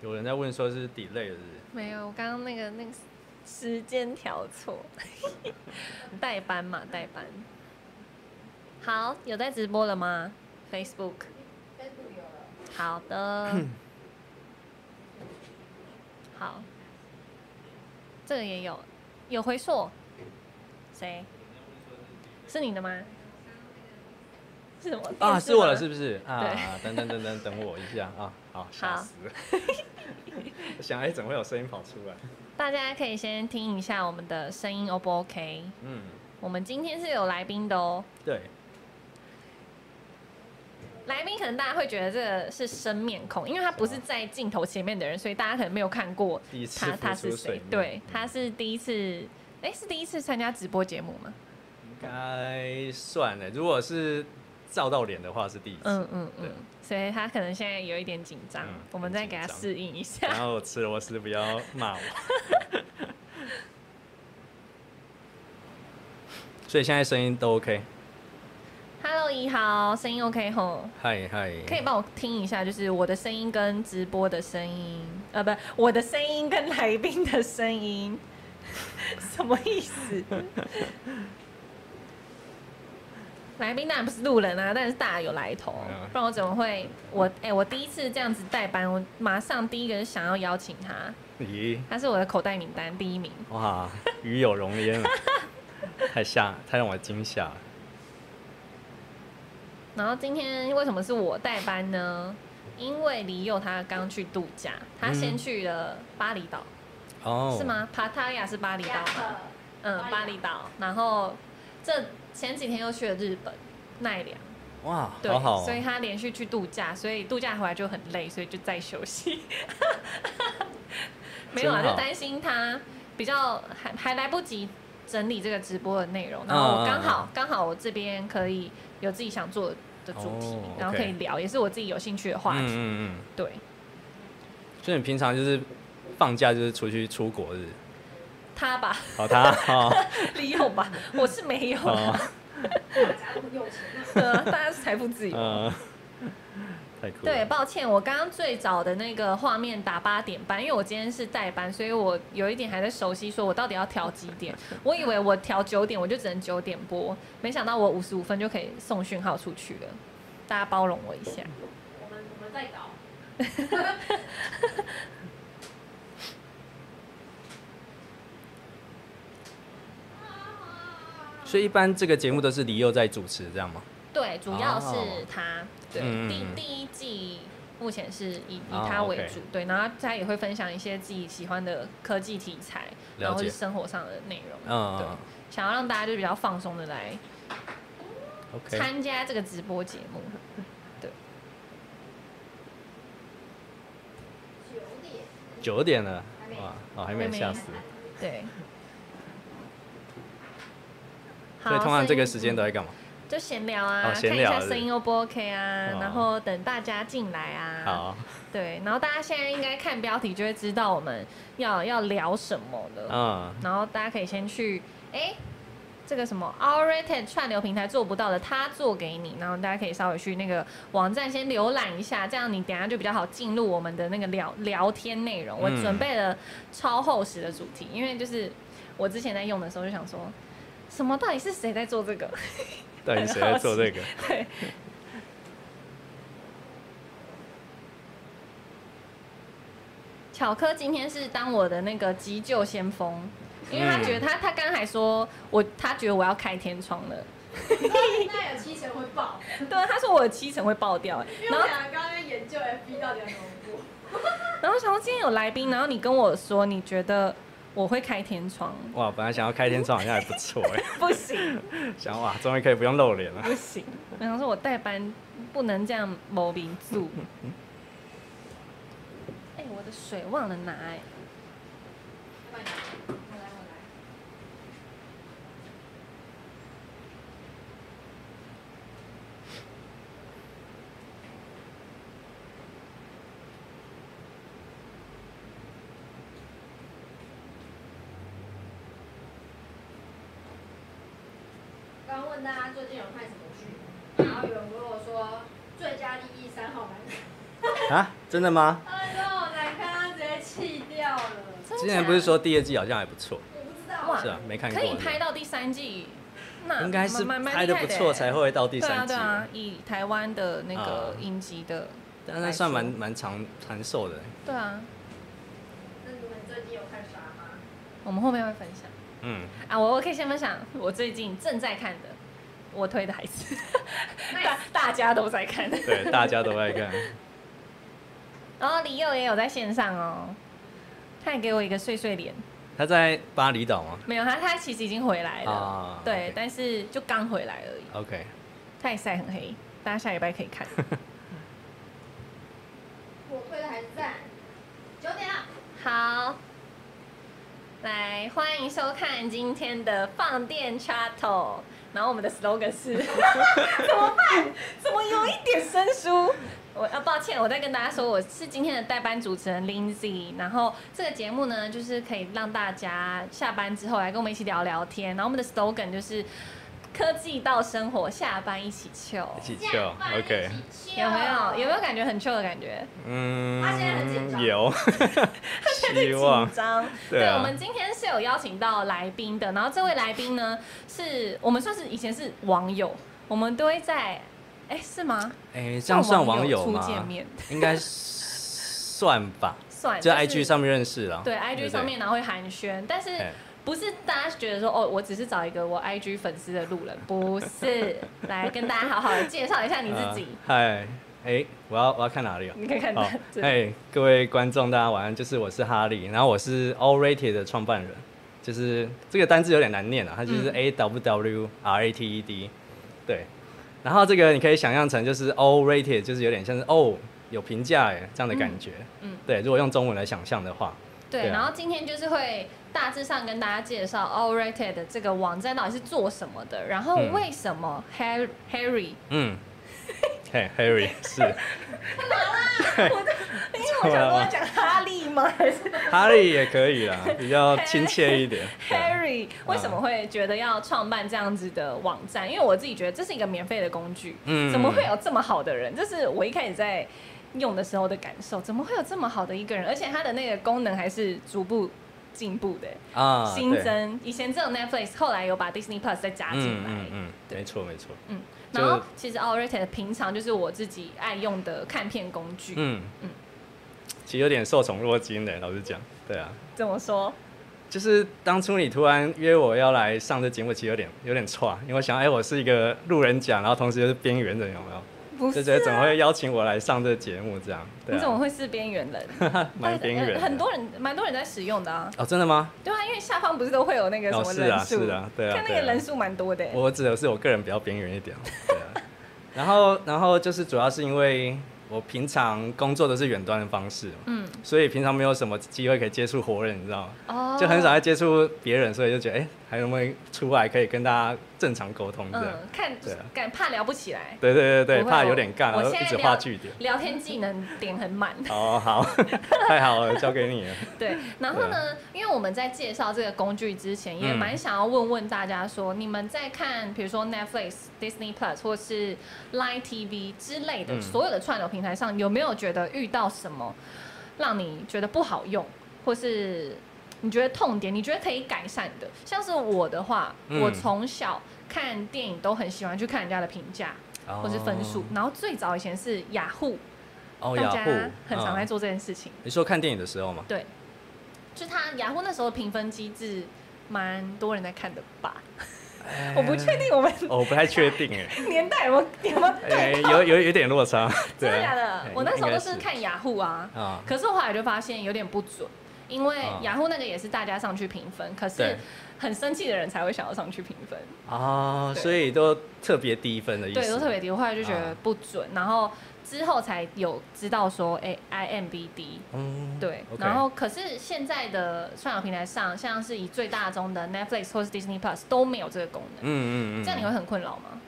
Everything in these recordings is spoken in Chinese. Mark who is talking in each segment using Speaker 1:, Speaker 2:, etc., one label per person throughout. Speaker 1: 有人在问说是 delay 是不是？
Speaker 2: 没有，我刚刚那个那个时间调错， 代班嘛，代班。好，有在直播了吗？Facebook。好的。好，这个也有，有回溯。谁？是你的吗？是什么
Speaker 1: 啊，
Speaker 2: 电视
Speaker 1: 是我了
Speaker 2: 吗
Speaker 1: 是不是？啊
Speaker 2: 对，
Speaker 1: 等等等等等我一下啊，好，吓
Speaker 2: 好
Speaker 1: 死了！想哎，怎么会有声音跑出来？
Speaker 2: 大家可以先听一下我们的声音，O 不 OK？
Speaker 1: 嗯，
Speaker 2: 我们今天是有来宾的哦，
Speaker 1: 对，
Speaker 2: 来宾可能大家会觉得这个是生面孔，因为他不是在镜头前面的人，所以大家可能没有看过
Speaker 1: 第一次
Speaker 2: 他他
Speaker 1: 浮
Speaker 2: 是
Speaker 1: 出水
Speaker 2: 谁
Speaker 1: 面，。
Speaker 2: 对，他是第一次，哎，是第一次参加直播节目吗？
Speaker 1: 嗯应该算了。如果是照到脸的话，是第一次。
Speaker 2: 嗯嗯
Speaker 1: 对
Speaker 2: 嗯，所以他可能现在有一点紧张
Speaker 1: 嗯，
Speaker 2: 我们再给他
Speaker 1: 很紧张
Speaker 2: 适应一下。
Speaker 1: 然后吃螺丝不要骂我。 所以现在声音都 OK，
Speaker 2: Hello，一豪，声音 OK 吼？
Speaker 1: 嗨嗨，
Speaker 2: 可以帮我听一下，就是我的声音跟直播的声音，呃，不，我的声音跟来宾的声音， 什么意思？来宾当然不是路人啊，但是大家有来头
Speaker 1: 没有，
Speaker 2: 不然我怎么会我哎、我第一次这样子代班，我马上第一个就想要邀请他，
Speaker 1: 咦，
Speaker 2: 他是我的口袋名单第一名。
Speaker 1: 哇，鱼有容焉了，太吓，太让我惊吓了。
Speaker 2: 然后今天为什么是我代班呢？因为李佑他刚去度假，他先
Speaker 1: 嗯
Speaker 2: 去了巴厘岛。
Speaker 1: 哦，
Speaker 2: 是？吗？帕塔亚是巴厘岛吗？嗯，巴
Speaker 3: 巴
Speaker 2: 厘
Speaker 3: 厘
Speaker 2: 岛。然后这前几天又去了日本奈良，
Speaker 1: 哇，
Speaker 2: 对，
Speaker 1: 好好、哦，
Speaker 2: 所以他连续去度假，所以度假回来就很累，所以就在休息。 没有啊，
Speaker 1: 真好
Speaker 2: 就担心他比较还还来不及整理这个直播的内容，然后我刚好
Speaker 1: 嗯
Speaker 2: 刚好我这边可以有自己想做的主题
Speaker 1: 哦，
Speaker 2: 然后可以
Speaker 1: OK
Speaker 2: 聊，也是我自己有兴趣的话
Speaker 1: 嗯
Speaker 2: 题。
Speaker 1: 嗯嗯，
Speaker 2: 对，
Speaker 1: 所以你平常就是放假就是出去出国日，
Speaker 2: 他吧，
Speaker 1: 好他哦，
Speaker 2: 利用吧，我是没有啦
Speaker 1: 哦，
Speaker 2: 呃，大家是财富自由。
Speaker 1: 呃，太酷了，
Speaker 2: 对，抱歉，我刚刚最早的那个画面打八点半，因为我今天是代班，所以我有一点还在熟悉，说我到底要调几 点。我以为我调九点，我就只能九点播，没想到我五十五分就可以送讯号出去了，大家包容我一下。
Speaker 1: 哦
Speaker 3: 我们我们在搞，
Speaker 1: 所以一般这个节目都是李佑在主持，这样吗？
Speaker 2: 对，主要是
Speaker 1: 哦
Speaker 2: 他，对，
Speaker 1: 嗯
Speaker 2: 第第一季。目前是以以
Speaker 1: 哦
Speaker 2: 他为
Speaker 1: ，OK
Speaker 2: 主对，然后他也会分享一些自己喜欢的科技题材，然
Speaker 1: 了
Speaker 2: 后
Speaker 1: 解
Speaker 2: 是生活上的内容，对
Speaker 1: 嗯，
Speaker 2: 想要让大家就比较放松的来
Speaker 1: ，OK，
Speaker 2: 参加这个直播节目。
Speaker 3: 九点
Speaker 1: 九点了
Speaker 3: 还，没
Speaker 1: 哇，哦，还没
Speaker 2: 还没
Speaker 1: 吓死，
Speaker 2: 对。
Speaker 1: 所以通常这个时
Speaker 2: 声
Speaker 1: 间
Speaker 2: 音嗯
Speaker 1: 都在干嘛？
Speaker 2: 就闲聊啊，
Speaker 1: 哦闲聊
Speaker 2: 看
Speaker 1: 是
Speaker 2: 一下
Speaker 1: 不是
Speaker 2: 声音 O 不 OK 啊，
Speaker 1: 哦
Speaker 2: 然后等大家进来啊。，
Speaker 1: 好，
Speaker 2: 对，然后大家现在应该看标题就会知道我们要要聊什么了。
Speaker 1: 嗯，
Speaker 2: 然后大家可以先去，哎，这个什么 All Rated 串流平台做不到的，他做给你。然后大家可以稍微去那个网站先浏览一下，这样你等一下就比较好进入我们的那个聊聊天内容。我
Speaker 1: 嗯
Speaker 2: 准备了超厚实的主题，因为就是我之前在用的时候就想说，什么到底是谁在做这个？
Speaker 1: 到底谁在做 这个？
Speaker 2: 对。巧科今天是当我的那个急救先锋，因为
Speaker 1: 嗯
Speaker 2: 他觉得他、他刚还说我他觉得我要开天窗了，
Speaker 3: 那有七成会爆，
Speaker 2: 对，啊他说我的七成会爆掉，欸
Speaker 3: 因为
Speaker 2: 然
Speaker 3: 我
Speaker 2: 后
Speaker 3: 们俩刚刚在研究 FB 到底要怎么过。
Speaker 2: 然后想说今天有来宾，然后你跟我说你觉得我会开天窗，
Speaker 1: 哇，本来想要开天窗好像还不错哎，
Speaker 2: 不行
Speaker 1: 想哇，终于可以不用露脸了。
Speaker 2: 不行，然后说我代班不能这样谋民 住，哎、我的水忘了拿哎、
Speaker 3: 我来我来我来。刚刚问大家最近有看什么剧，然后有人跟我说《最佳利益三号男》，
Speaker 1: 啊，真的吗？
Speaker 3: 哎呦，难看。
Speaker 1: 之前不是说第二季好像还不错，
Speaker 3: 我不知道
Speaker 2: 哇
Speaker 3: 哇，
Speaker 1: 是啊，没看过。
Speaker 2: 可以拍到第三季，那
Speaker 1: 应该是
Speaker 2: 蛮蛮
Speaker 1: 拍的
Speaker 2: 蛮
Speaker 1: 不
Speaker 2: 厉害的
Speaker 1: 错
Speaker 2: 欸
Speaker 1: 才会到第三季
Speaker 2: 对啊对，啊，以台湾的那个
Speaker 1: 啊
Speaker 2: 影集的，
Speaker 1: 但那算蛮蛮长长寿的。
Speaker 2: 对啊，
Speaker 3: 那你们最近有看啥吗？
Speaker 2: 我们后面会分享
Speaker 1: 嗯，
Speaker 2: 啊。我我可以先分享我最近正在看的，我推的孩 子， 大大家都在看。
Speaker 1: 对，大家都爱看。
Speaker 2: 然后李佑也有在线上哦，他也给我一个碎碎脸，
Speaker 1: 他在巴厘岛吗？
Speaker 2: 没有他他其实已经回来了，
Speaker 1: 啊
Speaker 2: 对
Speaker 1: OK
Speaker 2: 但是就刚回来而已。
Speaker 1: OK，
Speaker 2: 他也晒很黑，大家下礼拜可以看。
Speaker 3: 我推的还是赞，九点了，
Speaker 2: 好，来欢迎收看今天的放电 chattle。然后我们的 slogan 是 怎么办？怎么有一点生疏？我啊，抱歉，我再跟大家说，我是今天的代班主持人 Lindsay。然后这个节目呢，就是可以让大家下班之后来跟我们一起聊聊天。然后我们的 slogan 就是科技到生活，下班一起 chill。
Speaker 1: 一起
Speaker 3: 这
Speaker 1: 跳
Speaker 3: 样放一
Speaker 1: 哦 OK，
Speaker 3: 起
Speaker 2: 有没有？有没
Speaker 3: 有？
Speaker 2: 有感觉很 chill 的感觉？
Speaker 3: 他现在很紧
Speaker 1: 嗯，
Speaker 3: 张
Speaker 1: 有，希望
Speaker 2: 紧张。
Speaker 1: 对啊
Speaker 2: 我们今天是有邀请到来宾的，然后这位来宾呢，是我们算是以前是网友，我们都会在，哎，是吗？
Speaker 1: 哎，这样算网友
Speaker 2: 初
Speaker 1: 吗？
Speaker 2: 见面
Speaker 1: 应该算吧，
Speaker 2: 算，
Speaker 1: 就
Speaker 2: 就是
Speaker 1: IG 上面认识了。
Speaker 2: 对
Speaker 1: 不
Speaker 2: IG 上面，然后会寒暄，但是
Speaker 1: 哎
Speaker 2: 不是大家觉得说哦，我只是找一个我 IG 粉丝的路人，不 是，来跟大家好好的介绍一下你自己。
Speaker 1: 呃嗨，哎，我要我要看哪里啊？
Speaker 2: 你可以 看到
Speaker 1: 好，，
Speaker 2: 这里
Speaker 1: 哎，各位观众，大家晚安。就是我是哈利，然后我是 All Rated 的创办人，就是这个单字有点难念啊，它就是
Speaker 2: 嗯
Speaker 1: A W W R A T E D，、对。然后这个你可以想象成就是 All Rated，就是有点像是哦有评价哎这样的感觉，
Speaker 2: 嗯嗯
Speaker 1: 对。如果用中文来想象的话，
Speaker 2: 对，
Speaker 1: 对啊
Speaker 2: 然后今天就是会大致上跟大家介绍 All Rated 这个网站到底是做什么的，然后
Speaker 1: 嗯
Speaker 2: 为什么 Harry、Harry，
Speaker 1: 嗯，嘿，Harry 是
Speaker 2: 因为我想说要讲哈利吗？ 还
Speaker 1: 啊
Speaker 2: 是
Speaker 1: 哈利也可以啦，比较亲切一点。对啊
Speaker 2: Harry 为什么会觉得要创办这样子的网站？因为我自己觉得这是一个免费的工具，
Speaker 1: 嗯
Speaker 2: 怎么会有这么好的人？这是我一开始在用的时候的感受，怎么会有这么好的一个人？而且它的那个功能还是逐步进步的、
Speaker 1: 啊，对
Speaker 2: 新增，以前只有 Netflix，后来有把 Disney Plus 再加进
Speaker 1: 嗯
Speaker 2: 来。
Speaker 1: 嗯嗯，
Speaker 2: 对
Speaker 1: 没错没错，
Speaker 2: 嗯，
Speaker 1: 就
Speaker 2: 然后其实 All Rated 平常就是我自己爱用的看片工具。
Speaker 1: 嗯
Speaker 2: 嗯
Speaker 1: 嗯，其实有点受宠若惊的，老实讲，对啊，
Speaker 2: 怎么说？
Speaker 1: 就是当初你突然约我要来上这节目，其实有点有点错，因为我想，哎、我是一个路人甲，然后同时又是边缘人，有没有？
Speaker 2: 不、
Speaker 1: 就是觉得怎么会邀请我来上这节目这样？对
Speaker 2: 你怎么
Speaker 1: 啊，
Speaker 2: 会是边缘 人？
Speaker 1: 蛮边缘的。
Speaker 2: 很多人蛮多人在使用的啊。
Speaker 1: 哦，真的吗？
Speaker 2: 对啊，因为下方不是都会有那个什
Speaker 1: 哦，
Speaker 2: 么
Speaker 1: 是
Speaker 2: 人
Speaker 1: 啊，
Speaker 2: 数，
Speaker 1: 是啊，对啊，
Speaker 2: 看那
Speaker 1: 对
Speaker 2: 个
Speaker 1: 啊
Speaker 2: 人数蛮多的欸。
Speaker 1: 我指的是我个人比较边缘一点，对啊。 然后，然后就是主要是因为我平常工作都是远端的方式嘛，
Speaker 2: 嗯，
Speaker 1: 所以平常没有什么机会可以接触活人，你知道吗？
Speaker 2: 哦
Speaker 1: 就很少。在接触别人，所以就觉得哎、还能不能出来可以跟大家正常沟通这样？
Speaker 2: 嗯，看
Speaker 1: 对啊
Speaker 2: 感怕聊不起来，
Speaker 1: 对对对
Speaker 2: 不
Speaker 1: 对，
Speaker 2: 会
Speaker 1: 怕
Speaker 2: 我
Speaker 1: 有点尬，
Speaker 2: 我
Speaker 1: 然后
Speaker 2: 现
Speaker 1: 一
Speaker 2: 在
Speaker 1: 直
Speaker 2: 聊
Speaker 1: 画句点。
Speaker 2: 聊天技能点很满。
Speaker 1: 好好， 太好了，交给你了。
Speaker 2: 对，然后呢，因为我们在介绍这个工具之前，也
Speaker 1: 啊嗯
Speaker 2: 蛮想要问问大家说，你们在看比如说 Netflix、Disney Plus 或是 Line TV 之类的、
Speaker 1: 嗯
Speaker 2: 所有的串流平台上，有没有觉得遇到什么让你觉得不好用，或是你觉得痛点，你觉得可以改善的？像是我的话，
Speaker 1: 嗯
Speaker 2: 我从小看电影都很喜欢去看人家的评价或是分数，然后最早以前是雅虎，
Speaker 1: 哦，
Speaker 2: 大
Speaker 1: 雅
Speaker 2: 家
Speaker 1: 虎
Speaker 2: 很常在
Speaker 1: 嗯
Speaker 2: 做这件事情。
Speaker 1: 你说看电影的时候吗？
Speaker 2: 对，就他雅虎那时候的评分机制，蛮多人在看的吧？
Speaker 1: 哎
Speaker 2: 我不确定我们
Speaker 1: 哦，我不太确定哎，
Speaker 2: 年代有没有有没有
Speaker 1: 哎，
Speaker 2: 对到，
Speaker 1: 有有有点落差。 对
Speaker 2: 真的假
Speaker 1: 啊
Speaker 2: 的
Speaker 1: 哎？
Speaker 2: 我那时候
Speaker 1: 应该
Speaker 2: 都
Speaker 1: 是
Speaker 2: 是看雅虎啊，
Speaker 1: 啊，
Speaker 2: 可是我后来就发现有点不准。因为
Speaker 1: 啊
Speaker 2: 雅虎那个也是大家上去评分，可是
Speaker 1: 对
Speaker 2: 很生气的人才会想要上去评分，
Speaker 1: 哦，
Speaker 2: 对
Speaker 1: 所以都特别低分的意思。
Speaker 2: 对，都特别低。我后来就觉得
Speaker 1: 啊
Speaker 2: 不准，然后之后才有知道说，哎、i m b d
Speaker 1: 嗯
Speaker 2: 对
Speaker 1: OK
Speaker 2: 然后可是现在的串流平台上，像是以最大宗的 Netflix 或是 Disney Plus 都没有这个功能，
Speaker 1: 嗯嗯嗯，
Speaker 2: 这样你会很困扰吗？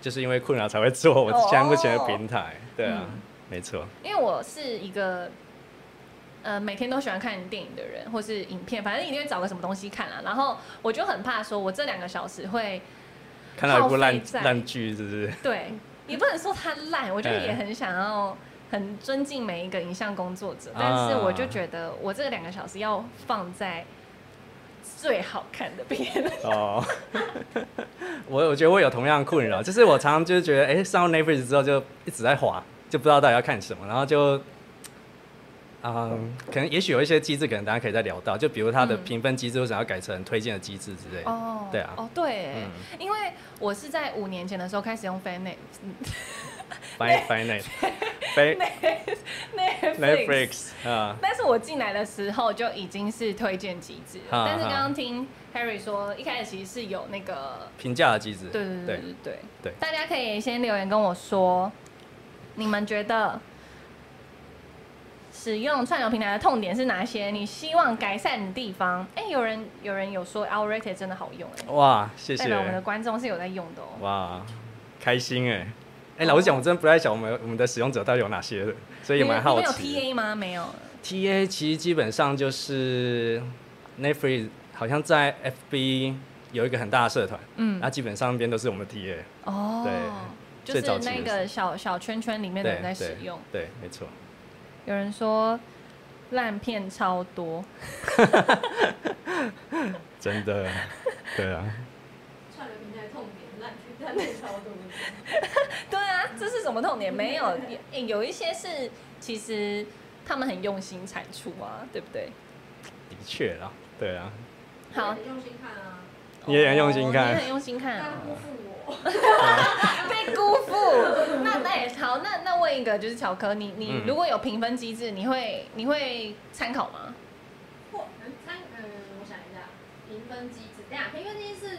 Speaker 1: 就是因为困扰才会做我
Speaker 2: 哦
Speaker 1: 现在目前的平台。对啊
Speaker 2: 嗯，
Speaker 1: 没错。
Speaker 2: 因为我是一个呃每天都喜欢看电影的人，或是影片，反正一定会找个什么东西看啊。然后我就很怕说，我这两个小时会
Speaker 1: 看到一部
Speaker 2: 耗
Speaker 1: 烂
Speaker 2: 费在
Speaker 1: 烂剧，是不是？
Speaker 2: 对，也不能说它烂，我觉得
Speaker 1: 嗯
Speaker 2: 也很想要很尊敬每一个影像工作者，
Speaker 1: 啊
Speaker 2: 但是我就觉得我这两个小时要放在最好看的片，
Speaker 1: 哦， 我我觉得我有同样的困扰，就是我常常就是觉得，哎、上了 Netflix 之后就一直在滑，就不知道到底要看什么，然后就，嗯，可能也许有一些机制，可能大家可以再聊到，就比如它的
Speaker 2: 嗯
Speaker 1: 评分机制，我想要改成推荐的机制之类的。
Speaker 2: 哦
Speaker 1: 对啊
Speaker 2: 哦对耶，
Speaker 1: 嗯
Speaker 2: 因为我是在五年前的时候开始用 Fan
Speaker 1: Fine Fine Night，
Speaker 2: Netflix。
Speaker 1: Netflix 啊，
Speaker 2: 但是我进来的时候就已经是推荐机制了，
Speaker 1: 啊
Speaker 2: 但是
Speaker 1: 啊
Speaker 2: 刚刚听 Harry 说，一开始其实是有那个
Speaker 1: 评价的机制。
Speaker 2: 对对对
Speaker 1: 对，
Speaker 2: 对对
Speaker 1: 对
Speaker 2: 大家可以先留言跟我说，你们觉得使用串流平台的痛点是哪些？你希望改善的地方？哎、有人有人有说 Outrated 真的好用哎、
Speaker 1: 哇，哦谢
Speaker 2: 代表我们的
Speaker 1: 谢，
Speaker 2: 观众是有在用的哦、
Speaker 1: 哇，开心哎、哎、老实讲，我真的不太晓得我们我们的使用者到底有哪些人，所以也
Speaker 2: 你们
Speaker 1: 蛮好奇
Speaker 2: 你们
Speaker 1: 的。
Speaker 2: 有 TA 吗？没有。
Speaker 1: T A 其实基本上就是 Netflix 好像在 F B 有一个很大的社团，
Speaker 2: 嗯
Speaker 1: 那、基本上那边都是我们 T A。啊
Speaker 2: 哦。
Speaker 1: 对
Speaker 2: 就
Speaker 1: 最
Speaker 2: 是
Speaker 1: 早期的
Speaker 2: 那
Speaker 1: 时
Speaker 2: 个小小圈圈里面的
Speaker 1: 对
Speaker 2: 人在使
Speaker 1: 对
Speaker 2: 用。
Speaker 1: 对，没错。
Speaker 2: 有人说烂片超多，
Speaker 1: 真的， 对啊，
Speaker 3: 串流平台痛点烂片，烂片超多。
Speaker 2: 对啊，这是什么痛点？没有，诶有一些是其实他们很用心产出啊，对不对？
Speaker 1: 的确啦，对啊，
Speaker 2: 好
Speaker 3: 很用心看啊，
Speaker 1: 你也很用心
Speaker 2: 哦你
Speaker 1: 看
Speaker 2: 也很用心看
Speaker 3: 但
Speaker 2: 啊、
Speaker 3: 辜负我。
Speaker 2: 被辜负。那那也好，那那问一个就是巧科，你你
Speaker 1: 嗯
Speaker 2: 如果有评分机制，你会你会参考吗？
Speaker 3: 或嗯参嗯，我想一下，评分机制，这样评分机制是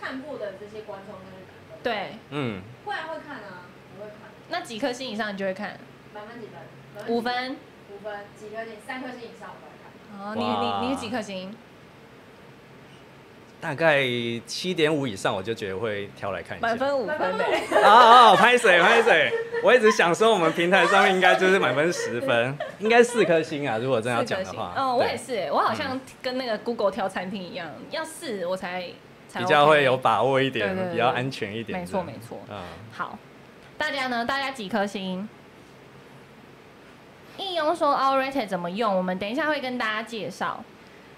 Speaker 3: 看过的这些观众跟人打分。，
Speaker 2: 对，
Speaker 1: 嗯，
Speaker 3: 会啊会看啊，我会看，
Speaker 2: 那几颗星以上你就会看
Speaker 3: 满分几分？满
Speaker 2: 五
Speaker 3: 几，
Speaker 2: 分。
Speaker 3: 五分，几颗星？三颗星以上我会看。
Speaker 2: 哦，你你你
Speaker 1: 哇
Speaker 2: 几颗星？
Speaker 1: 大概七点五以上，我就觉得会挑来看一下。
Speaker 2: 满分五分的、
Speaker 1: 啊啊！啊拍谁拍谁！我一直想说，我们平台上面应该就是满分十分，应该四颗星啊。如果真的要
Speaker 2: 四
Speaker 1: 讲
Speaker 2: 颗
Speaker 1: 的
Speaker 2: 星。
Speaker 1: 话，
Speaker 2: 哦，我
Speaker 1: 对嗯
Speaker 2: 也是耶，我好像跟那个 Google 挑餐厅一样，要试我才才
Speaker 1: 比较
Speaker 2: OK
Speaker 1: 会有把握一点，
Speaker 2: 对对对
Speaker 1: 比较安全一点。
Speaker 2: 没错
Speaker 1: 这样
Speaker 2: 没错
Speaker 1: 嗯，
Speaker 2: 好，大家呢？大家几颗星？应用说 All Rated 怎么用？我们等一下会跟大家介绍。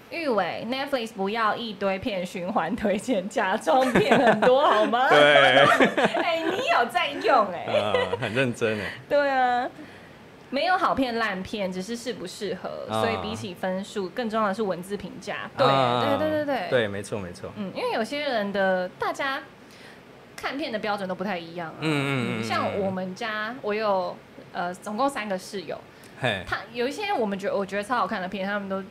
Speaker 2: 玉伟，Netflix 不要一堆片循环推荐，假装片很多好 吗？
Speaker 1: 对。
Speaker 2: 哎、你有在用哎、
Speaker 1: 呃，很认真哎。
Speaker 2: 对啊，没有好片烂片，只是适不适合。
Speaker 1: 啊
Speaker 2: 所以比起分数，更重要的是文字评价。对、
Speaker 1: 啊
Speaker 2: 对对对对
Speaker 1: 对，没错没错。
Speaker 2: 嗯，因为有些人的大家看片的标准都不太一样啊。
Speaker 1: 嗯嗯嗯嗯，
Speaker 2: 像我们家，我有呃，总共三个室友，
Speaker 1: 嘿，
Speaker 2: 他有一些我们觉得我觉得超好看的片，他们都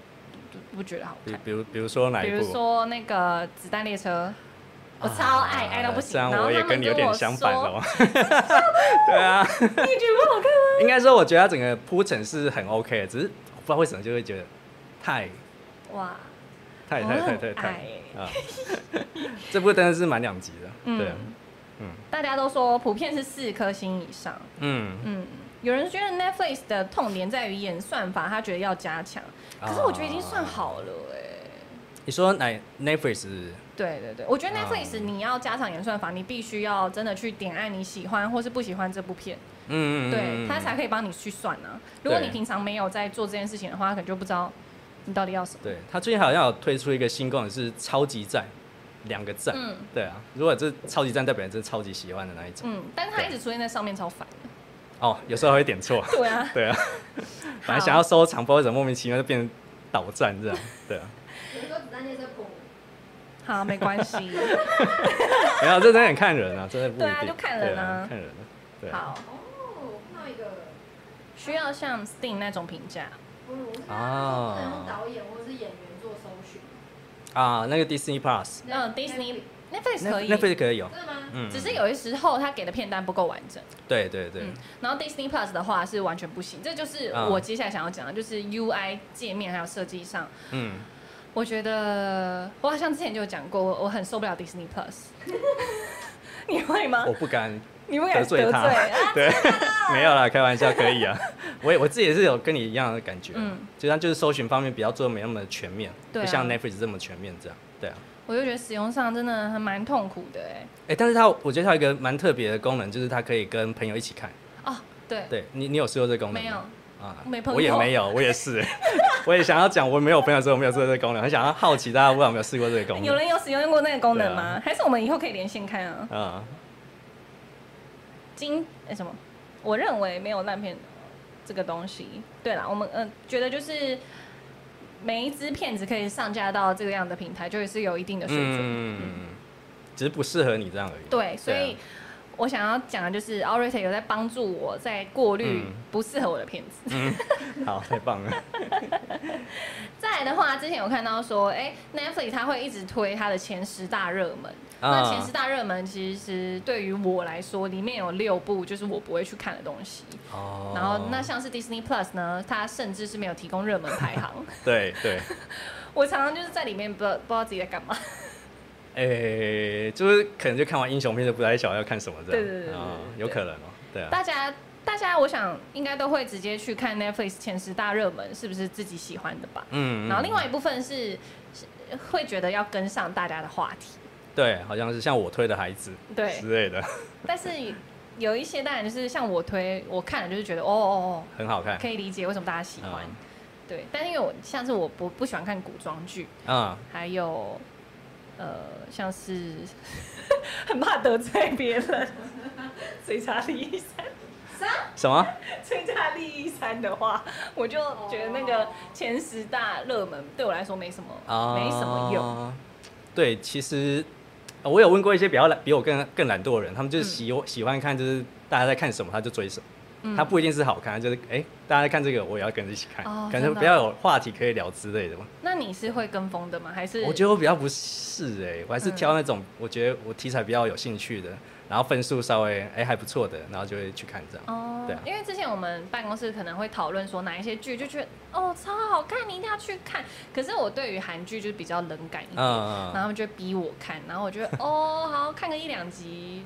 Speaker 2: 不不觉得好
Speaker 1: 比
Speaker 2: 看。
Speaker 1: 比如比如说哪
Speaker 2: 比
Speaker 1: 一
Speaker 2: 如
Speaker 1: 部？
Speaker 2: 说那个《子弹列车》，我
Speaker 1: 啊
Speaker 2: 超爱、爱到不
Speaker 1: 这
Speaker 2: 行。
Speaker 1: 样
Speaker 2: 然后
Speaker 1: 啊我也
Speaker 2: 他
Speaker 1: 跟
Speaker 2: 们
Speaker 1: 你有点
Speaker 2: 我
Speaker 1: 相反
Speaker 2: 说，
Speaker 1: 哦。 对啊，
Speaker 2: 你也觉得不好看吗？
Speaker 1: 应该说我觉得它整个铺陈是很 OK 的，只是我不知道为什么就会觉得太
Speaker 2: 哇，
Speaker 1: 太
Speaker 2: 我
Speaker 1: 太太
Speaker 2: 很
Speaker 1: 太太
Speaker 2: 爱欸
Speaker 1: 啊！ 这部真的是蛮两极的，对啊，嗯
Speaker 2: 大家都说普遍是四颗星以上。
Speaker 1: 嗯，
Speaker 2: 嗯，有人觉得 Netflix 的痛点在于演算法，他觉得要加强，可是我觉得已经算
Speaker 1: 啊。
Speaker 2: 好了哎、
Speaker 1: 你说哪 Netflix
Speaker 2: 对对对，我觉得
Speaker 1: 啊
Speaker 2: Netflix 你要加强演算法，你必须要真的去点按你喜欢或是不喜欢这部片，
Speaker 1: 嗯，嗯嗯
Speaker 2: 对，
Speaker 1: 嗯
Speaker 2: 它才可以帮你去算啊。如果
Speaker 1: 对
Speaker 2: 你平常没有在做这件事情的话，它可能就不知道你到底要什么。
Speaker 1: 对他最近好像有推出一个新功能是超级赞，两个赞，
Speaker 2: 嗯
Speaker 1: 对啊，如果这超级赞代表你真的超级喜欢的那一种，
Speaker 2: 嗯，但是它一直出现在上面超烦的。
Speaker 1: 哦，有时候还会点错，
Speaker 2: 对啊，
Speaker 1: 对啊，本来想要收藏，不知道为什么莫名其妙就变成倒赞这样，对 啊，
Speaker 3: 你说子弹列车滚，
Speaker 2: 好，没 关系。
Speaker 1: 没有，这真的很看人啊，真的不一定，
Speaker 2: 对啊就看人啊
Speaker 1: 对看人啊，对啊，
Speaker 2: 好，
Speaker 3: 哦，看到一个，
Speaker 2: 需要像 Steam 那种评价。
Speaker 3: 嗯，我是看到说不能用导演或是演员做搜寻，
Speaker 1: 啊，那个 Disney Plus，
Speaker 2: 嗯，Disney Netflix 可以
Speaker 1: 那，非可以有，
Speaker 3: 真的吗？
Speaker 1: 嗯，
Speaker 2: 只是有些时候它给的片单不够完整。
Speaker 1: 对对对
Speaker 2: 嗯，然后 Disney Plus 的话是完全不行，这就是
Speaker 1: 嗯
Speaker 2: 我接下来想要讲的，就是 UI 界面还有设计上，
Speaker 1: 嗯，
Speaker 2: 我觉得我好像之前就有讲过，我我很受不了 Disney Plus。你会吗
Speaker 1: 我？不敢
Speaker 2: 你不敢
Speaker 1: 得
Speaker 2: 得罪
Speaker 1: 罪他，
Speaker 2: 啊
Speaker 1: 对，没有啦，开玩笑，可以 啊。我也我自己也是有跟你一样的感觉，
Speaker 2: 嗯
Speaker 1: 嗯，就像就是搜寻方面比较做得没那么全面，
Speaker 2: 对啊
Speaker 1: 不像 Netflix 这么全面这样，对啊。
Speaker 2: 我就觉得使用上真的还蛮痛苦的哎。
Speaker 1: 哎、但是它我觉得它有一个蛮特别的功能，就是它可以跟朋友一起看，
Speaker 2: 哦，对，
Speaker 1: 对你，你有试过这个功能
Speaker 2: 没有
Speaker 1: 吗？，啊
Speaker 2: 没碰
Speaker 1: 我也
Speaker 2: 过
Speaker 1: 没有，我也 是，我也想要讲，我没有朋友说我没有试过这个功能，很想要好奇大家不知道有没有试过这个功
Speaker 2: 有
Speaker 1: 能。
Speaker 2: 人有使用过那个功能
Speaker 1: 对啊
Speaker 2: 吗？还是我们以后可以连线看啊？
Speaker 1: 嗯，
Speaker 2: 今诶什么？我认为没有烂片这个东西。对啦，我们嗯、呃觉得就是每一支片子可以上架到这个样的平台，就是有一定的水准。
Speaker 1: 嗯，只是不适合你这样而已。
Speaker 2: 对，所以
Speaker 1: 啊
Speaker 2: 我想要讲的就是 a u r i t 有在帮助我在过滤
Speaker 1: 嗯
Speaker 2: 不适合我的片子。
Speaker 1: 好，太棒了。
Speaker 2: 再来的话，之前有看到说，哎、n e t f l i x 它会一直推它的前十大热门。
Speaker 1: 啊
Speaker 2: 那前十大热门其实对于我来说，里面有六部就是我不会去看的东西。
Speaker 1: 哦
Speaker 2: 然后那像是 Disney Plus 呢，它甚至是没有提供热门排行。
Speaker 1: 对对，
Speaker 2: 我常常就是在里面不知道不知道自己在干嘛。
Speaker 1: 诶、哎就是可能就看完英雄片就不太晓得要看什么这样。
Speaker 2: 对对对对
Speaker 1: 啊
Speaker 2: 对
Speaker 1: 有可能哦、对啊。
Speaker 2: 大家大家，我想应该都会直接去看 Netflix 前十大热门，是不是自己喜欢的吧？
Speaker 1: 嗯，嗯
Speaker 2: 然后另外一部分是是会觉得要跟上大家的话题，
Speaker 1: 对，好像是像我推的孩子
Speaker 2: 对
Speaker 1: 之类的，
Speaker 2: 但是有一些当然就是像我推，我看了就是觉得哦哦
Speaker 1: 很好
Speaker 2: 哦，
Speaker 1: 看
Speaker 2: 可。以理解为什么大家喜欢，
Speaker 1: 哎嗯
Speaker 2: 对。但是因为我像是我不不喜欢看古装剧，
Speaker 1: 啊、
Speaker 2: 还有呃像是 很怕得罪别人，所以查理一三，
Speaker 1: 什么？
Speaker 2: 所以查理一三的话，我就觉得那个前十大热门对我来说没什么、
Speaker 1: 啊，
Speaker 2: 没什么用。。
Speaker 1: 对，其实呃我有问过一些比较懒、比我更更懒惰的人，他们就是
Speaker 2: 嗯
Speaker 1: 喜、喜欢看，就是大家在看什么，他就追什么。
Speaker 2: 嗯
Speaker 1: 他不一定是好看，就是哎、大家在看这个，我也要跟着一起看，
Speaker 2: 哦
Speaker 1: 感
Speaker 2: 真
Speaker 1: 觉
Speaker 2: 的
Speaker 1: 比较有话题可以聊之类的嘛。
Speaker 2: 那你是会跟风的吗？还是
Speaker 1: 我觉得我比较不是哎、我还是
Speaker 2: 嗯
Speaker 1: 挑那种、我觉得我题材比较有兴趣的，然后分数稍微哎、还不错的，然后就会去看这样。
Speaker 2: 哦，
Speaker 1: 对啊
Speaker 2: 因为之前我们办公室可能会讨论说哪一些剧，就觉得哦超好看，你一定要去看。可是我对于韩剧就是比较冷感一点，
Speaker 1: 嗯嗯
Speaker 2: 然后他们就会逼我看，然后我觉得哦好看个一两集，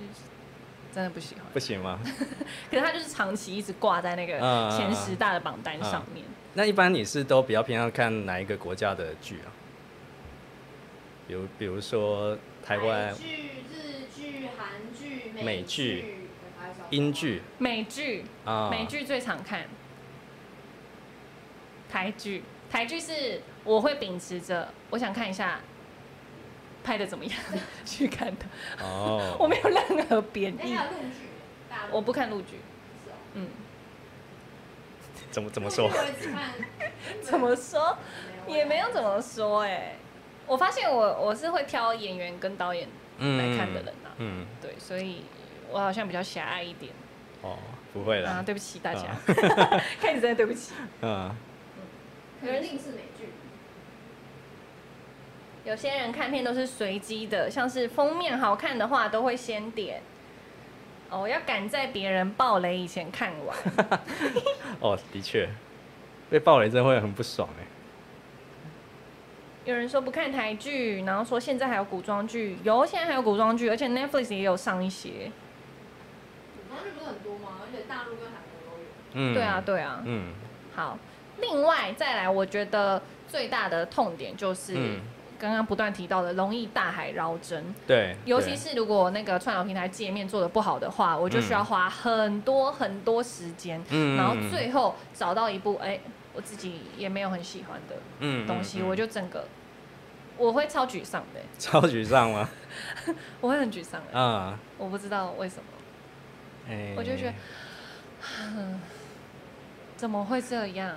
Speaker 2: 真的不喜欢。
Speaker 1: 不行吗？
Speaker 2: 可是它就是长期一直挂在那个
Speaker 1: 嗯嗯嗯
Speaker 2: 前十大的榜单上面。
Speaker 1: 那一般你是都比较偏向看哪一个国家的剧啊？比如，比如说台湾
Speaker 3: 台、剧、日剧、韩剧、
Speaker 1: 美剧
Speaker 3: 剧、还有什么
Speaker 1: 英剧
Speaker 2: 美剧，
Speaker 1: 啊，
Speaker 2: 美剧最常看，台剧，台剧是我会秉持着我想看一下拍的 怎么样去看的。，
Speaker 1: 哦
Speaker 2: 我没有任何贬
Speaker 3: 哎，
Speaker 2: 义，
Speaker 3: 还有陆剧，大陆
Speaker 2: 我不看陆剧。
Speaker 3: 是哦
Speaker 2: 嗯，
Speaker 1: 怎么怎么说
Speaker 3: 陆剧？我也只看
Speaker 2: 怎么说也没有怎
Speaker 3: 么
Speaker 2: 么说哎、我发现我我是会挑演员跟导演来看的人啊，
Speaker 1: 嗯，
Speaker 2: 对，所以我好像比较狭隘一点
Speaker 1: 哦，不会
Speaker 2: 啊，
Speaker 1: 啦，
Speaker 2: 对不起大家
Speaker 1: 啊，
Speaker 2: 开始真的对不起。
Speaker 1: 嗯，
Speaker 3: 肯定是美剧。
Speaker 2: 有些人看片都是随机的，像是封面好看的话都会先点。哦，要赶在别人爆雷以前看完，
Speaker 1: 哦，的确，被暴雷真的会很不爽哎、
Speaker 2: 有人说不看台剧，然后说现在还有古装剧，有现在还有古装剧，而且 Netflix 也有上一些。
Speaker 3: 古装剧不是很多吗？而且大陆跟韩国 都有。
Speaker 1: 嗯，
Speaker 2: 对啊，，对啊。
Speaker 1: 嗯
Speaker 2: 好，另外再来，我觉得最大的痛点就是
Speaker 1: 嗯，
Speaker 2: 刚刚不断提到的，容易大海捞针。
Speaker 1: 对，
Speaker 2: 尤
Speaker 1: 对
Speaker 2: 其是如果那个串流平台界面做的不好的话，我就需要花很多很多时间，
Speaker 1: 嗯
Speaker 2: 然后最后找到一部哎、我自己也没有很喜欢的
Speaker 1: 嗯
Speaker 2: 东西，
Speaker 1: 嗯嗯
Speaker 2: 我就整个我会超沮丧的、
Speaker 1: 超沮丧 吗？
Speaker 2: 我会很沮丧的、
Speaker 1: 啊、
Speaker 2: 我不知道为什么，
Speaker 1: 哎
Speaker 2: 我就觉得怎么会这样？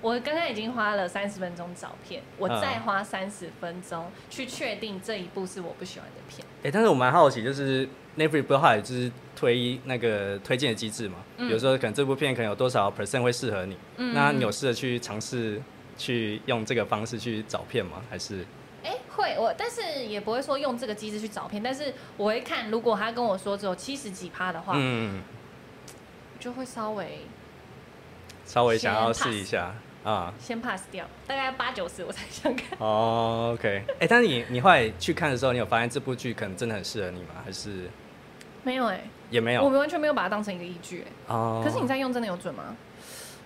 Speaker 2: 我刚刚已经花了三十分钟找片，我
Speaker 1: 嗯
Speaker 2: 再花三十分钟去确定这一部是我不喜欢的片。
Speaker 1: 哎、但是我蛮好奇，就是 Netflix 不是后来就是推那个推荐的机制嘛？
Speaker 2: 嗯
Speaker 1: 比如说，可能这部片可能有多少 percent 会适合你，
Speaker 2: 嗯
Speaker 1: 那你有试着去尝试去用这个方式去找片吗？还是
Speaker 2: 哎、会我，但是也不会说用这个机制去找片，但是我会看，如果他跟我说只有七十几趴的话，
Speaker 1: 嗯，
Speaker 2: 就会稍微
Speaker 1: 稍微想要
Speaker 2: 先 pass
Speaker 1: 试一下啊？
Speaker 2: 先 pass 掉，大概八九十我才想看。
Speaker 1: 哦、o k 哎、但是你你后来去看的时候，你有发现这部剧可能真的很适合你吗？还是
Speaker 2: 没有哎、
Speaker 1: 也没
Speaker 2: 我
Speaker 1: 有？
Speaker 2: 们完全没有把它当成一个依据哎、
Speaker 1: 哦
Speaker 2: 可是你在用真的有准吗？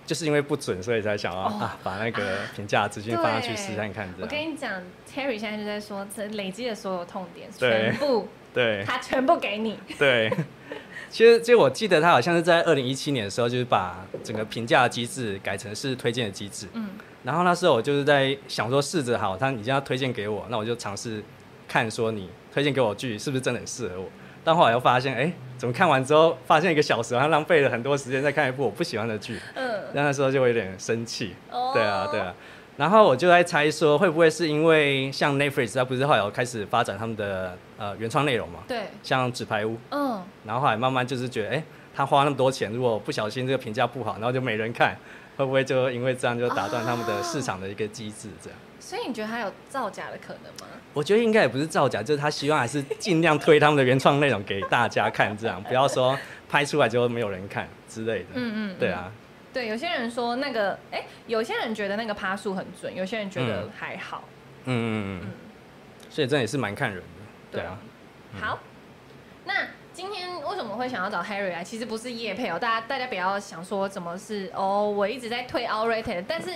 Speaker 1: 就是因为不准，所以才想要、
Speaker 2: 哦
Speaker 1: 啊把那个评价资讯
Speaker 2: 对
Speaker 1: 放上去试看看这
Speaker 2: 我
Speaker 1: 样。
Speaker 2: 跟你讲，Terry 现在就在说，这累积的所有痛点
Speaker 1: 对
Speaker 2: 全部
Speaker 1: 对
Speaker 2: 他全部给你。
Speaker 1: 对， 其实，就我记得他好像是在二零一七年的时候，就是把整个评价机制改成是推荐的机制。
Speaker 2: 嗯，
Speaker 1: 然后那时候我就是在想说，试着好，他你这样推荐给我，那我就尝试看说你推荐给我剧是不是真的很适合我。但后来又发现，哎，怎么看完之后发现一个小时，好像浪费了很多时间在看一部我不喜欢的剧。
Speaker 2: 嗯，
Speaker 1: 那那时候就有点生气。
Speaker 2: 哦
Speaker 1: 对啊，对啊。然后我就在猜说，会不会是因为像 Netflix，它不是后来有开始发展他们的呃原创内容嘛？
Speaker 2: 对，
Speaker 1: 像《纸牌屋》，
Speaker 2: 嗯，
Speaker 1: 然后后来慢慢就是觉得，哎、他花那么多钱，如果不小心这个评价不好，然后就没人看，会不会就因为这样就打断他们的市场的一个机制？这样，
Speaker 2: 所以你觉得还有造假的可能吗？
Speaker 1: 我觉得应该也不是造假，就是他希望还是尽量推他们的原创内容给大家看，这样不要说拍出来就没有人看之类的。
Speaker 2: 嗯嗯嗯
Speaker 1: 对啊，
Speaker 2: 对，有些人说那个，哎、有些人觉得那个趴数很准，有些人觉得还好。
Speaker 1: 嗯嗯嗯，所以这也是蛮看人的。对啊，
Speaker 2: 好，那今天为什么会想要找 Harry 来？其实不是叶配哦，大家大家不要想说怎么是哦，我一直在推 All Rated，但是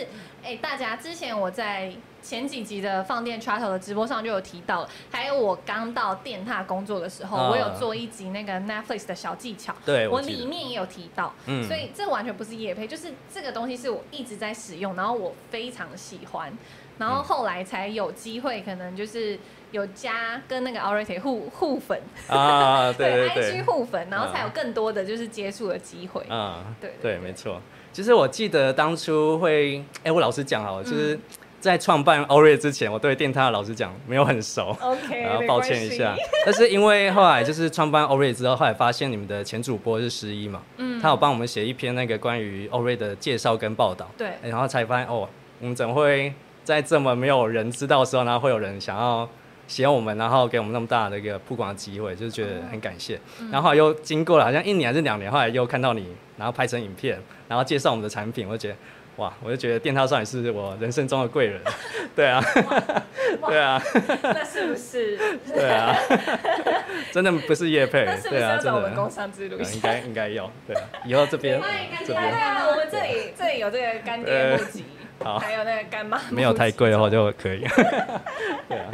Speaker 2: 哎、大家之前我在前几集的放电 Chatter 的直播上就有提到，还有我刚到电踏工作的时候，
Speaker 1: 啊
Speaker 2: 我有做一集那个 Netflix 的小技巧，
Speaker 1: 对啊
Speaker 2: 我
Speaker 1: 我记得
Speaker 2: 里面也有提到，
Speaker 1: 嗯
Speaker 2: 所以这完全不是叶配，就是这个东西是我一直在使用，然后我非常喜欢，然
Speaker 1: 嗯
Speaker 2: 后后来才有机会，可能就是有加跟那个 Already 互互粉，
Speaker 1: 啊，对
Speaker 2: IG
Speaker 1: 对，
Speaker 2: 互粉，然后才有更多的就是接触的机会。
Speaker 1: 啊，
Speaker 2: 对
Speaker 1: 对，没错。其实我记得当初会，哎、我老实讲
Speaker 2: 嗯
Speaker 1: 好了，就是在创办欧瑞之前，我对电塔老实讲没有很熟。
Speaker 2: OK，
Speaker 1: 然后
Speaker 2: 哎没
Speaker 1: 抱
Speaker 2: 关
Speaker 1: 歉一
Speaker 2: 系
Speaker 1: 下。，但是因为后来就是创办欧瑞之后，后来发现你们的前主播是十一嘛，
Speaker 2: 嗯
Speaker 1: 他有帮我们写一篇那个关于欧瑞的介绍跟报道，
Speaker 2: 对
Speaker 1: 哎然后才发现哦，我们怎么会在这么没有人知道的时候，然后会有人想要写我们，然后给我们那么大的一个曝光的机会，就是觉得很感谢。
Speaker 2: 嗯
Speaker 1: 然后后来又经过了好像一年还是两年，后来又看到你，然后拍成影片，然后介绍我们的产品，我就觉得。哇，我就觉得电套少女是我人生中的贵人， 对啊， 对啊，
Speaker 2: 那是不是？
Speaker 1: 对啊， 真的不是叶配
Speaker 2: 那是，不
Speaker 1: 对
Speaker 2: 是
Speaker 1: 啊，
Speaker 2: 要
Speaker 1: 真
Speaker 2: 找我们工
Speaker 1: 的，啊
Speaker 2: 商之路一
Speaker 1: 应
Speaker 2: 下？
Speaker 1: 该应该要，对啊，以后这 边
Speaker 3: 没关系
Speaker 1: 这
Speaker 2: 对
Speaker 1: 边
Speaker 2: 啊，我们这里这里有这个干爹募集，
Speaker 1: 呃好
Speaker 2: 还有那个干妈，
Speaker 1: 没有太。贵的话就 可以，对啊，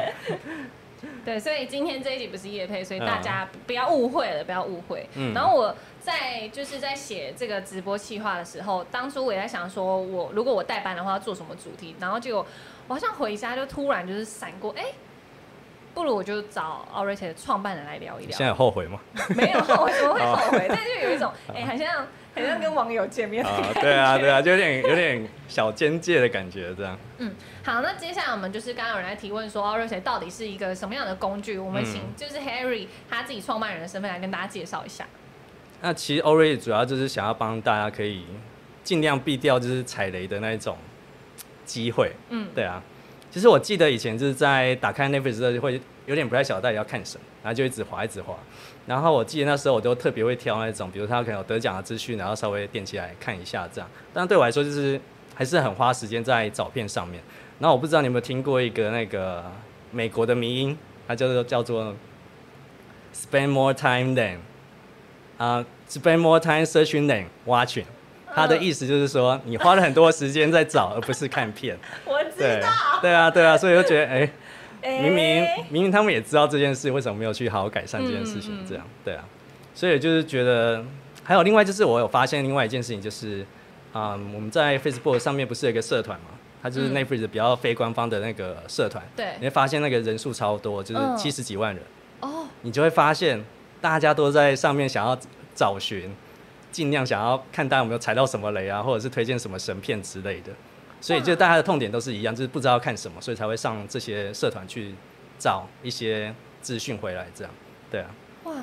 Speaker 2: 对，所以今天这一集不是夜配，所以
Speaker 1: 嗯
Speaker 2: 大家不要误会了，不要误会。
Speaker 1: 嗯
Speaker 2: 然后我在就是在写这个直播企划的时候，当初我也在想说我，如果我代班的话要做什么主题，然后就我好像回家就突然就是闪过，哎、不如我就找 o r a t e 的创办人来聊一
Speaker 1: 现在哦
Speaker 2: 聊。
Speaker 1: 有后悔吗？
Speaker 2: 没有后悔，我会后悔，但就有 一种哎、很像很像跟网友见面的感
Speaker 1: 啊，
Speaker 2: 觉。
Speaker 1: 对啊，对啊，就有点有点小间界的感觉，这样，
Speaker 2: 嗯， 好，那接下来我们就是刚刚有人来提问说 o r a t e 到底是一个什么样的工具？我们请
Speaker 1: 嗯
Speaker 2: 就是 Harry 他自己创办人的身份来跟大家介绍一下。
Speaker 1: 那其实 Ori 主要就是想要帮大家可以尽量避掉就是踩雷的那一种机会。
Speaker 2: 嗯，
Speaker 1: 对啊，其实我记得以前就是在打开 Netflix 的时候就会有点不太晓得到底要看什么，然后就一直滑一直滑。然后我记得那时候我都特别会挑那种，比如他可能有得奖的资讯，然后稍微点起来看一下这样。但对我来说就是还是很花时间在找片上面。然后我不知道你有没有听过一个那个美国的迷音，它叫做叫做 Spend more time than 啊、s p e n d more time searching than watching。它的意思就是说，你花了很多时间在找，而不是看片。
Speaker 2: 我知
Speaker 1: 对
Speaker 2: 道，
Speaker 1: 对啊，对啊，所以就觉得，哎、
Speaker 2: 哎
Speaker 1: 明明明明他们也知道这件事，为什么没有去好好改善这件事情
Speaker 2: 嗯嗯？嗯
Speaker 1: 这样，对啊，所以就是觉得，还有另外就是我有发现另外一件事情，就是，嗯，我们在 Facebook 上面不是有一个社团嘛？它就是
Speaker 2: 嗯
Speaker 1: Netflix 比较非官方的那个社团，
Speaker 2: 对
Speaker 1: 你会发现那个人数超多，就是
Speaker 2: 嗯
Speaker 1: 七十几万人，
Speaker 2: 哦，
Speaker 1: 你就会发现大家都在上面想要找寻，尽量想要看大家有没有踩到什么雷啊，或者是推荐什么神片之类的。所
Speaker 2: 嗯
Speaker 1: 以就大家的痛点都是一样，就是不知道看什么，所以才会上这些社团去找一些资讯回来，这样。对啊，
Speaker 2: 哇，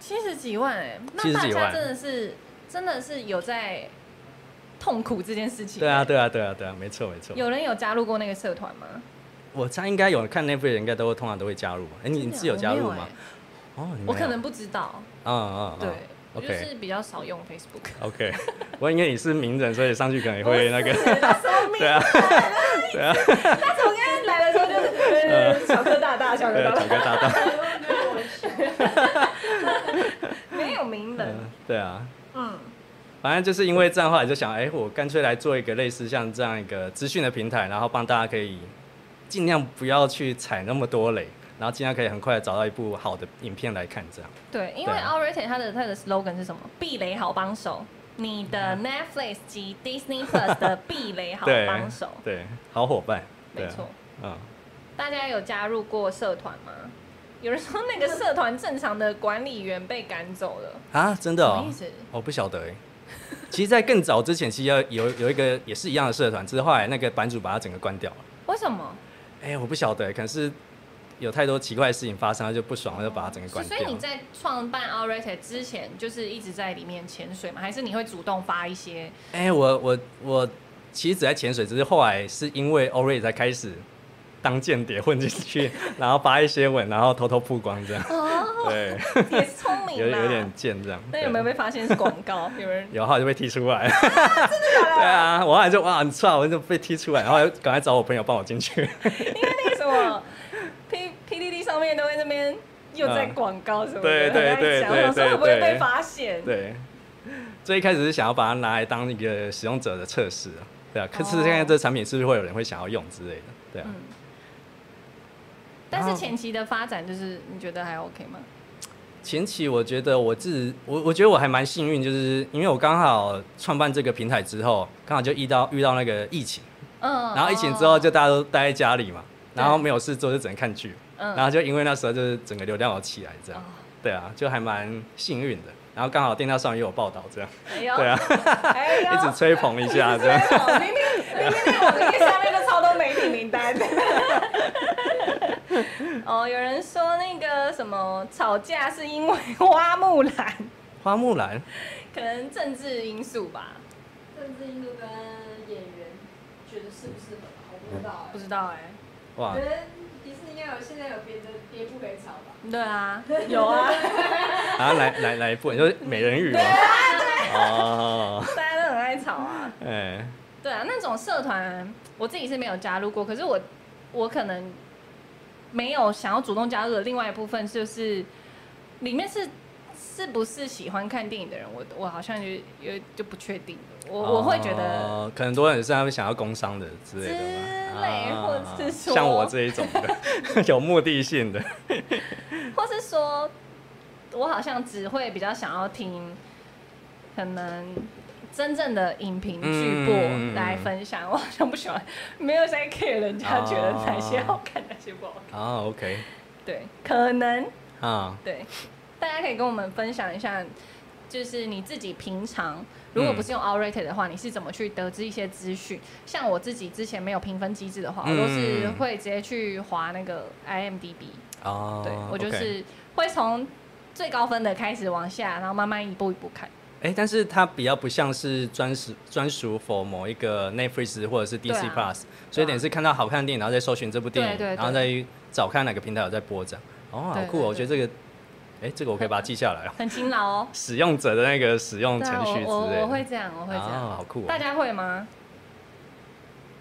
Speaker 2: 七十几万哎、那
Speaker 1: 70
Speaker 2: 大
Speaker 1: 几
Speaker 2: 家
Speaker 1: 万
Speaker 2: 真的是真的是有在痛苦这件事情、
Speaker 1: 对啊，。对啊，对啊，对啊，没错，没错。
Speaker 2: 有人有加入过那个社团吗？
Speaker 1: 我猜应该有看 Netflix 的应该都会通常都会加入吧？哎、你
Speaker 2: 真
Speaker 1: 你
Speaker 2: 的啊
Speaker 1: 是有加入吗？？哦，你没
Speaker 2: 我没有欸我
Speaker 1: 有
Speaker 2: 可能不知道，
Speaker 1: 嗯嗯嗯，
Speaker 2: 对，我就
Speaker 1: OK
Speaker 2: 是比较少用 Facebook。
Speaker 1: OK，我 因为你是名人，所以上去可能也会那个。
Speaker 2: 对啊，对啊，他从刚刚来的时候就是呃小哥大大，小 哥
Speaker 1: 对，
Speaker 2: 大
Speaker 1: 找
Speaker 2: 大，
Speaker 1: 个搭档。
Speaker 2: 没有名人，
Speaker 1: 嗯对啊，
Speaker 2: 嗯，
Speaker 1: 反正就是因为这样，后来就想，哎、我干脆来做一个类似像这样一个资讯的平台，然后帮大家可以尽量不要去踩那么多雷，然后尽量可以很快地找到一部好的影片来看，这样。
Speaker 2: 对，因为
Speaker 1: 对啊
Speaker 2: Alright 它的它的 slogan 是什么？避雷好帮手，你的 Netflix 及 Disney Plus 的避雷好
Speaker 1: 嗯对
Speaker 2: 帮手，
Speaker 1: 对，好伙伴。对
Speaker 2: 没
Speaker 1: 啊
Speaker 2: 错。
Speaker 1: 嗯，
Speaker 2: 大家有加入过社团吗？有人说那个社团正常的管理员被赶走了，
Speaker 1: 啊，真的
Speaker 2: 什么
Speaker 1: 哦
Speaker 2: 意，思？
Speaker 1: 我不晓得哎。其实，在更早之前，其实要有有一个也是一样的社团，只是后来那个版主把它整个关掉了。
Speaker 2: 为什么？
Speaker 1: 哎、我不晓得，可能是有太多奇怪的事情发生，他就不爽，他就把它整个关
Speaker 2: 所
Speaker 1: 掉。
Speaker 2: 以你在创办 Alright 之前，就是一直在里面潜水吗？还是你会主动发一些？
Speaker 1: 哎、我我我其实只在潜水，只是后来是因为 o r a y 才开始当间谍混进去，然后发一些吻，然后偷偷曝光这样，
Speaker 2: 哦，
Speaker 1: 对，
Speaker 2: 也是聪 明
Speaker 1: 有
Speaker 2: 啦。
Speaker 1: 有点贱这样。
Speaker 2: 那
Speaker 1: 对
Speaker 2: 有没有被哦发现是广 告？有人
Speaker 1: 有后来就被踢出来，真的 对啊，我后来就哇，很差，我就被踢出来，然后就赶快找我朋友帮我进去。
Speaker 2: 那个什么 P P D D 上面都会那边又在广告什么的，
Speaker 1: 嗯对对对
Speaker 2: 很爱讲我想说
Speaker 1: 对对
Speaker 2: 会不会被
Speaker 1: 对
Speaker 2: 发现？
Speaker 1: 对，最一开始是想要把它拿来当一个使用者的测试啊，对啊。可是
Speaker 2: 哦
Speaker 1: 现在这个产品是不是会有人会想要用之类的？对啊，
Speaker 2: 嗯。但是前期的发展就是你觉得还 OK 吗？
Speaker 1: 前期我觉得我自我我觉得我还蛮幸运，就是因为我刚好创办这个平台之后，刚好就遇到遇到那个疫情，
Speaker 2: 嗯
Speaker 1: 然后疫情之后就大家都待在家里嘛，然后没有事做就只能看剧，
Speaker 2: 嗯哦
Speaker 1: 然后就因为那时候就是整个流量有起来这样，对啊，就还蛮幸运的。然后刚好电道上也有报道这样，
Speaker 2: 哎呦，
Speaker 1: 对啊，
Speaker 2: 哎呦，
Speaker 1: 一直吹捧一下这样。
Speaker 2: 好明天明天那网页下面就超多媒体名单。 哦，有人说那个什么吵架是因为花木兰，
Speaker 1: 花木兰，
Speaker 2: 可能政治因素吧，
Speaker 3: 政治因素跟演员觉得适不适合吧，我不知道
Speaker 2: 不知道哎、
Speaker 3: 哎、
Speaker 1: 哇
Speaker 3: 觉，得迪士尼应该有现在有别的别部可以炒吧？
Speaker 2: 对啊，有啊，
Speaker 1: 然后来来来一部，你说美人鱼吗？
Speaker 2: 啊
Speaker 1: 哦，
Speaker 2: 大家都很爱吵啊。
Speaker 1: 哎，
Speaker 2: 对啊，那种社团我自己是没有加入过，可是我我可能没有想要主动加入的另外一部分就是里面是是不是喜欢看电影的人，我我好像有有就不确定了， 我、我会觉得。
Speaker 1: 哦，可能多人是他们想要工商的之类的
Speaker 2: 之
Speaker 1: 吧，
Speaker 2: 类
Speaker 1: 啊
Speaker 2: 或者是说
Speaker 1: 像我这一种的， 有目的性的，
Speaker 2: 或是说，我好像只会比较想要听，可能真正的影评剧
Speaker 1: 嗯
Speaker 2: 播来分享。我好像不喜欢，没有在 care 人家觉得哪些
Speaker 1: 哦
Speaker 2: 好看，哪些不好看。
Speaker 1: 啊，OK，
Speaker 2: 对，可能
Speaker 1: 啊，
Speaker 2: 对，大家可以跟我们分享一下，就是你自己平常如果不
Speaker 1: 嗯
Speaker 2: 是用 Alright 的话，你是怎么去得知一些资讯？像我自己之前没有评分机制的话，我都是
Speaker 1: 嗯
Speaker 2: 会直接去划那个 IMDB。
Speaker 1: 哦，
Speaker 2: 对我就
Speaker 1: OK，
Speaker 2: 是会从最高分的开始往下，然后慢慢一步一步看。
Speaker 1: 哎，但是它比较不像是专属专属 for 某一个 Netflix 或者是 DC
Speaker 2: 对啊
Speaker 1: Plus，所以等于是看到好看的电影，然后再搜寻这部电影，
Speaker 2: 对对对
Speaker 1: 然后再找看哪个平台有在播这样，哦，好
Speaker 2: 对
Speaker 1: 酷哦，
Speaker 2: 对
Speaker 1: 我觉得这个，哎，这个我可以把它记下来哦。。
Speaker 2: 很勤劳哦
Speaker 1: 使用者的那个使 用
Speaker 2: 对啊，
Speaker 1: 程序之类
Speaker 2: 我我
Speaker 1: 的
Speaker 2: 我会这样，我会这样。
Speaker 1: 啊，好酷、哦！
Speaker 2: 大家会吗？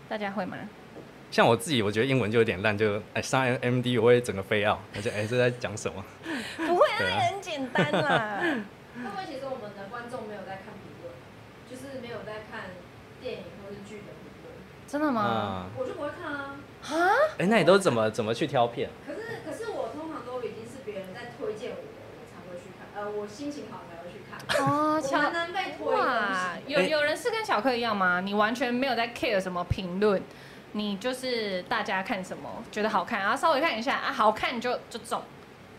Speaker 2: 大家 会吗？
Speaker 1: 像我自己，我觉得英文就有点烂，就哎上 M D 我会整个飞奥，而且哎这在讲什么？
Speaker 2: 不会啊，
Speaker 1: 对啊
Speaker 2: 那个很简 单啦。
Speaker 3: 会不会其实我们的观众没有在看评论，就是没有在看电影或是剧的评论，
Speaker 2: 真的吗？
Speaker 1: 啊，
Speaker 3: 我就不会看啊。
Speaker 2: 啊，
Speaker 1: 哎那你都怎么怎么去挑片？
Speaker 3: 可是可是我通常都已经是别人在推荐我，我才会去看，呃，我心情好才会去看。
Speaker 1: 嗯
Speaker 2: 哦，
Speaker 3: 我
Speaker 2: 巧
Speaker 3: 蛮难被推
Speaker 2: 哇
Speaker 3: 的，，
Speaker 2: 有
Speaker 1: 哎
Speaker 2: 有人是跟小克一样吗？你完全没有在 care 什么评论，你就是大家看什么觉得好看，然后稍微看一下啊，好看就就中。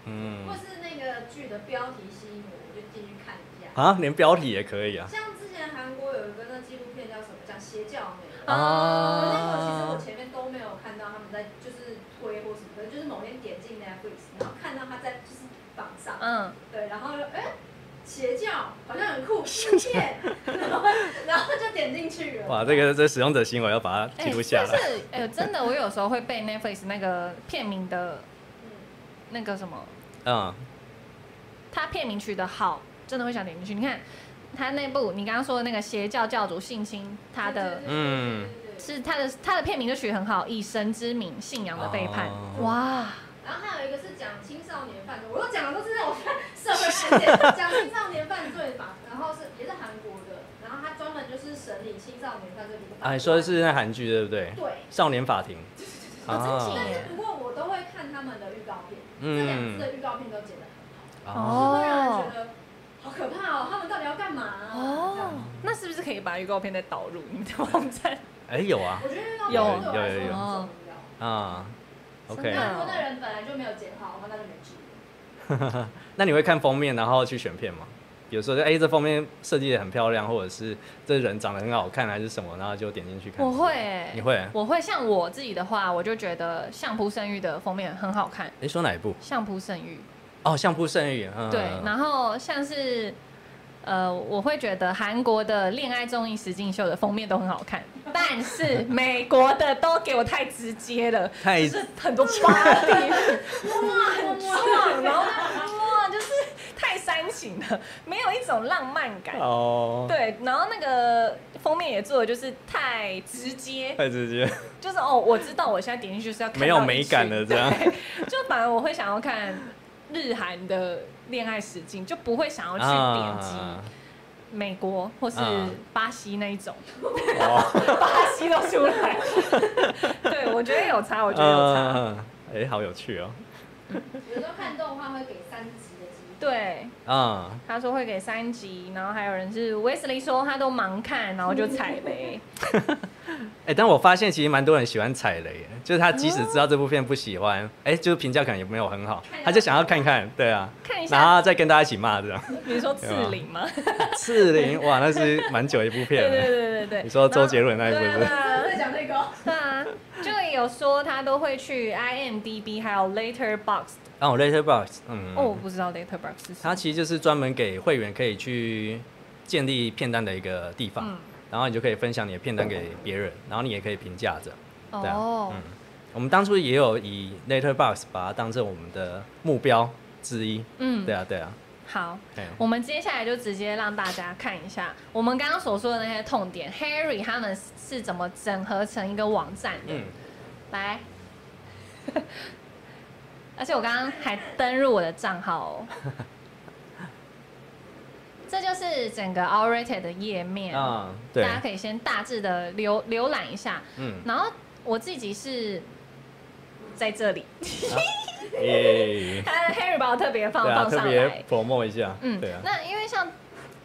Speaker 1: 嗯
Speaker 3: 或，是那个剧的标题吸引我，我就进去看一下。
Speaker 1: 啊，连标题也可以啊。
Speaker 3: 像之前韩国有一个那纪录片叫什么，讲邪教美
Speaker 2: 啊
Speaker 3: 容。可是我其实我
Speaker 1: 啊，
Speaker 3: 前面都没有看到他们在就是推或什么的，就是某天点进 Netflix，然后看到他在就是榜上，
Speaker 2: 嗯，
Speaker 3: 对，然后就哎、邪教好像 很酷，世界，然后然后就点进去了。嗯
Speaker 1: 哇，这个这使用者行为要把它记
Speaker 2: 哎，是
Speaker 1: 录
Speaker 2: 不
Speaker 1: 下来。
Speaker 2: 是，哎、真的，我有时候会被 Netflix 那个片名的
Speaker 3: 嗯，
Speaker 2: 那个什么，
Speaker 1: 嗯，
Speaker 2: 它片名取得好，真的会想点进去。你看，它那部你刚刚说的那个邪教教主性侵他的。
Speaker 3: 对
Speaker 1: 嗯
Speaker 3: 对对对对对
Speaker 2: 是他的他的片名就取得很好，以神之名，信仰的背叛，
Speaker 1: 哦
Speaker 2: 哇！
Speaker 3: 然后还有一个是讲青少年犯罪，我都讲了都知道我看社会案件，讲青少年犯罪法，然后是也是韩国的，然后他专门就是审理青少年犯罪的一个法
Speaker 1: 啊，
Speaker 3: 官
Speaker 1: 你说的是那韩剧对不对？
Speaker 3: 对。
Speaker 1: 少年法庭。
Speaker 2: 哦真
Speaker 1: 啊
Speaker 2: 假
Speaker 3: 但是不过我都会看他们的预告片，
Speaker 1: 嗯
Speaker 3: 这两次的预告片都剪得很好，
Speaker 2: 哦
Speaker 1: 啊
Speaker 3: 会让人觉得好可怕哦，他们到底要干嘛、啊？这样
Speaker 2: 哦，那是不是可以把预告片再导入你们的网站？
Speaker 1: 哎、有啊
Speaker 3: 我觉得预告
Speaker 2: 有
Speaker 3: 片对我来说
Speaker 1: 有有
Speaker 3: 很
Speaker 1: 有
Speaker 3: 重要。
Speaker 1: 啊、
Speaker 2: 真
Speaker 1: ，OK，
Speaker 2: 的
Speaker 3: 那如果那人本来嗯就没有剪好，那就没治。
Speaker 1: 那你会看封面然后去选片吗？比如说，哎、这封面设计的很漂亮，或者是这人长得很好看，还是什么，然后就点进去看。
Speaker 2: 我会、欸，
Speaker 1: 你会？哎、
Speaker 2: 我会像我自己的话，我就觉得相扑圣域的封面很好看，
Speaker 1: 哎说哪一部？
Speaker 2: 相扑圣域。
Speaker 1: 哦，相扑圣域。嗯、
Speaker 2: 对，然后像是呃，我会觉得韩国的恋爱综艺实境秀的封面都很好看，但是美国的都给我太直接了，
Speaker 1: 太
Speaker 2: 就是很 多芭比，哇，很壮，然后哇，就是太煽情了，没有一种浪漫感。
Speaker 1: 哦，
Speaker 2: 对，然后那个封面也做的就是太直 接，
Speaker 1: 太直接。
Speaker 2: 就是哦，我知道我现在点进去是要看
Speaker 1: 没有
Speaker 2: 到一
Speaker 1: 美感
Speaker 2: 群
Speaker 1: 了这样
Speaker 2: 对就反而我会想要看日韩的恋爱实境，就不会想要去点击美国或是
Speaker 1: 啊
Speaker 2: 巴西那一种，
Speaker 1: 哦，
Speaker 2: 巴西都出来。 对，我觉得有差，我觉得有差。
Speaker 1: 嗯，哎、好有趣哦。
Speaker 3: 有时候看动画会给三集的机会，
Speaker 2: 对，
Speaker 1: 嗯，
Speaker 2: 他说会给三集，然后还有人是 Wesley 说他都盲看，然后就踩 雷。
Speaker 1: 哎、但我发现其实蛮多人喜欢踩雷耶，就是他即使知道这部片不喜欢，哎、就是评价可能也没有很好，他就想要看看，对啊，
Speaker 2: 看一
Speaker 1: 然
Speaker 2: 下，
Speaker 1: 后再跟大家一起骂这样。
Speaker 2: 你说刺陵 吗？
Speaker 1: 刺陵，哇，那是蛮久一部片
Speaker 2: 对
Speaker 1: 了。
Speaker 2: 对对对对。
Speaker 1: 你说周杰伦那一部
Speaker 2: 然
Speaker 1: 是不
Speaker 2: 后对
Speaker 1: 是？
Speaker 2: 啊对啊
Speaker 3: 在讲那个
Speaker 2: 对啊，就有说他都会去 IMDB 还有 Letterbox，
Speaker 1: 然后 Letterbox，嗯，
Speaker 2: 哦，我不知道 Letterbox 是什
Speaker 1: 它
Speaker 2: 么。
Speaker 1: 其实就是专门给会员可以去建立片单的一个地方，
Speaker 2: 嗯，
Speaker 1: 然后你就可以分享你的片单给别人，然后你也可以评价着。对啊
Speaker 2: 哦
Speaker 1: 嗯，我们当初也有以 Letterbox 把它当成我们的目标之一。
Speaker 2: 嗯，
Speaker 1: 对啊，对啊，
Speaker 2: 好，
Speaker 1: 嘿
Speaker 2: 我们接下来就直接让大家看一下我们刚刚所说的那些痛点，Harry 他们是怎么整合成一个网站的。
Speaker 1: 嗯，
Speaker 2: 来， 而且我刚刚还登入我的账 号哦。这就是整个 All Rated 的页面，
Speaker 1: 啊，对
Speaker 2: 大，家可以先大致的浏浏览一下。
Speaker 1: 嗯，
Speaker 2: 然后我自己是在这 里，
Speaker 1: 耶，
Speaker 2: 他呃 Harry 把我特别放
Speaker 1: 对啊，
Speaker 2: 放
Speaker 1: 特
Speaker 2: 上
Speaker 1: 别
Speaker 2: 来，
Speaker 1: promo 一下，
Speaker 2: 嗯
Speaker 1: 对啊，，
Speaker 2: 那因为像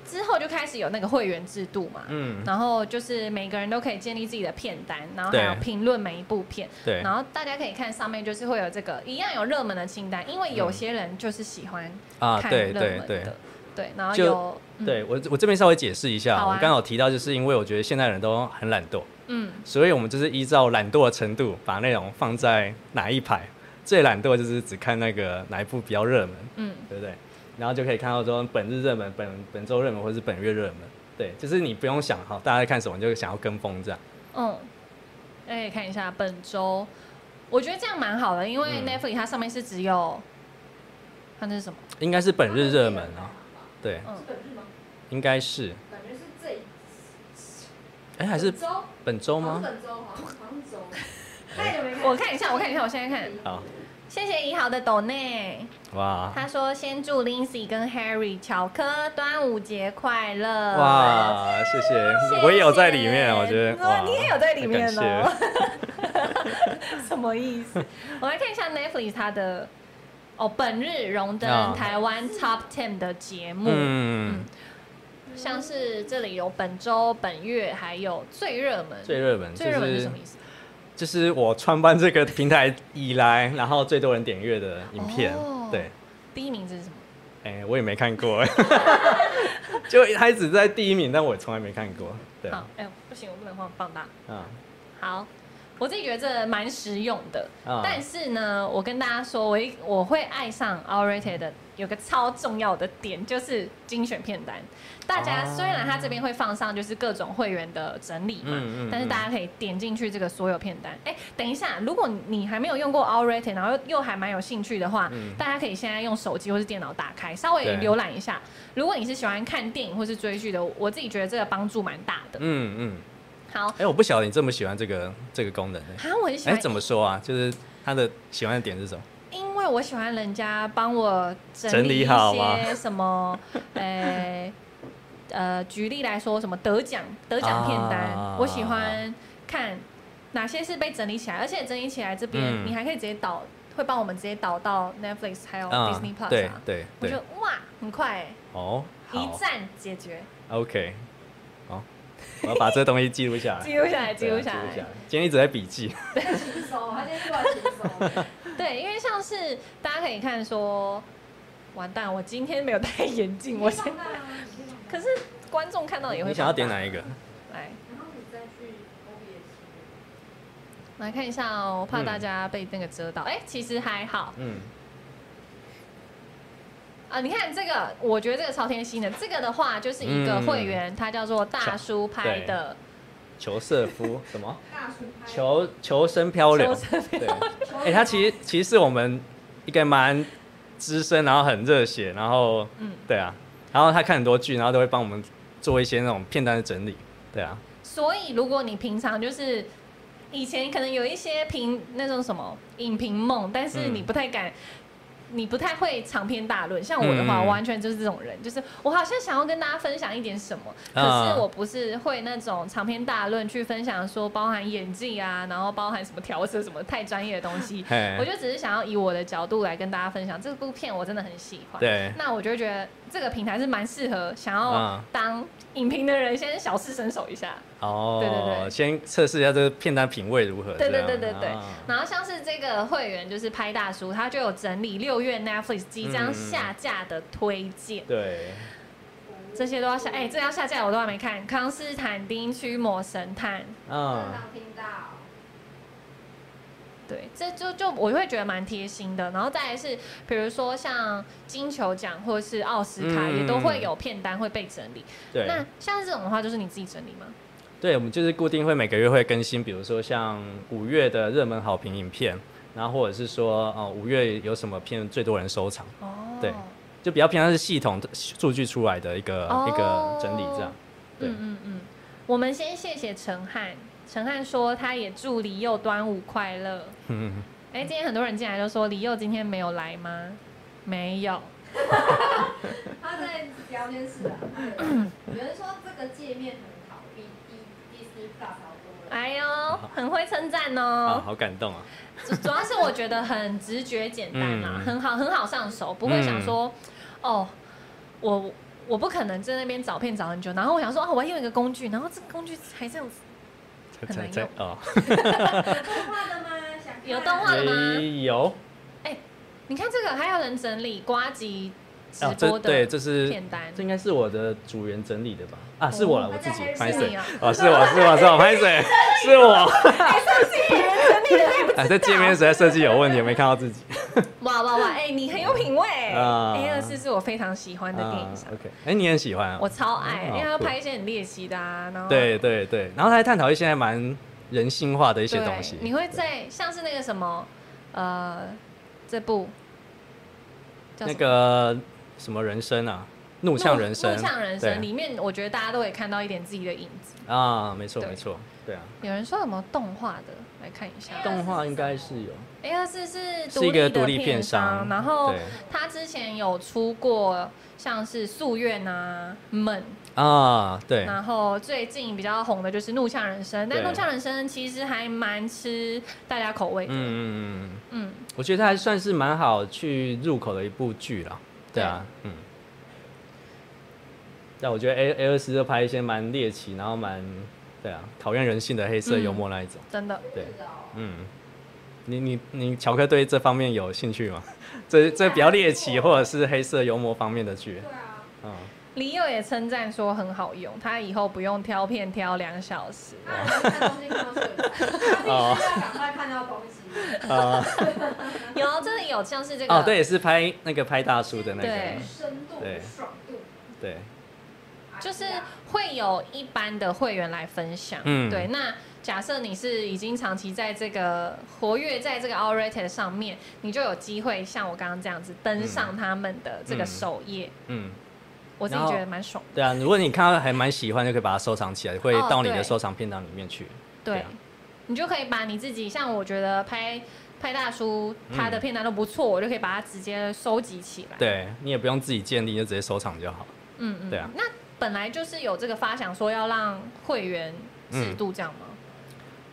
Speaker 2: 之后就开始有那个会员制度嘛，
Speaker 1: 嗯，
Speaker 2: 然后就是每个人都可以建立自己的片单，然后还有
Speaker 1: 对
Speaker 2: 评论每一部片，
Speaker 1: 对，
Speaker 2: 然后大家可以看上面就是会有这个一样有热门的清单，因为有些人就是喜欢
Speaker 1: 嗯啊，
Speaker 2: 看
Speaker 1: 对
Speaker 2: 热
Speaker 1: 对
Speaker 2: 门
Speaker 1: 对
Speaker 2: 的，，对，然后
Speaker 1: 就
Speaker 2: 有，嗯
Speaker 1: 对我我这边稍微解释一下，
Speaker 2: 好啊
Speaker 1: 我刚好提到，就是因为我觉得现代人都很懒惰，
Speaker 2: 嗯，
Speaker 1: 所以我们就是依照懒惰的程度，把内容放在哪一排。最懒惰就是只看那个哪一部比较热门，
Speaker 2: 嗯，
Speaker 1: 对不对？然后就可以看到说本日热门、本本周热门或是本月热门，对，就是你不用想好大家在看什么，你就想要跟风这样。
Speaker 2: 嗯，大家可以看一下本周，我觉得这样蛮好的，因为
Speaker 1: 嗯
Speaker 2: Netflix 它上面是只有，它那是什么？
Speaker 1: 应该是 本日热门啊，对，
Speaker 2: 嗯
Speaker 3: 是本日吗？
Speaker 1: 啊应该是，
Speaker 3: 感觉是这一
Speaker 1: 哎，还是
Speaker 3: 本周
Speaker 1: 本周
Speaker 3: 好像
Speaker 1: 吗
Speaker 3: 是？本周好像好像是周，太久没看了。
Speaker 2: 我看一下，我看一下，我现在看。
Speaker 1: 好，
Speaker 2: 谢谢怡豪的抖内，
Speaker 1: 哇
Speaker 2: 他说先祝 Lindsay 跟 Harry 巧科端午节快乐。！
Speaker 1: 哇，谢谢，我也有在里面，啊我觉得哇，
Speaker 2: 你也有在里面
Speaker 1: 太
Speaker 2: 哦
Speaker 1: 感，
Speaker 2: 什么 意思？我来看一下 Netflix 它的哦，本日荣登
Speaker 1: 啊
Speaker 2: 台湾 Top Ten 的节目，
Speaker 1: 嗯，
Speaker 2: 像是这里有本周、本月，还有最热门。
Speaker 1: 最热门，就
Speaker 2: 最热门是什么意思？
Speaker 1: 就是我创办这个平台以来，然后最多人点阅的影片。
Speaker 2: 哦
Speaker 1: 对，
Speaker 2: 第一名是什么？
Speaker 1: 哎、我也没看过， 就他只在第一名，但我从来没看过。对，啊
Speaker 2: 好，哎、呦，不行，我不能放放大。
Speaker 1: 嗯，
Speaker 2: 好，我自己觉得这蛮实用的。
Speaker 1: 啊
Speaker 2: 但是呢，我跟大家说，我一我会爱上 All Rated 的有个超重要的点，就是精选片单。大家、
Speaker 1: 哦
Speaker 2: 虽然它这边会放上就是各种会员的整理嘛，
Speaker 1: 嗯嗯嗯
Speaker 2: 但是大家可以点进去这个所有片单。哎、等一下，如果你还没有用过 All Rated，然后又又还蛮有兴趣的话，
Speaker 1: 嗯
Speaker 2: 大家可以现在用手机或是电脑打开，稍微
Speaker 1: 对
Speaker 2: 浏览一下。如果你是喜欢看电影或是追剧的，我自己觉得这个帮助蛮大的。
Speaker 1: 嗯嗯，
Speaker 2: 好。
Speaker 1: 哎、我不晓得你这么喜欢这个这个功能、欸，
Speaker 2: 啊，我很喜
Speaker 1: 哎、
Speaker 2: 欢
Speaker 1: 怎么说啊？就是他的喜欢的点是什么？
Speaker 2: 因为我喜欢人家帮我整
Speaker 1: 整
Speaker 2: 理一
Speaker 1: 理好吗
Speaker 2: 些什 么，呃呃，举例来说，什么得奖得奖片单，
Speaker 1: 啊
Speaker 2: 我喜欢看哪些是被整理起来，而且整理起来这边、
Speaker 1: 嗯
Speaker 2: 你还可以直接导，会帮我们直接导到 Netflix 还有
Speaker 1: 嗯
Speaker 2: Disney，Plus
Speaker 1: 对
Speaker 2: 啊。
Speaker 1: 对
Speaker 2: 我
Speaker 1: 对
Speaker 2: 觉，得哇，很快欸，
Speaker 1: 哦，
Speaker 2: 一
Speaker 1: 好
Speaker 2: 站解决，
Speaker 1: ，OK，好，我要把这东西记录下来，
Speaker 2: 记录下来，记
Speaker 1: 对啊
Speaker 2: 录下来。。
Speaker 1: 今天一直在笔记，
Speaker 3: 轻松，他今天是玩轻松。
Speaker 2: 对，因为像是大家可以看说，完蛋，我今天没有戴眼镜，我
Speaker 3: 你
Speaker 2: 现
Speaker 3: 可以放大啊你可以放大
Speaker 2: 可是观众看到也会
Speaker 1: 你想要点
Speaker 2: 一
Speaker 1: 哪一个？
Speaker 2: 来，
Speaker 3: 然后你再去 OBS。
Speaker 2: 来看一下哦，我怕
Speaker 1: 嗯
Speaker 2: 大家被那个遮到。哎、其实还好
Speaker 1: 嗯，
Speaker 2: 啊。你看这个，我觉得这个超贴心的。这个的话就是一个
Speaker 1: 嗯
Speaker 2: 会员，他叫做大叔拍的
Speaker 1: 求瑟 夫什么？
Speaker 3: 大叔拍。
Speaker 1: 求求生漂流
Speaker 2: 求。生
Speaker 1: 对，
Speaker 3: 求
Speaker 1: 哎，他其实其实是我们一个蛮资深，然后很热血，然后
Speaker 2: 嗯，
Speaker 1: 对啊，然后他看很多剧，然后都会帮我们做一些那种片段的整理。对啊，
Speaker 2: 所以如果你平常就是。以前可能有一些评那种什么影评梦，但是
Speaker 1: 嗯
Speaker 2: 你不太敢，你不太会长篇大论。像我的话，
Speaker 1: 嗯嗯嗯
Speaker 2: 完全就是这种人，就是我好像想要跟大家分享一点什么，可
Speaker 1: 啊。
Speaker 2: 是我不是会那种长篇大论去分享，说包含演技啊，然后包含什么调色什么太专业的东西
Speaker 1: 嘿
Speaker 2: 我就只是想要以我的角度来跟大家分享这部片，我真的很喜欢。
Speaker 1: 对
Speaker 2: 那我就觉得这个平台是蛮适合想要
Speaker 1: 嗯
Speaker 2: 当影评的人先小试身手一下。
Speaker 1: 哦，
Speaker 2: 对对对
Speaker 1: 先测试一下这个片段品味如何。
Speaker 2: 对
Speaker 1: 这
Speaker 2: 对
Speaker 1: 样
Speaker 2: 对对对
Speaker 1: 啊。
Speaker 2: 然后像是这个会员就是拍大叔，他就有整理六月 Netflix 即将
Speaker 1: 嗯
Speaker 2: 下架的推荐。
Speaker 1: 对，
Speaker 2: 这些都要下，哎、这要下架我都还没看，《康斯坦丁驱魔神探》
Speaker 1: 嗯
Speaker 3: 正，常频道。
Speaker 2: 对，这就就我会觉得蛮贴心的。然后再来是，比如说像金球奖或是奥斯卡，
Speaker 1: 嗯
Speaker 2: 也都会有片单会被整理。
Speaker 1: 对。
Speaker 2: 那像这种的话，就是你自己整理吗？
Speaker 1: 对，我们就是固定会每个月会更新，比如说像五月的热门好评影片，然后或者是说，哦，五月有什么片最多人收藏，
Speaker 2: 哦
Speaker 1: 对就比较偏向是系统数据出来的一个、一
Speaker 2: 哦
Speaker 1: 个整理这样。对
Speaker 2: 嗯嗯嗯。我们先谢谢陈汉，陈汉说他也祝李佑端午快乐。
Speaker 1: 嗯，
Speaker 2: 哎、今天很多人进来就说李佑今天没有来吗？没有，
Speaker 3: 他在聊天 室啊。有人说这个界面很好，比比 Disney Plus 好多了。
Speaker 2: 哎呦，很会称赞
Speaker 1: 啊，
Speaker 2: 哦。
Speaker 1: 好感动啊！
Speaker 2: 主主要是我觉得很直觉简单啦，
Speaker 1: 嗯
Speaker 2: 很好很好上手，不会想说、哦，我我不可能在那边找片找很久，然后我想说哦，我要用一个工具，然后这个工具还这样子，
Speaker 1: 才
Speaker 2: 很
Speaker 1: 才
Speaker 2: 难
Speaker 1: 才
Speaker 2: 用
Speaker 1: 哦，
Speaker 3: 有动画的吗？想看
Speaker 2: 有动画的吗
Speaker 1: 没有
Speaker 2: 你看这个还有人整理瓜吉直
Speaker 1: 啊，这
Speaker 2: 播的
Speaker 1: 对，这是
Speaker 2: 片单，
Speaker 1: 这应该是我的组员整理的吧？啊，是我了，
Speaker 2: 哦
Speaker 1: 我自己
Speaker 3: 大家
Speaker 1: 拍
Speaker 3: 还
Speaker 2: 是
Speaker 1: 谁
Speaker 2: 你？啊，哎
Speaker 1: 哦，是我是我是我拍谁？是我。哎，这界面实在设计有问题，有没有看到自己
Speaker 2: 哇哇哇，哎、你很有品味，
Speaker 1: 啊
Speaker 2: 哎、二四是我非常喜欢的电影上。
Speaker 1: 啊 OK，哎，你很喜欢啊？
Speaker 2: 我超爱，
Speaker 1: 嗯
Speaker 2: 因为他
Speaker 1: 酷
Speaker 2: 拍一些很猎奇的啊，然后
Speaker 1: 对对对，然后他还探讨一些还蛮人性化的一些
Speaker 2: 对，
Speaker 1: 东西。
Speaker 2: 你会在像是那个什么，呃，这部叫
Speaker 1: 那
Speaker 2: 什么
Speaker 1: 个什么人生啊，怒呛人生，
Speaker 2: 怒呛人生
Speaker 1: 对
Speaker 2: 里面，我觉得大家都会看到一点自己的影子。
Speaker 1: 啊，没错
Speaker 2: 对
Speaker 1: 没错，对啊，
Speaker 2: 有人说有没有动画的，来看一下。
Speaker 3: 动
Speaker 1: 动画应该是有，
Speaker 2: A 二四是
Speaker 1: 是一个独
Speaker 2: 立
Speaker 1: 立
Speaker 2: 的
Speaker 1: 片
Speaker 2: 商，
Speaker 1: 商，
Speaker 2: 然后
Speaker 1: 对
Speaker 2: 他之前有出过像是《夙愿》啊、《梦》，
Speaker 1: 啊，对，
Speaker 2: 然后最近比较红的就是《怒呛人生》，但《
Speaker 1: 对
Speaker 2: 怒呛人生》其实还蛮吃大家口味
Speaker 1: 嗯
Speaker 2: 的。
Speaker 1: 嗯嗯嗯，
Speaker 2: 嗯，
Speaker 1: 我觉得它还算是蛮好去入口的一部剧啦，对啊，嗯。但我觉得 A A 二十就拍一些蛮猎奇，然后蛮对啊，考验人性的黑色
Speaker 2: 嗯
Speaker 1: 幽默那一种。
Speaker 2: 真的。
Speaker 1: 对
Speaker 3: 是哦
Speaker 1: 嗯，你你你，乔克对这方面有兴趣吗？ 这这比较猎奇或者是黑色幽默方面的剧
Speaker 3: 对，啊，
Speaker 1: 嗯，
Speaker 2: 李佑也称赞说很好用，他以后不用挑片挑两小时。
Speaker 3: 他很容易看东西看到睡着，
Speaker 2: 哦
Speaker 3: 他必须要赶快看到东西。
Speaker 1: 啊、
Speaker 2: 有这里有像呃是这个
Speaker 1: 哦，对，是拍那个拍大叔的那
Speaker 2: 对
Speaker 1: 个，
Speaker 3: 深度、爽度。哎
Speaker 1: 对，
Speaker 2: 就是会有一般的会员来分享。
Speaker 1: 嗯
Speaker 2: 对。那假设你是已经长期在这个活跃在这个 All Rated 上面，你就有机会像我刚刚这样子登上他们的这个首页。
Speaker 1: 嗯，
Speaker 2: 我自己觉得蛮爽的。
Speaker 1: 对啊，如果你看到还蛮喜欢，就可以把它收藏起来，会
Speaker 2: 哦
Speaker 1: 到你的
Speaker 2: 对
Speaker 1: 收藏片段里面去。
Speaker 2: 对，
Speaker 1: 对啊
Speaker 2: 你就可以把你自己，像我觉得拍拍大叔
Speaker 1: 嗯
Speaker 2: 他的片段都不错，我就可以把它直接收集起来。
Speaker 1: 对你也不用自己建立，就直接收藏就好。
Speaker 2: 嗯嗯，
Speaker 1: 对啊嗯
Speaker 2: 那本来就是有这个发想说要让会员制度这样吗？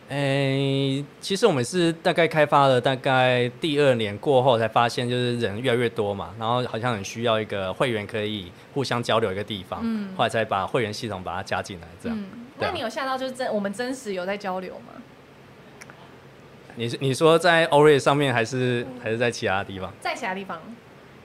Speaker 1: 诶、其实我们是大概开发了大概第二年过后，才发现就是人越来越多嘛，然后好像很需要一个会员可以互相交流一个地方，
Speaker 2: 嗯
Speaker 1: 后来才把会员系统把它加进来。这样，
Speaker 2: 嗯，
Speaker 1: 对啊
Speaker 2: 那你有吓到就是真我们真实有在交流吗？
Speaker 1: 你是你说在 o r a 上面还是还是在其他地方？
Speaker 2: 在其他地方，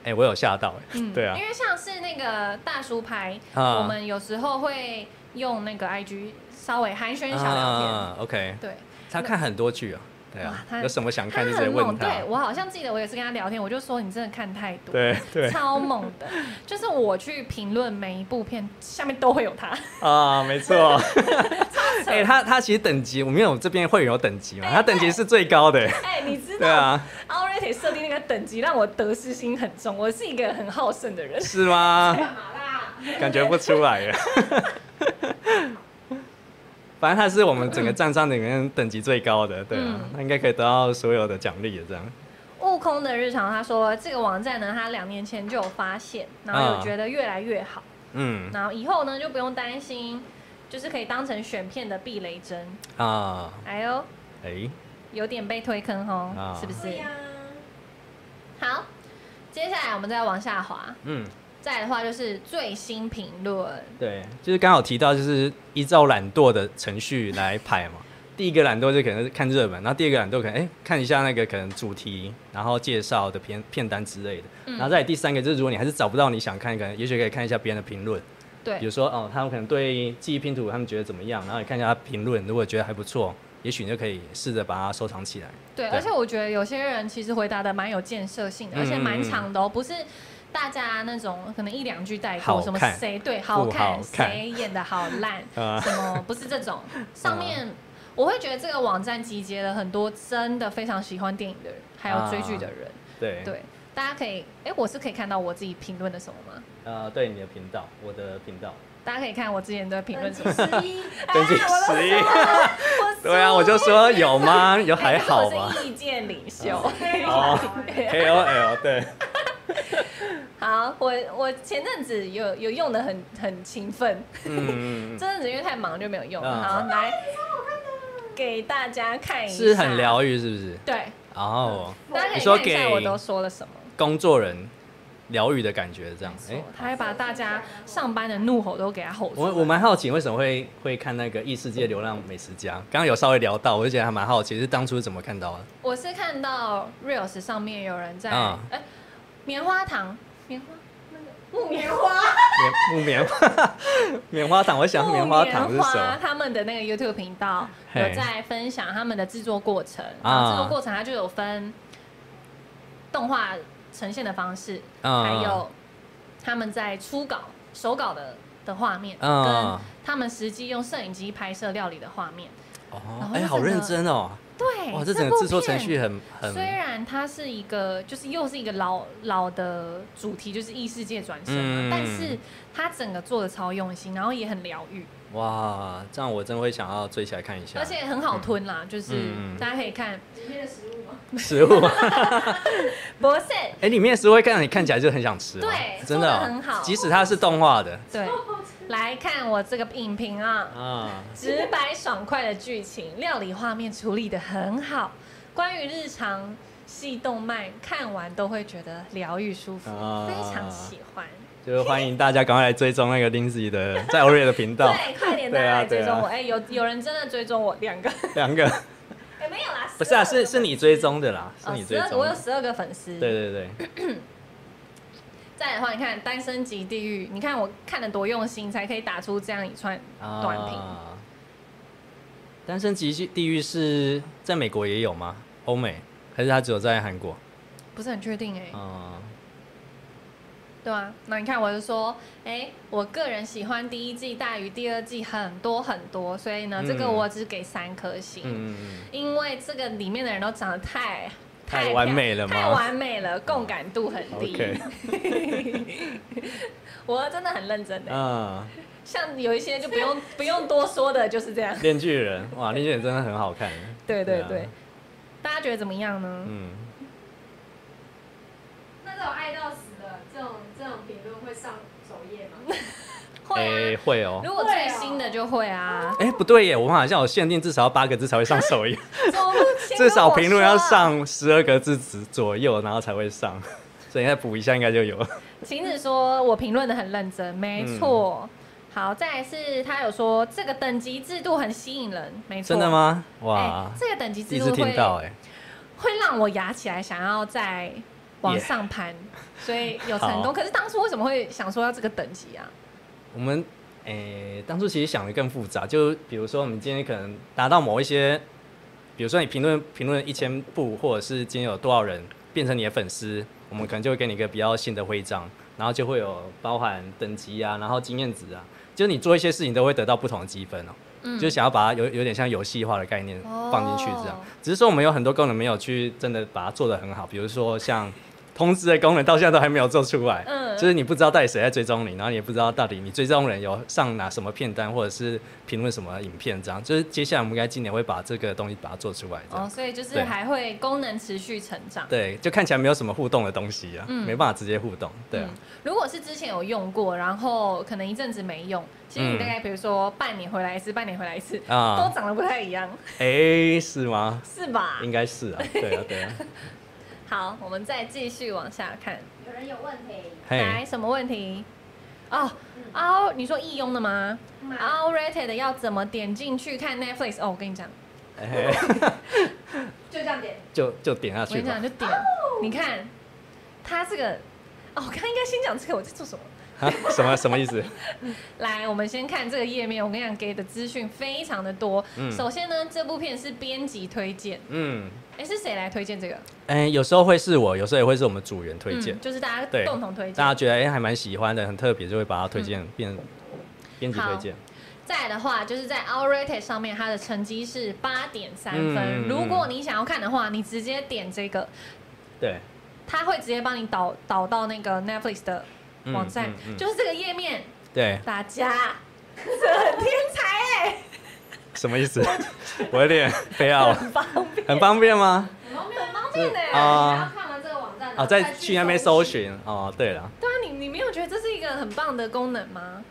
Speaker 1: 哎、我有吓到、欸，
Speaker 2: 嗯，
Speaker 1: 对啊
Speaker 2: 因，为像是那个大叔牌，
Speaker 1: 啊
Speaker 2: 我们有时候会用那个 IG 稍微寒暄小聊天，
Speaker 1: 啊，OK，
Speaker 2: 对。
Speaker 1: 他看很多剧啊，对啊
Speaker 2: 哇，他
Speaker 1: 有什么想看就直接
Speaker 2: 很
Speaker 1: 问
Speaker 2: 猛，
Speaker 1: 他
Speaker 2: 对，我好像记得我也是跟他聊天，我就说你真的看太多，
Speaker 1: 对对
Speaker 2: 超猛 的。就是我去评论每一部片，下面都会有他。
Speaker 1: 啊，没 错。
Speaker 2: 扯
Speaker 1: 哎、他他其实等级，我们有这边会员有等级嘛，
Speaker 2: 哎
Speaker 1: 他等级是最高的、
Speaker 2: 哎、你知
Speaker 1: 对
Speaker 2: 道
Speaker 1: 啊，
Speaker 2: a u r a t 设定那个等级让我得失心很重，我是一个很好胜的人。
Speaker 1: 是吗？
Speaker 3: 干嘛啦？
Speaker 1: 感觉不出来耶。 反正他是我们整个站上里面等级最高的，对啊
Speaker 2: 嗯，
Speaker 1: 他应该可以得到所有的奖励的这样。
Speaker 2: 悟空的日常，他说这个网站呢，他两年前就有发现，然后有觉得越来越好，
Speaker 1: 嗯
Speaker 2: 然后以后呢就不用担心，就是可以当成选片的避雷针。
Speaker 1: 啊，
Speaker 2: 哎呦，
Speaker 1: 哎、
Speaker 2: 有点被推坑哦，
Speaker 1: 啊
Speaker 2: 是不是
Speaker 3: 对？呀，
Speaker 2: 好，接下来我们再往下滑，
Speaker 1: 嗯，
Speaker 2: 再来的话就是最新评论，
Speaker 1: 对，就是刚好提到就是依照懒惰的程序来排嘛。 第一个懒惰就可能是看热门，然后第二个懒惰可能哎、看一下那个可能主题，然后介绍的片片单之类的，
Speaker 2: 嗯
Speaker 1: 然后再来第三个就是如果你还是找不到你想看，可能也许可以看一下别人的评论，比
Speaker 2: 对
Speaker 1: 如说哦，他们可能对记忆拼图他们觉得怎么样，然后你看一下他评论，如果觉得还不错，也许你就可以试着把它收藏起来。
Speaker 2: 对，
Speaker 1: 对
Speaker 2: 而且我觉得有些人其实回答的蛮有建设性的，
Speaker 1: 嗯
Speaker 2: 而且蛮长的哦，不是。大家那种可能一两句带
Speaker 1: 好
Speaker 2: 过，什么
Speaker 1: 看
Speaker 2: 谁对好看，
Speaker 1: 不好看嗯
Speaker 2: 谁演的好 烂，
Speaker 1: 啊
Speaker 2: 什么不是这种。上面我会觉得这个网站集结了很多真的非常喜欢电影的人，还有追剧的人。
Speaker 1: 对，
Speaker 2: 对，大家可以，哎，我是可以看到我自己评论的什么吗？
Speaker 1: 呃，对你的频道，我的频 道，
Speaker 2: 大家可以看我之前的评论
Speaker 3: 等
Speaker 2: 什
Speaker 3: 级
Speaker 2: 么。
Speaker 3: 十一，
Speaker 1: 登 记十一。
Speaker 2: 啊我哎
Speaker 1: 对啊，我就说有吗？有还好啊
Speaker 2: 我
Speaker 1: 吧
Speaker 2: 是意见领袖。
Speaker 1: 哦？KOL 对，
Speaker 2: 好，我我前阵子有有用的很很勤奋，
Speaker 1: 嗯，嗯
Speaker 2: 这阵子因为太忙就没有用。
Speaker 1: 嗯
Speaker 2: 好，来给大家看一
Speaker 1: 嗯
Speaker 2: 下，
Speaker 1: 是很疗愈是不是？
Speaker 2: 对，
Speaker 1: 然后
Speaker 2: 大家
Speaker 1: 你
Speaker 2: 可
Speaker 1: 说
Speaker 2: 以看一下
Speaker 1: 给
Speaker 2: 我都说了什么。
Speaker 1: 工作人疗愈的感觉这样，哎、
Speaker 2: 他还把大家上班的怒吼都给他吼出
Speaker 1: 我
Speaker 2: 来。
Speaker 1: 我蛮好奇为什么会会看那个《异世界流浪美食家》，刚刚有稍微聊到，我就觉得还蛮好奇，是当初是怎么看到的？
Speaker 2: 我是看到 reels 上面有人在
Speaker 1: 啊
Speaker 2: 哎棉花糖，棉花
Speaker 3: 木棉花，
Speaker 1: 棉 木棉花 棉花糖，我想棉花糖是什
Speaker 2: 木棉花
Speaker 1: 么？
Speaker 2: 他们的那个 YouTube 频道
Speaker 1: 嘿
Speaker 2: 有在分享他们的制作过程，
Speaker 1: 啊
Speaker 2: 然后制作过程它就有分动画呈现的方式，
Speaker 1: 啊
Speaker 2: 还有他们在初稿、手稿的的画面，
Speaker 1: 啊
Speaker 2: 跟他们实际用摄影机拍摄料理的画面。
Speaker 1: 哦
Speaker 2: 然，后
Speaker 1: 哎、
Speaker 2: 就
Speaker 1: 好
Speaker 2: 整个
Speaker 1: 认真哦！
Speaker 2: 对，
Speaker 1: 哇，这整个
Speaker 2: 哎部
Speaker 1: 制作
Speaker 2: 片
Speaker 1: 程序很很
Speaker 2: 虽然它是一个，就是又是一个老老的主题，就是异世界转身
Speaker 1: 嗯
Speaker 2: 嘛，但是它整个做的超用心，然后也很疗愈，
Speaker 1: 哇，这样我真会想要追起来看一下。
Speaker 2: 而且很好吞啦，就是
Speaker 1: 嗯
Speaker 2: 大家可以看，
Speaker 3: 里面的食物吗？
Speaker 1: 食物， 哎、
Speaker 2: 不是，
Speaker 1: 里面的食物会让你看起来就很想吃哦，
Speaker 2: 对
Speaker 1: 真的哦、
Speaker 2: 做得很好
Speaker 1: 即使它是动画的
Speaker 2: 对，来看我这个影评啊，
Speaker 1: 啊，
Speaker 2: 直白爽快的剧情，料理画面处理的很好，关于日常系动漫看完都会觉得疗愈舒服，
Speaker 1: 啊
Speaker 2: 非常喜欢。
Speaker 1: 就是欢迎大家赶快来追踪那个 Lindsay 的 在 o r e 的频道，
Speaker 2: 对，快点大
Speaker 1: 对
Speaker 2: 家
Speaker 1: 啊
Speaker 2: 来追
Speaker 1: 对啊
Speaker 2: 踪我！哎、有有人真的追踪我两个，
Speaker 1: 两个
Speaker 2: 哎、没有啦，
Speaker 1: 不是啊，
Speaker 2: 12
Speaker 1: 是是你追踪的啦，是
Speaker 2: 哦
Speaker 1: 你追
Speaker 2: 十
Speaker 1: 踪
Speaker 2: 二
Speaker 1: 的。
Speaker 2: 个，我有十二个粉丝。
Speaker 1: 对，对对，
Speaker 2: 再来的话，你看《单身级地狱》，你看我看的多用心，才可以打出这样一串
Speaker 1: 啊
Speaker 2: 短评。
Speaker 1: 单身级地狱是在美国也有吗？欧美还是它只有在韩国？
Speaker 2: 不是很确定哎、
Speaker 1: 啊、
Speaker 2: 对啊，那你看我就说，哎、我个人喜欢第一季大于第二季很多很多，所以呢，
Speaker 1: 嗯
Speaker 2: 这个我只给三颗星，
Speaker 1: 嗯嗯嗯，
Speaker 2: 因为这个里面的人都长得太
Speaker 1: 太
Speaker 2: 漂
Speaker 1: 完美了吗嗯
Speaker 2: 太完美了，共感度很低。我真的很认真的、欸
Speaker 1: 啊，
Speaker 2: 像有一些就不用不用多说的，就是 这样。
Speaker 1: 链锯人，哇，链锯人真的很好看。
Speaker 2: 对对
Speaker 1: 啊
Speaker 2: 对，大家觉得怎么样呢？
Speaker 1: 嗯，
Speaker 3: 那种爱到死的这种这种评论会上首页吗？
Speaker 2: 会啊。
Speaker 1: 诶会哦。
Speaker 2: 如果最新的就会啊，
Speaker 1: 哎、不对耶，我们好像有限定，至少要八个字才会上首 页，
Speaker 2: 怎么不先跟
Speaker 1: 至
Speaker 2: 我
Speaker 1: 少评论要
Speaker 2: 说啊
Speaker 1: 上十二个字左左右，然后才会 上。所以应该补一下，应该就有了。
Speaker 2: 晴子说我评论的很认
Speaker 1: 嗯
Speaker 2: 真，没错。好，再来是他有说这个等级制度很吸引人，没错。
Speaker 1: 真的？吗？
Speaker 2: 哇
Speaker 1: 哇，，
Speaker 2: 这个等级制
Speaker 1: 第一
Speaker 2: 度
Speaker 1: 次听
Speaker 2: 会
Speaker 1: 到哎、
Speaker 2: 会让我压起来，想要再往上攀所以有成功。
Speaker 1: 好
Speaker 2: 可是当初为什么会想说要这个等级啊？
Speaker 1: 我们诶、当初其实想的更复杂，就比如说我们今天可能达到某一些，比如说你评论评论一千部，或者是今天有多少人变成你的粉丝，我们可能就会给你一个比较新的徽章，然后就会有包含等级啊，然后经验值啊，就是你做一些事情都会得到不同的积分哦、
Speaker 2: 嗯
Speaker 1: 就想要把它有有点像游戏化的概念
Speaker 2: 哦
Speaker 1: 放进去这样。只是说我们有很多功能没有去真的把它做得很好，比如说像通知的功能到现在都还没有做出来，
Speaker 2: 嗯
Speaker 1: 就是你不知道到底谁在追踪你，然后你也不知道到底你追踪人有上哪什么片单或者是评论什么影片这样。就是接下来我们应该今年会把这个东西把它做出来这样。
Speaker 2: 哦，所以就是
Speaker 1: 对
Speaker 2: 还会功能持续成长。
Speaker 1: 对，就看起来没有什么互动的东西啊，
Speaker 2: 嗯
Speaker 1: 没办法直接互动，对啊
Speaker 2: 嗯，如果是之前有用过，然后可能一阵子没用，其实你
Speaker 1: 嗯
Speaker 2: 大概比如说半年回来一次，半年回来一次，嗯都
Speaker 1: 啊，
Speaker 2: 长得不太一样，
Speaker 1: 哎、是吗？
Speaker 2: 是吧？
Speaker 1: 应该是啊，对啊，对啊，
Speaker 2: 好，我们再继续往下看，
Speaker 3: 有人有问题，
Speaker 2: 来
Speaker 1: 嘿，
Speaker 2: 什么问题？哦
Speaker 3: 嗯
Speaker 2: ，R，你说易用的吗
Speaker 3: 买
Speaker 2: ？R rated 要怎么点进去看 Netflix？哦，我跟你讲，
Speaker 1: 嘿
Speaker 3: 就这样点。
Speaker 1: 就就点下
Speaker 2: 我
Speaker 1: 去
Speaker 2: 跟你
Speaker 1: 吧
Speaker 2: 讲，。就点。你看，它这个，哦，我刚应该先讲这个我在做什么。
Speaker 1: 啊，什么什么意思？
Speaker 2: 来，我们先看这个页面。我跟你讲，给的资讯非常的多。
Speaker 1: 嗯
Speaker 2: 首先呢，这部片是编辑推荐，
Speaker 1: 嗯，
Speaker 2: 哎，是谁来推荐这个？
Speaker 1: 哎、有时候会是我，有时候也会是我们组员推荐，
Speaker 2: 嗯就是大家
Speaker 1: 对
Speaker 2: 共同推荐
Speaker 1: 大。家觉得哎、还蛮喜欢的，很特别，就会把它推
Speaker 2: 嗯
Speaker 1: 荐、变编辑推荐。
Speaker 2: 再来的话，就是在 All Rated 上面，它的成绩是八点三
Speaker 1: 嗯
Speaker 2: 分。
Speaker 1: 嗯嗯
Speaker 2: 如果你想要看的话，你直接点这个，
Speaker 1: 对，
Speaker 2: 它会直接帮你导导到那个 Netflix 的
Speaker 1: 嗯
Speaker 2: 网站，
Speaker 1: 嗯嗯
Speaker 2: 就是这个页面。
Speaker 1: 对，
Speaker 2: 大家， 这很天才哎、
Speaker 1: 什么意思？ 我有点非要，
Speaker 2: 很方便，
Speaker 1: 哦很方便 吗？
Speaker 3: 然后没有
Speaker 2: 很方便哎、
Speaker 1: 是啊
Speaker 3: 然后看完这个网站，然
Speaker 1: 啊，
Speaker 3: 后
Speaker 1: 再去那边搜
Speaker 3: 寻。
Speaker 1: 寻哦。对了，
Speaker 2: 对啊，你你没有觉得这是一个很棒的功能 吗？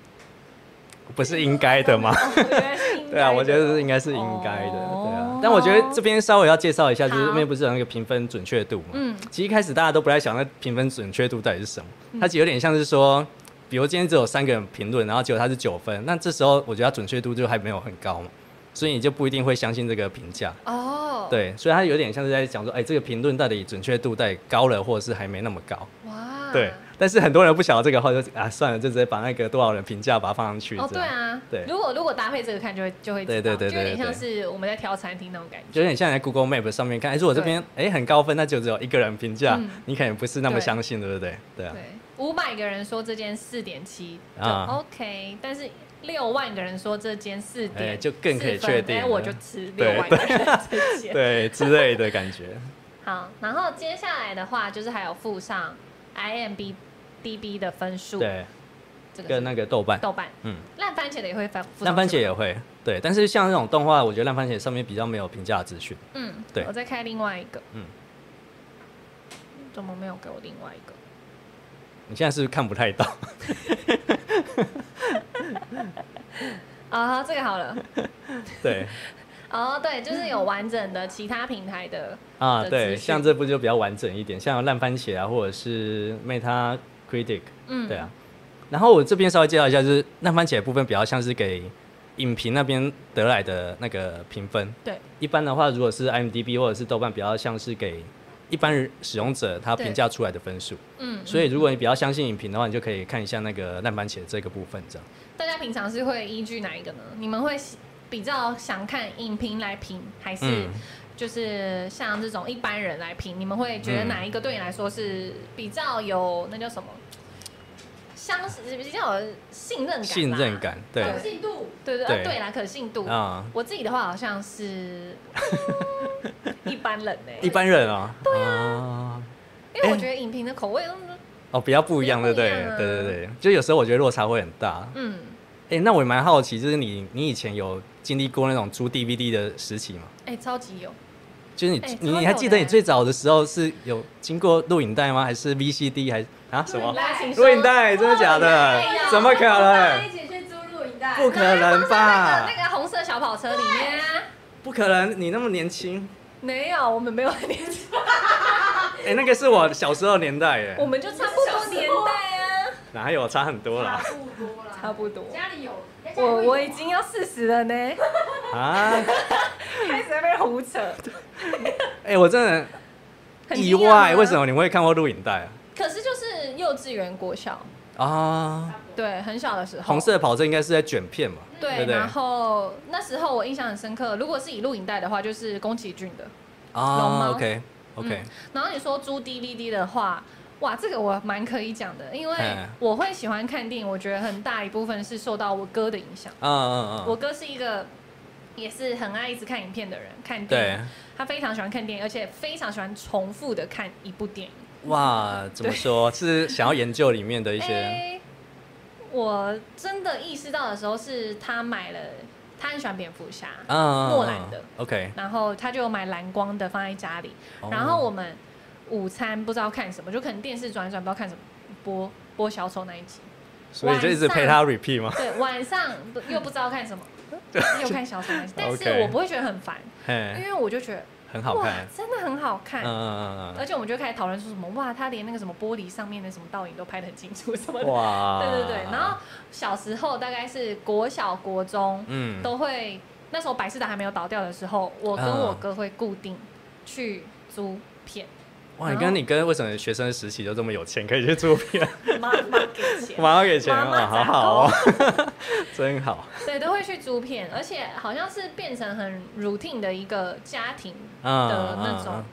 Speaker 1: 不是应该的吗？
Speaker 2: 我觉得是哦应该的
Speaker 1: 对啊，我觉得这应该是应该的，
Speaker 2: 哦
Speaker 1: 对啊。但我觉得这边稍微要介绍一下，就是
Speaker 2: 好
Speaker 1: 因为不是有那个评分准确度嘛，
Speaker 2: 嗯
Speaker 1: 其实一开始大家都不太想那评分准确度到底是什么，它其实有点像是说，比如今天只有三个人评论，然后结果它是九分，那这时候我觉得它准确度就还没有很高嘛，所以你就不一定会相信这个评价。
Speaker 2: 哦，，
Speaker 1: 对，所以它有点像是在讲说，哎、这个评论到底准确度到底高了，或者是还没那么高。
Speaker 2: 哇，
Speaker 1: 对，但是很多人不晓得这个后就啊算了，就直接把那个多少人评价把它放上去。
Speaker 2: 哦，
Speaker 1: 这
Speaker 2: 对
Speaker 1: 样。
Speaker 2: 啊，
Speaker 1: 对
Speaker 2: 如果如果搭配这个看，就会就会知道，
Speaker 1: 对对对
Speaker 2: 就有
Speaker 1: 对
Speaker 2: 点像
Speaker 1: 对
Speaker 2: 是我们在挑餐厅那种感
Speaker 1: 有
Speaker 2: 觉。
Speaker 1: 点像你在 Google Map 上面看，哎、如果这边哎、很高分，那就只有一个人评价，
Speaker 2: 嗯
Speaker 1: 你可能不是那么
Speaker 2: 对
Speaker 1: 相信，对不对？对啊，
Speaker 2: 对，五百个人说这间四点七，就
Speaker 1: 啊
Speaker 2: OK，但是六万个人说这间四
Speaker 1: 哎
Speaker 2: 点，
Speaker 1: 就更可以确定
Speaker 2: 哎，
Speaker 1: 了
Speaker 2: 我就吃六
Speaker 1: 对
Speaker 2: 万个人这
Speaker 1: 对
Speaker 2: 间。
Speaker 1: 之类的感 觉。
Speaker 2: 好，然后接下来的话就是还有附上 IMDB 的分数，
Speaker 1: 对，
Speaker 2: 这个
Speaker 1: 跟
Speaker 2: 是
Speaker 1: 那个豆瓣，
Speaker 2: 豆瓣，
Speaker 1: 嗯，
Speaker 2: 烂番茄的也会翻，附上
Speaker 1: 烂番
Speaker 2: 这
Speaker 1: 茄
Speaker 2: 个
Speaker 1: 也会。对，但是像这种动画，我觉得烂番茄上面比较没有评价的资讯。
Speaker 2: 嗯，
Speaker 1: 对
Speaker 2: 我再开另外一个。嗯
Speaker 1: 嗯，
Speaker 2: 怎么没有给我另外一个？
Speaker 1: 你现在是不是看不太到？
Speaker 2: 啊、这个好了。
Speaker 1: 对
Speaker 2: 哦，对，就是有完整的其他平台的。
Speaker 1: 啊，
Speaker 2: 的资
Speaker 1: 对，
Speaker 2: 讯
Speaker 1: 像这部就比较完整一点，像烂番茄啊，或者是 Meta Critic，
Speaker 2: 嗯，
Speaker 1: 对啊。。然后我这边稍微介绍一下，就是烂番茄的部分比较像是给影评那边得来的那个评分。
Speaker 2: 对，
Speaker 1: 一般的话，如果是 IMDB 或者是豆瓣，比较像是给一般人使用者他
Speaker 2: 对
Speaker 1: 评价出来的分数。
Speaker 2: 嗯，
Speaker 1: 所以，如果你比较相信影评的话，你就可以看一下那个烂番茄这个部分，这样。
Speaker 2: 大家平常是会依据哪一个呢？你们会喜比较想看影评来评，还是
Speaker 1: 嗯，
Speaker 2: 就是像这种一般人来评？你们会觉得
Speaker 1: 嗯
Speaker 2: 哪一个对你来说是比较有那叫什么？相比较有信任感啦，
Speaker 1: 信任感，对
Speaker 3: 可信度，
Speaker 2: 对对
Speaker 1: 对
Speaker 2: 啊对啦，可信度
Speaker 1: 啊，
Speaker 2: 我自己的话好像是嗯一般人呢、
Speaker 1: 一般人啊，对啊，
Speaker 2: 因为我觉得影评的口味，嗯
Speaker 1: 哦，比较不一样，对
Speaker 2: 比较
Speaker 1: 不
Speaker 2: 不一
Speaker 1: 对
Speaker 2: 样啊？
Speaker 1: 对对对，就有时候我觉得落差会很大。
Speaker 2: 嗯，
Speaker 1: 哎，那我也蛮好奇，就是你你以前有经历过那种租 DVD 的时期吗？
Speaker 2: 哎、超级有，
Speaker 1: 就是你、
Speaker 2: 哎
Speaker 1: 你
Speaker 2: 超
Speaker 1: 你还
Speaker 2: 有
Speaker 1: 记
Speaker 2: 的
Speaker 1: 得你最早的时候是有经过录影带吗？还是 VCD 还是啊什么
Speaker 3: 录影带
Speaker 2: 请
Speaker 1: 录
Speaker 2: 说
Speaker 1: 影带？真的假的
Speaker 2: 哎呀？
Speaker 1: 怎么可
Speaker 3: 我们大
Speaker 1: 能
Speaker 3: 家一？起去来，
Speaker 1: 不可能吧
Speaker 2: 那？个红色小跑车里面啊，
Speaker 1: 不可能，你那么年轻，
Speaker 2: 没有，我们没有年 纪，
Speaker 1: 哎、那个是我小时候年代耶
Speaker 2: 我，们就差不多年代啊，
Speaker 1: 哪有差很多啦？
Speaker 3: 差不多啦，
Speaker 2: 差不多。
Speaker 3: 家里有，人家家里
Speaker 2: 我
Speaker 3: 会有啊
Speaker 2: 我已经要四十了呢，
Speaker 1: 啊，
Speaker 2: 开始在那边胡扯。
Speaker 1: 哎、我真的
Speaker 2: 很
Speaker 1: 意
Speaker 2: 惊讶啊吗
Speaker 1: 外，为什？么你会看过录影带
Speaker 2: 可是就是幼稚园、国小，
Speaker 1: 啊？啊，
Speaker 3: 差不多
Speaker 2: 对，很小的时候。
Speaker 1: 红色跑车应该是在卷片嘛？对
Speaker 2: 对，
Speaker 1: 不对
Speaker 2: 然后那时候我印象很深刻，如果是以录影带的话，就是宫崎骏的。龙
Speaker 1: 啊
Speaker 2: 猫
Speaker 1: ，OK OK，、
Speaker 2: 然后你说租 DVD 的话，哇，这个我蛮可以讲的，因为
Speaker 1: 嗯
Speaker 2: 我会喜欢看电影，我觉得很大一部分是受到我哥的影响。
Speaker 1: 嗯嗯嗯，
Speaker 2: 我哥是一个也是很爱一直看影片的人，看电
Speaker 1: 对
Speaker 2: 影，，他非常喜欢看电影，而且非常喜欢重复的看一部电影。
Speaker 1: 哇，怎么
Speaker 2: 对
Speaker 1: 说？是想要研究里面的一些，
Speaker 2: 诶我真的意识到的时候是他买了，他很喜欢蝙蝠侠，
Speaker 1: 嗯嗯，嗯
Speaker 2: 诺兰的
Speaker 1: OK，
Speaker 2: 然后他就买蓝光的放在家里，
Speaker 1: 哦
Speaker 2: 然后我们午餐不知道看什么，就可能电视转一转不知道看什么，播播小丑那一集。
Speaker 1: 所以就一直陪他 repeat 吗？
Speaker 2: 对，晚上不又不知道看 什么，又看小丑那一集，但
Speaker 1: OK
Speaker 2: 是我不会觉得很烦，因
Speaker 1: 嘿，
Speaker 2: 为我就觉得
Speaker 1: 很好
Speaker 2: 哇
Speaker 1: 看，，
Speaker 2: 真的很好
Speaker 1: 嗯
Speaker 2: 看。
Speaker 1: 嗯嗯
Speaker 2: 而且我们就开始讨论说什么哇，他连那个什么玻璃上面的什么倒影都拍得很清楚什
Speaker 1: 嗯，
Speaker 2: 么 的。
Speaker 1: 哇，
Speaker 2: 对对对，然后小时候大概是国小、国中，
Speaker 1: 嗯，
Speaker 2: 都会那时候百事达还没有倒掉的时候，我跟
Speaker 1: 嗯
Speaker 2: 我哥会固定去租片，
Speaker 1: 哇，你
Speaker 2: 然
Speaker 1: 跟
Speaker 2: 后
Speaker 1: 你跟为什么学生时期就这么有钱，可以去租片，
Speaker 2: 妈妈给钱，
Speaker 1: 妈妈给钱
Speaker 2: 妈妈
Speaker 1: 哇，好
Speaker 2: 攒够
Speaker 1: 好哦， 真好，
Speaker 2: 对，都会去租片，而且好像是变成很 routine 的一个家庭
Speaker 1: 嗯
Speaker 2: 的那
Speaker 1: 嗯
Speaker 2: 种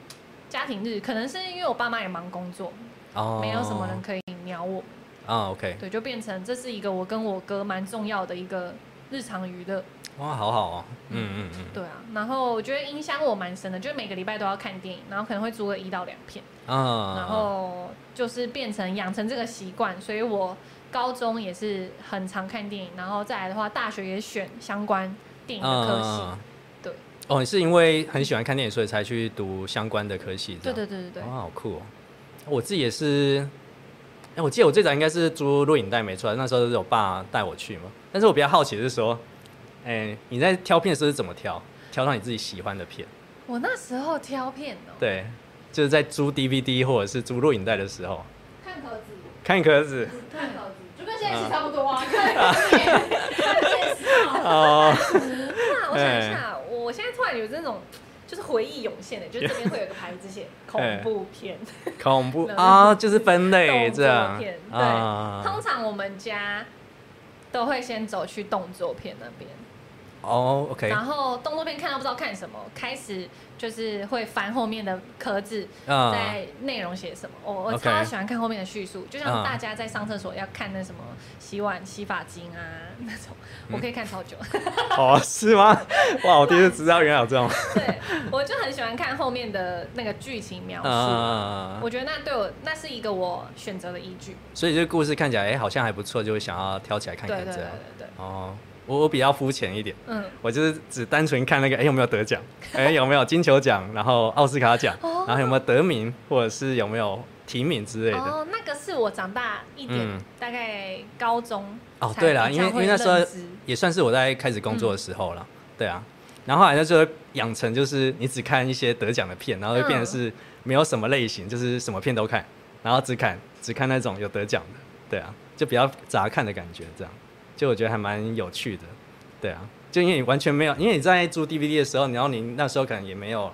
Speaker 2: 家庭日，可能是因为我爸妈也忙工作，
Speaker 1: 哦，
Speaker 2: 没有什么人可以鸟我，
Speaker 1: 啊，OK，
Speaker 2: 对，就变成这是一个我跟我哥蛮重要的一个日常娱乐，
Speaker 1: 哇，好好哦，嗯嗯嗯，
Speaker 2: 对啊，然后我觉得影响我蛮深的，就是每个礼拜都要看电影，然后可能会租个一到两片。
Speaker 1: 啊，
Speaker 2: 然后就是变成养成这个习惯，所以我高中也是很常看电影，然后再来的话，大学也选相关电影的科系。
Speaker 1: 嗯
Speaker 2: 对。
Speaker 1: 哦，你是因为很喜欢看电影，所以才去读相关的科系？这
Speaker 2: 对
Speaker 1: 样
Speaker 2: 对对对对，
Speaker 1: 哇，好酷哦！我自己也是，哎、我记得我最早应该是租录影带没错，那时候是我爸带我去嘛。但是我比较好奇的是说，哎、你在挑片的时候是怎么挑？挑到你自己喜欢的片？
Speaker 2: 我那时候挑片哦、
Speaker 1: 对，就是在租 DVD 或者是租录影带的时候，
Speaker 3: 看壳子，
Speaker 1: 看壳 子
Speaker 3: 看壳子，就跟现
Speaker 1: 嗯
Speaker 3: 在是差不多 啊，看壳子，看现实啊。
Speaker 1: 哦，
Speaker 2: 那我想
Speaker 1: 哎
Speaker 2: 一下，我现在突然有这种就是回忆涌现的，就是这边会有个牌 子
Speaker 1: 哎
Speaker 2: 写恐怖片。
Speaker 1: 恐 怖
Speaker 2: 然后
Speaker 1: 啊、就是分类
Speaker 2: 动
Speaker 1: 这样
Speaker 2: 作片，对，通
Speaker 1: 啊，
Speaker 2: 常我们家都会先走去动作片那边。
Speaker 1: 哦，OK，
Speaker 2: 然后动作片看到不知道看什么，开始就是会翻后面的壳子，
Speaker 1: 嗯
Speaker 2: 在内容写什么。我、我
Speaker 1: OK
Speaker 2: 超喜欢看后面的叙述，就像
Speaker 1: 嗯
Speaker 2: 大家在上厕所要看那什么洗碗洗发精啊那种，
Speaker 1: 嗯
Speaker 2: 我可以看超久。
Speaker 1: 哦，是吗？哇，我第一次知道原来有这 种，
Speaker 2: 对，我就很喜欢看后面的那个剧情描述。
Speaker 1: 啊，
Speaker 2: 我觉得那对我那是一个我选择的依据。
Speaker 1: 所以这个故事看起来，哎、好像还不错，就会想要挑起来看
Speaker 2: 对
Speaker 1: 看
Speaker 2: 对对
Speaker 1: 这样。
Speaker 2: 对对，
Speaker 1: 哦，我我比较肤浅一点，
Speaker 2: 嗯，
Speaker 1: 我就是只单纯看那个，哎、有没有得奖？ 哎、有没有金球奖？然后奥斯卡奖，
Speaker 2: 哦
Speaker 1: 然后有没有得名，或者是有没有提名之类的。哦，
Speaker 2: 哦，那个是我长大一点，
Speaker 1: 嗯哦
Speaker 2: 大概高中才
Speaker 1: 对啦，
Speaker 2: 比
Speaker 1: 因为
Speaker 2: 较
Speaker 1: 因
Speaker 2: 会
Speaker 1: 为那时候
Speaker 2: 认知
Speaker 1: 也算是我在开始工作的时候
Speaker 2: 嗯
Speaker 1: 了，对啊。然后后来那时候养成就是你只看一些得奖的片，然后就变成
Speaker 2: 嗯
Speaker 1: 是没有什么类型，就是什么片都看，然后只看只看那种有得奖的，对啊，就比较杂看的感觉，这样就我觉得还蛮有趣的，对啊，就因为你完全没有，因为你在租 DVD 的时候，然后你那时候可能也没有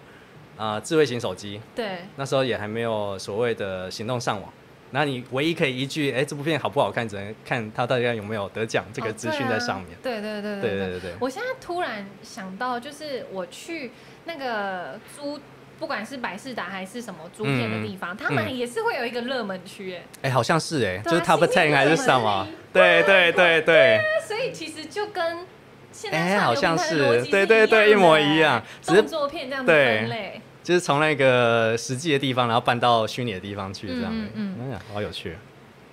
Speaker 1: 啊、呃智慧型手机，
Speaker 2: 对。
Speaker 1: 那时候也还没有所谓的行动上网。然后你唯一可以依据，哎、这部片好不好看，只能看它大概有没有得奖这个
Speaker 2: 哦
Speaker 1: 资讯在上面。
Speaker 2: 对啊对对
Speaker 1: 对
Speaker 2: 对对
Speaker 1: 对对
Speaker 2: 对。
Speaker 1: 对，
Speaker 2: 我现在突然想到，就是我去那个租，不管是百事达还是什么租片的地方，
Speaker 1: 嗯
Speaker 2: 他们也是会有一个热门区哎、
Speaker 1: 哎、好像是哎、
Speaker 2: 对啊
Speaker 1: 就是 Top
Speaker 2: 是那
Speaker 1: Ten
Speaker 2: 个
Speaker 1: 还是
Speaker 2: 什么
Speaker 1: 什么
Speaker 3: 之一？
Speaker 1: 对对对对，
Speaker 2: 那所以其实就跟现在
Speaker 1: 哎
Speaker 2: 上
Speaker 1: 好
Speaker 2: 流
Speaker 1: 像
Speaker 2: 平台
Speaker 1: 是
Speaker 2: 的逻辑
Speaker 1: 对
Speaker 2: 是
Speaker 1: 对对
Speaker 2: 一样的
Speaker 1: 一模一
Speaker 2: 哎
Speaker 1: 样只是
Speaker 2: 动作片这样子分类。
Speaker 1: 就是从那个实际的地方，然后搬到虚拟的地方去，这样
Speaker 2: 嗯
Speaker 1: 子，
Speaker 2: 嗯
Speaker 1: 哎呀，好有趣。嗯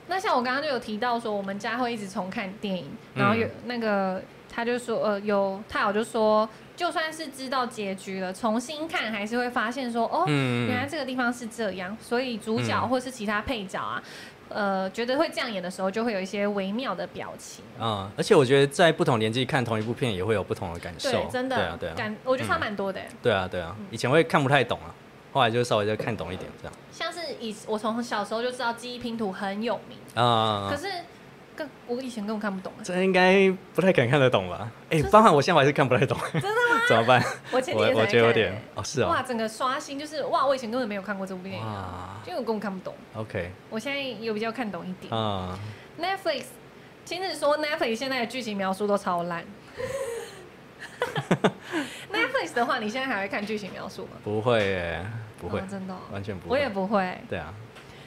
Speaker 2: 那像我刚刚就有提到说，我们家会一直重看电影，然后有那个他就说，呃，有他有就说，呃就算是知道结局了，重新看还是会发现说，哦，
Speaker 1: 嗯
Speaker 2: 原来这个地方是这样，所以主角
Speaker 1: 嗯
Speaker 2: 或是其他配角啊，呃，觉得会这样演的时候，就会有一些微妙的表情。
Speaker 1: 嗯，而且我觉得在不同年纪看同一部片也会有不同的感受，
Speaker 2: 对，真的，
Speaker 1: 对啊，对啊，
Speaker 2: 感嗯我觉得差蛮多的、
Speaker 1: 对啊，对啊，以前会看不太懂啊，后来就稍微就看懂一点这样，
Speaker 2: 像是以我从小时候就知道记忆拼图很有名，
Speaker 1: 啊、
Speaker 2: 可是更我以前根本看不懂、欸。
Speaker 1: 这应该不太敢看得懂吧？哎、
Speaker 2: 就是
Speaker 1: 包含我现在还是看不太懂，真的吗？ 怎么办？
Speaker 2: 我前几
Speaker 1: 我
Speaker 2: 天才
Speaker 1: 我觉得有
Speaker 2: 看
Speaker 1: 点
Speaker 2: 欸
Speaker 1: 哦，是哦
Speaker 2: 哇，，整个刷新就是哇，我以前根本没有看过这部电影啊，
Speaker 1: 哇
Speaker 2: 因为我根本看不懂。
Speaker 1: ，OK，
Speaker 2: 我现在有比较看懂一点。
Speaker 1: 啊、
Speaker 2: Netflix，亲自说 Netflix 现在的剧情描述都超烂。Netflix 的话，你现在还会看剧情描述吗？
Speaker 1: 不会耶，不会，
Speaker 2: 哦真的哦、
Speaker 1: 完全不
Speaker 2: 我
Speaker 1: 会，
Speaker 2: 也不会，
Speaker 1: 对啊，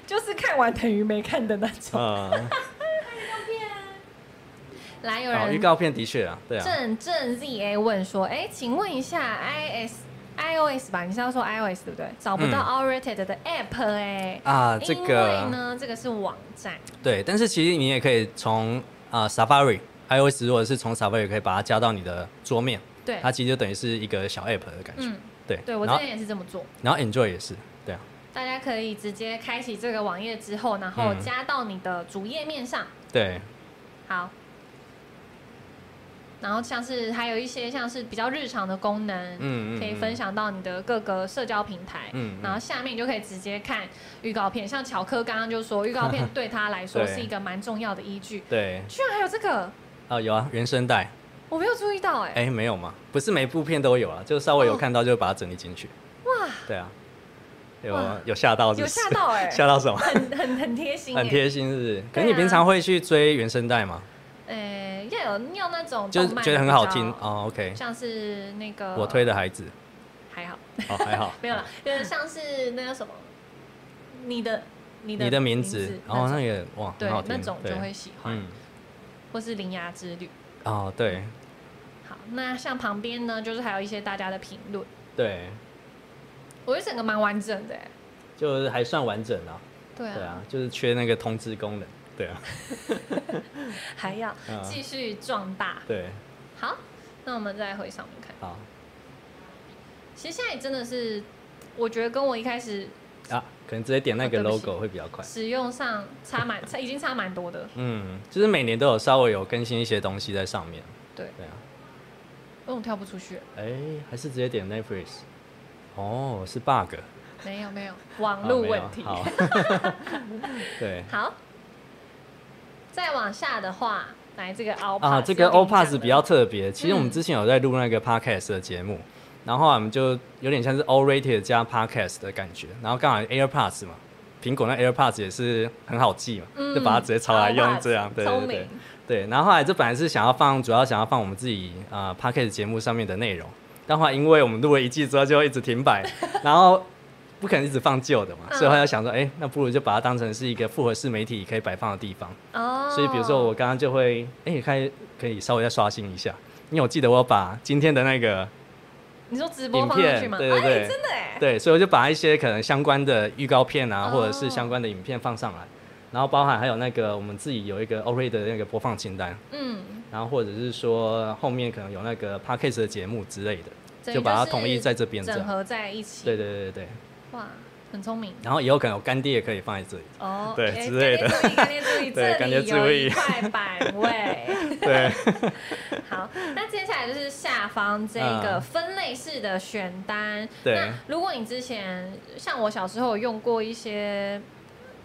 Speaker 2: 就是看完等于没看的那种。
Speaker 1: 啊、
Speaker 2: 来，有
Speaker 1: 哦，预
Speaker 2: 人
Speaker 1: 告片的确啊，对啊，
Speaker 2: 正正 ZA 问说，哎、请问一下 IS iOS 吧，你是要说 iOS 对不对？找不到 All
Speaker 1: 嗯
Speaker 2: Rated 的 App 哎、
Speaker 1: 啊，这
Speaker 2: 因为
Speaker 1: 个
Speaker 2: 呢，这个是网站，
Speaker 1: 对，但是其实你也可以从啊、Safari iOS 如果是从 Safari 可以把它加到你的桌面，
Speaker 2: 对，
Speaker 1: 它其实就等于是一个小 app 的感觉，
Speaker 2: 嗯，
Speaker 1: 对，
Speaker 2: 对我之
Speaker 1: 然后
Speaker 2: 前也是这么做。
Speaker 1: 然后 Enjoy 也是，对啊，
Speaker 2: 大家可以直接开启这个网页之后，然后
Speaker 1: 嗯
Speaker 2: 加到你的主页面上。
Speaker 1: 对，
Speaker 2: 好。然后像是还有一些像是比较日常的功能，
Speaker 1: 嗯嗯
Speaker 2: 可以分享到你的各个社交平台。
Speaker 1: 嗯嗯
Speaker 2: 然后下面你就可以直接看预告片，像巧克刚刚就说，预告片对他来说
Speaker 1: 对
Speaker 2: 是一个蛮重要的依据。
Speaker 1: 对，
Speaker 2: 居然还有这个，
Speaker 1: 啊、有啊，原声带，
Speaker 2: 我没有注意到哎、
Speaker 1: 哎、没有吗？不是每部片都有啊，就稍微有
Speaker 2: 哦
Speaker 1: 看到就把它整理进去，
Speaker 2: 哇，
Speaker 1: 对啊，
Speaker 2: 哇
Speaker 1: 有有吓到是
Speaker 2: 有
Speaker 1: 不是，
Speaker 2: 吓到 哎、
Speaker 1: 吓到什么？
Speaker 2: 很很很贴心哎、
Speaker 1: 很贴心是不是？可
Speaker 2: 对
Speaker 1: 是你
Speaker 2: 啊
Speaker 1: 平常会去追原声带吗？
Speaker 2: 哎要有要那种
Speaker 1: 就是
Speaker 2: 动漫
Speaker 1: 觉得很好
Speaker 2: 比较
Speaker 1: 听，哦，OK，
Speaker 2: 像是那个
Speaker 1: 我推的孩子，
Speaker 2: 还好，，
Speaker 1: 哦，还好
Speaker 2: 呃 没有啦，就是像是那个什么，你的你的
Speaker 1: 你的名字，
Speaker 2: 那
Speaker 1: 然后
Speaker 2: 种
Speaker 1: 那个哇，
Speaker 2: 对
Speaker 1: 很好听，
Speaker 2: 那种
Speaker 1: 对
Speaker 2: 就会喜欢，嗯
Speaker 1: 嗯，
Speaker 2: 或是《铃芽之旅
Speaker 1: 哦，对》。
Speaker 2: 好，那像旁边呢，就是还有一些大家的评论，
Speaker 1: 对，
Speaker 2: 我觉得整个蛮完整的欸。
Speaker 1: 就是还算完整啊，
Speaker 2: 对啊，
Speaker 1: 对啊，就是缺那个通知功能，对啊，
Speaker 2: 还要
Speaker 1: 嗯
Speaker 2: 继续壮大。
Speaker 1: 对，
Speaker 2: 好，那我们再回上面看。
Speaker 1: 好
Speaker 2: 其实现在真的是，我觉得跟我一开始
Speaker 1: 啊，可能直接点那个
Speaker 2: 哦对不起
Speaker 1: logo 会比较快。
Speaker 2: 使用上差蛮，差已经差蛮多的。
Speaker 1: 嗯，就是每年都有稍微有更新一些东西在上面。
Speaker 2: 对
Speaker 1: 对啊，
Speaker 2: 因为我跳不出去，
Speaker 1: 哎、还是直接点 Netflix。哦，是 bug，
Speaker 2: 没有没有，网
Speaker 1: 啊
Speaker 2: 络
Speaker 1: 没有
Speaker 2: 问题。
Speaker 1: 好，对
Speaker 2: 好，再往下的话，来这个 O
Speaker 1: 啊，这个 O Pass 比较特别。其实
Speaker 2: 嗯
Speaker 1: 我们之前有在录那个 Podcast 的节目，然后后来我们就有点像是 O Rated 加 Podcast 的感觉，然后刚好 AirPods 嘛，苹果那 AirPods 也是很好记嘛，就把它直接抄来用，这样对对
Speaker 2: 嗯
Speaker 1: 对
Speaker 2: 聪明。。
Speaker 1: 对，然后后来这本来是想要放，主要想要放我们自己啊、呃、p o d c a s t 节目上面的内容，但后来因为我们录了一季之后就一直停摆， 然后不可能一直放旧的嘛，
Speaker 2: 嗯
Speaker 1: 所以后来想说，哎，那不如就把它当成是一个复合式媒体可以摆放的地方。
Speaker 2: 哦，
Speaker 1: 所以比如说我刚刚就会，哎，看可以稍微再刷新一下，因为我记得我把今天的那个
Speaker 2: 你说直播
Speaker 1: 影
Speaker 2: 放上去
Speaker 1: 片，
Speaker 2: 吗？
Speaker 1: 对对对，
Speaker 2: 哎真的哎，
Speaker 1: 对，所以我就把一些可能相关的预告片啊，
Speaker 2: 哦
Speaker 1: 或者是相关的影片放上来，然后包含还有那个我们自己有一个 o r a 的那个播放清单。
Speaker 2: 嗯，
Speaker 1: 然后或者是说后面可能有那个 podcast 的节目之类的，
Speaker 2: 所以
Speaker 1: 就把它统一在这边这
Speaker 2: 整
Speaker 1: 样。
Speaker 2: 合在一起。
Speaker 1: 对对对对对，
Speaker 2: 哇，很聪明。
Speaker 1: 然后以后可能有干爹也可以放在这里。
Speaker 2: 哦，
Speaker 1: 对
Speaker 2: 哎
Speaker 1: 之类的
Speaker 2: 干爹注意，
Speaker 1: 对
Speaker 2: 干
Speaker 1: 干
Speaker 2: 爹
Speaker 1: 爹
Speaker 2: 注意，这里有
Speaker 1: 注意
Speaker 2: 一块板位。
Speaker 1: 对，
Speaker 2: 好，那接下来就是下方这个
Speaker 1: 嗯
Speaker 2: 分类式的选单。
Speaker 1: 对
Speaker 2: 那如果你之前像我小时候有用过一些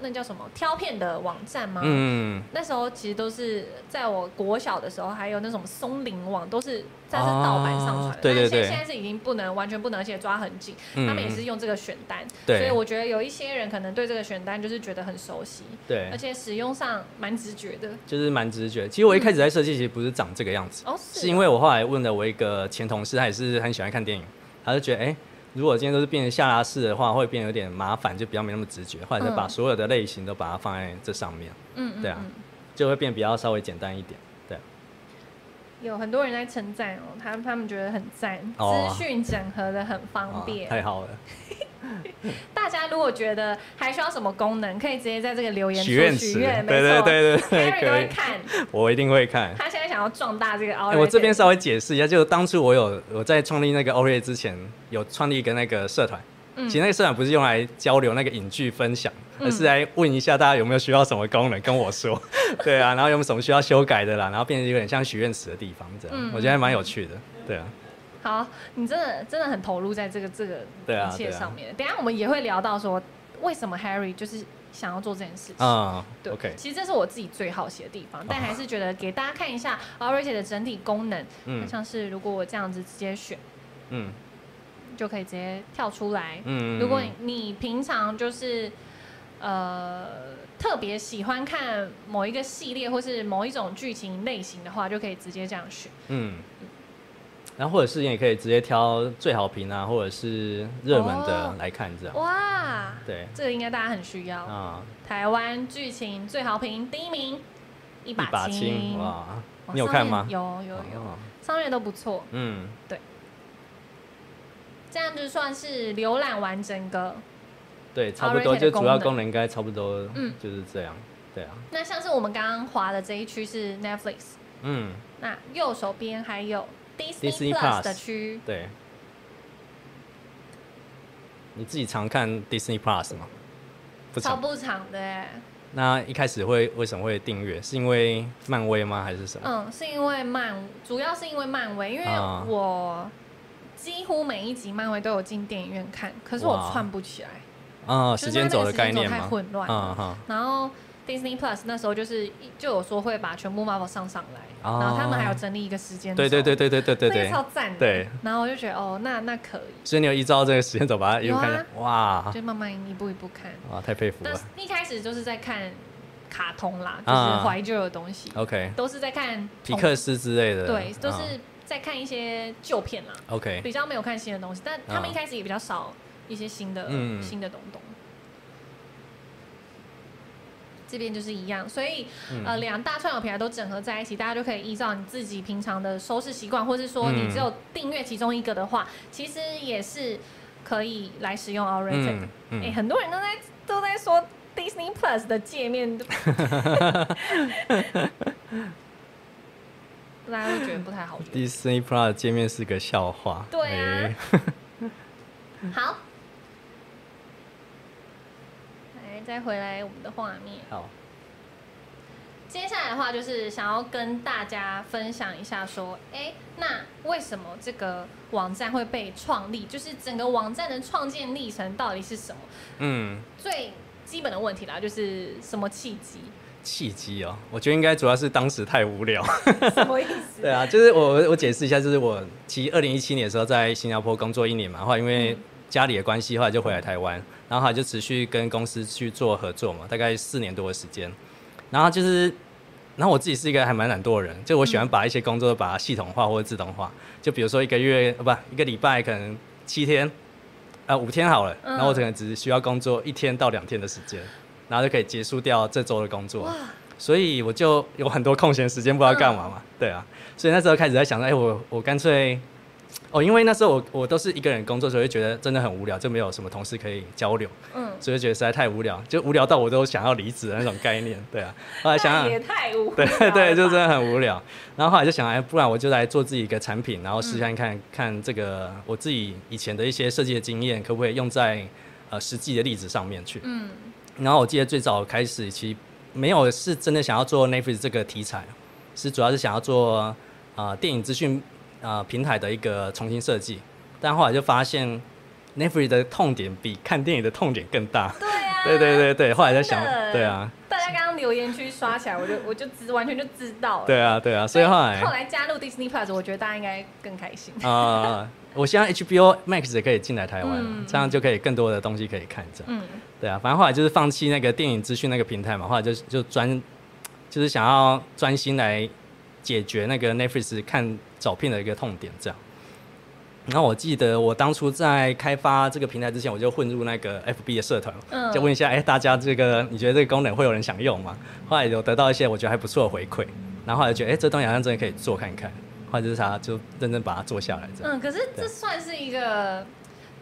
Speaker 2: 那叫什么挑片的网站吗？
Speaker 1: 嗯，
Speaker 2: 那时候其实都是在我国小的时候，还有那种松林网，都是它是盗版上传的。
Speaker 1: 哦对对
Speaker 2: 但是
Speaker 1: 对
Speaker 2: 现在是已经不能完全不能，而且抓很紧。
Speaker 1: 嗯
Speaker 2: 他们也是用这个选单，
Speaker 1: 对
Speaker 2: 所以我觉得有一些人可能对这个选单就是觉得很熟悉，
Speaker 1: 对
Speaker 2: 而，且使用上蛮直觉的。
Speaker 1: 就是蛮直觉。其实我一开始在设计，其实不是长这个样子，
Speaker 2: 哦，是
Speaker 1: 是因
Speaker 2: 为
Speaker 1: 为我后来问了我一个前同事，他也是很喜欢看电影，他就觉得哎。诶如果今天都是变成下拉式的话，会变得有点麻烦，就比较没那么直觉。后来就把
Speaker 2: 嗯
Speaker 1: 所有的类型都把它放在这上面，
Speaker 2: 嗯嗯
Speaker 1: 对啊
Speaker 2: 嗯
Speaker 1: 就会变比较稍微简单一点。对，
Speaker 2: 有很多人在称赞哦，他他们觉得很赞，
Speaker 1: 哦
Speaker 2: 资讯整合的很方
Speaker 1: 啊
Speaker 2: 便。
Speaker 1: 太好了，
Speaker 2: 大家如果觉得还需要什么功能，可以直接在这个留言处
Speaker 1: 许愿池
Speaker 2: 许愿，没
Speaker 1: 对对
Speaker 2: 错
Speaker 1: 对对对
Speaker 2: ，Harry
Speaker 1: 可
Speaker 2: 都
Speaker 1: 以
Speaker 2: 会看，
Speaker 1: 我一定会看。
Speaker 2: 他现在想要壮大这个 o
Speaker 1: 哎、我这边稍微解释一下，就当初我有我在创立那个 o r 之前，有创立一个那个社团。
Speaker 2: 嗯
Speaker 1: 其实那个社团不是用来交流那个影剧分享，而是来问一下大家有没有需要什么功能跟我 说，对啊，然后有没有什么需要修改的啦，然后变成有点像许愿池的地方这样，
Speaker 2: 嗯
Speaker 1: 我觉得还蛮有趣的，对啊，
Speaker 2: 好，你真的真的很投入在这个这个
Speaker 1: 对啊
Speaker 2: 一切
Speaker 1: 对啊
Speaker 2: 上面。等一下我们也会聊到说，为什么 Harry 就是想要做这件事情。
Speaker 1: 啊、
Speaker 2: 对
Speaker 1: o k
Speaker 2: 其实这是我自己最好奇的地方，但还是觉得给大家看一下 o r a t e 的整体功能，
Speaker 1: 嗯
Speaker 2: 像是如果我这样子直接选，
Speaker 1: 嗯
Speaker 2: 就可以直接跳出来。
Speaker 1: 嗯，
Speaker 2: 如果你你平常就是呃特别喜欢看某一个系列或是某一种剧情类型的话，就可以直接这样选。
Speaker 1: 嗯，然后或者是你也可以直接挑最好评啊，或者是热门的
Speaker 2: 哦
Speaker 1: 来看这样，
Speaker 2: 哇，
Speaker 1: 对
Speaker 2: 这个应该大家很需要。
Speaker 1: 啊，
Speaker 2: 台湾剧情最好评第一名，一
Speaker 1: 一
Speaker 2: 把
Speaker 1: 把青
Speaker 2: 青。哦
Speaker 1: 哇，
Speaker 2: 哇
Speaker 1: 你有
Speaker 2: 上
Speaker 1: 看
Speaker 2: 面
Speaker 1: 吗？
Speaker 2: 有有有，
Speaker 1: 哦
Speaker 2: 上面都不错，
Speaker 1: 嗯，
Speaker 2: 这样就算是浏览完整个。
Speaker 1: 对，差不多
Speaker 2: Alright，
Speaker 1: 就主要功
Speaker 2: 功能
Speaker 1: 能应该差不多，
Speaker 2: 嗯
Speaker 1: 就是这样，对啊，
Speaker 2: 那像是我们刚刚划的这一区是 Netflix，
Speaker 1: 嗯，
Speaker 2: 那右手边还有 Disney
Speaker 1: Disney
Speaker 2: Plus
Speaker 1: Plus
Speaker 2: 的区，
Speaker 1: 对。你自己常看 Disney Plus 吗？不
Speaker 2: 超
Speaker 1: 常。
Speaker 2: 不长的欸。
Speaker 1: 那一开始会为什么会订阅？是因为漫威吗？还是什么？
Speaker 2: 嗯，是因为漫，主要是因为漫威，因为
Speaker 1: 啊
Speaker 2: 我几乎每一集漫威都有进电影院看，可是我
Speaker 1: 哇
Speaker 2: 串不起来，
Speaker 1: 啊、
Speaker 2: 就是
Speaker 1: 时间
Speaker 2: 它那
Speaker 1: 轴
Speaker 2: 个
Speaker 1: 的
Speaker 2: 时
Speaker 1: 概
Speaker 2: 轴
Speaker 1: 念
Speaker 2: 太
Speaker 1: 吗？
Speaker 2: 混乱了
Speaker 1: 啊哈，
Speaker 2: 然后 Disney Plus 那时候就是一就有说会把全部 Marvel 上上来，
Speaker 1: 哦
Speaker 2: 然后他们还有整理一个时间轴
Speaker 1: 对对对对对对对
Speaker 2: 那个
Speaker 1: 对。
Speaker 2: 超赞的。
Speaker 1: 对，
Speaker 2: 然后我就觉得哦，那那可以，
Speaker 1: 所以你有依照这个时间轴把它一路
Speaker 2: 有啊
Speaker 1: 看下，哇
Speaker 2: 就慢慢一步一步看。
Speaker 1: 哇，太佩服
Speaker 2: 但
Speaker 1: 了
Speaker 2: 是。一开始就是在看卡通啦，就
Speaker 1: 啊
Speaker 2: 是怀旧的东西，
Speaker 1: OK，
Speaker 2: 都是在看
Speaker 1: 皮克斯之类的，哎
Speaker 2: 童，对，都
Speaker 1: 啊
Speaker 2: 是在看一些旧片啦，
Speaker 1: OK。
Speaker 2: 比较没有看新的东西。但他们
Speaker 1: 啊
Speaker 2: 一开始也比较少一些新的
Speaker 1: 嗯
Speaker 2: 新的东东。这边就是一样，所以呃，
Speaker 1: 嗯
Speaker 2: 两大串流平台都整合在一起，大家就可以依照你自己平常的收视习惯，或是说你
Speaker 1: 嗯
Speaker 2: 只有订阅其中一个的话，其实也是可以来使用 o r a t e
Speaker 1: 嗯嗯
Speaker 2: 哎、很多人都在都在说 Disney Plus 的界 面，大家都觉得不太好用。
Speaker 1: Disney Plus 的界面是个笑话。
Speaker 2: 对啊
Speaker 1: 哎
Speaker 2: 好，来再回来我们的画面。
Speaker 1: 好，
Speaker 2: 接下来的话就是想要跟大家分享一下，说，哎，那为什么这个网站会被创立？就是整个网站的创建历程到底是什么？
Speaker 1: 嗯，
Speaker 2: 最基本的问题啦，就是什么契机？
Speaker 1: 契机哦，我觉得应该主要是当时太无聊。
Speaker 2: 什么意思？
Speaker 1: 对啊，就是我我解释一下，就是我其实二零一七年的时候在新加坡工作一年嘛，后来因为家里的关系，后来就回来台湾，然后后来就持续跟公司去做合作嘛，大概四年多的时间。然后就是，然后我自己是一个还蛮懒惰的人，就我喜欢把一些工作把它系统化或者自动化，就比如说一个月呃不一个礼拜可能七天，呃五天好了，
Speaker 2: 嗯
Speaker 1: 然后我可能只需要工作一天到两天的时间，然后就可以结束掉这周的工作。
Speaker 2: 哇，
Speaker 1: 所以我就有很多空闲时间，不知道干嘛
Speaker 2: 嗯
Speaker 1: 嘛。对啊，所以那时候开始在想说，哎、我我干脆，哦，因为那时候我我都是一个人工作，所以就觉得真的很无聊，就没有什么同事可以交流，
Speaker 2: 嗯，
Speaker 1: 所以就觉得实在太无聊，就无聊到我都想要离职的那种概念。对啊，后来想
Speaker 2: 那
Speaker 1: 想
Speaker 2: 也，太无聊了吧
Speaker 1: 对对，就真的很无聊。然后后来就想，哎，不然我就来做自己一个产品，然后试看
Speaker 2: 嗯
Speaker 1: 看、看这个我自己以前的一些设计的经验，可不可以用在呃实际的例子上面去。
Speaker 2: 嗯
Speaker 1: 然后我记得最早开始其实没有是真的想要做 Netflix 这个题材，是主要是想要做呃电影资讯呃平台的一个重新设计，但后来就发现 Netflix 的痛点比看电影的痛点更大。
Speaker 2: 对啊，
Speaker 1: 对对对对，后来在
Speaker 2: 真
Speaker 1: 想
Speaker 2: 的，
Speaker 1: 对啊，
Speaker 2: 大家刚刚留言区刷起来，我就 我就知完全就知道了。
Speaker 1: 对啊对啊，所以后来
Speaker 2: 后来加入 Disney Plus，我觉得大家应该更开心。
Speaker 1: 呃，我希望 HBO Max 也可以进来台湾，
Speaker 2: 嗯
Speaker 1: 这样就可以更多的东西可以看这样。
Speaker 2: 嗯，
Speaker 1: 对啊，反正后来就是放弃那个电影资讯那个平台嘛，后来就就专就是想要专心来解决那个 Netflix 看找片的一个痛点这样。然后我记得我当初在开发这个平台之前，我就混入那个 FB 的社团，
Speaker 2: 嗯
Speaker 1: 就问一下，哎、大家这个你觉得这个功能会有人想用吗？后来有得到一些我觉得还不错的回馈，然后后来觉得，哎、这东西好像真的可以做看看，后来就是啥就认真把它做下来这样。
Speaker 2: 嗯，可是这算是一个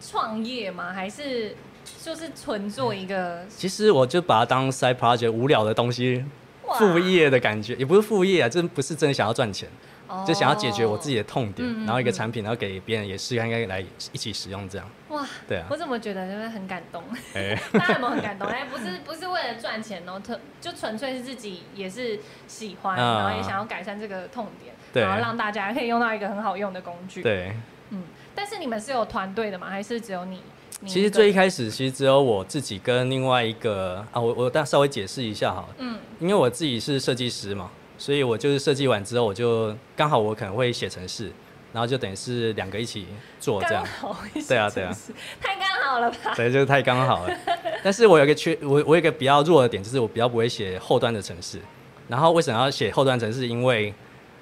Speaker 2: 创业吗？还是就是纯做一个？
Speaker 1: 其实我就把它当 side project 无聊的东西
Speaker 2: 哇
Speaker 1: 副业的感觉，也不是副业啊，真不是真的想要赚钱，
Speaker 2: 哦
Speaker 1: 就想要解决我自己的痛点，
Speaker 2: 嗯嗯
Speaker 1: 然后一个
Speaker 2: 嗯
Speaker 1: 产品，然后给别人也试看看来一起使用这样。
Speaker 2: 哦哇，
Speaker 1: 对啊
Speaker 2: 嗯我怎么觉得就是很感动？
Speaker 1: 哎、
Speaker 2: 大家有没有很感动？哎，不是不是为了赚钱哦，特就纯粹是自己也是喜欢，
Speaker 1: 啊
Speaker 2: 然后也想要改善这个痛点，
Speaker 1: 对
Speaker 2: 然后让大家可以用到一个很好用的工具。，
Speaker 1: 对，
Speaker 2: 嗯，但是你们是有团队的吗？还是只有你？你
Speaker 1: 其
Speaker 2: 一
Speaker 1: 实
Speaker 2: 个
Speaker 1: 最一
Speaker 2: 人
Speaker 1: 开始其实只有我自己跟另外一个啊，我我大稍微解释一下好了，
Speaker 2: 嗯
Speaker 1: 因为我自己是设计师嘛，所以我就是设计完之后，我就刚好我可能会写程式，然后就等于是两个一起做这
Speaker 2: 刚
Speaker 1: 样。
Speaker 2: 好，
Speaker 1: 对啊对啊，
Speaker 2: 太刚好了吧？
Speaker 1: 对，就是太刚好了。但是我有一个缺，我我有一个比较弱的点，就是我比较不会写后端的程式。然后为什么要写后端程式？因为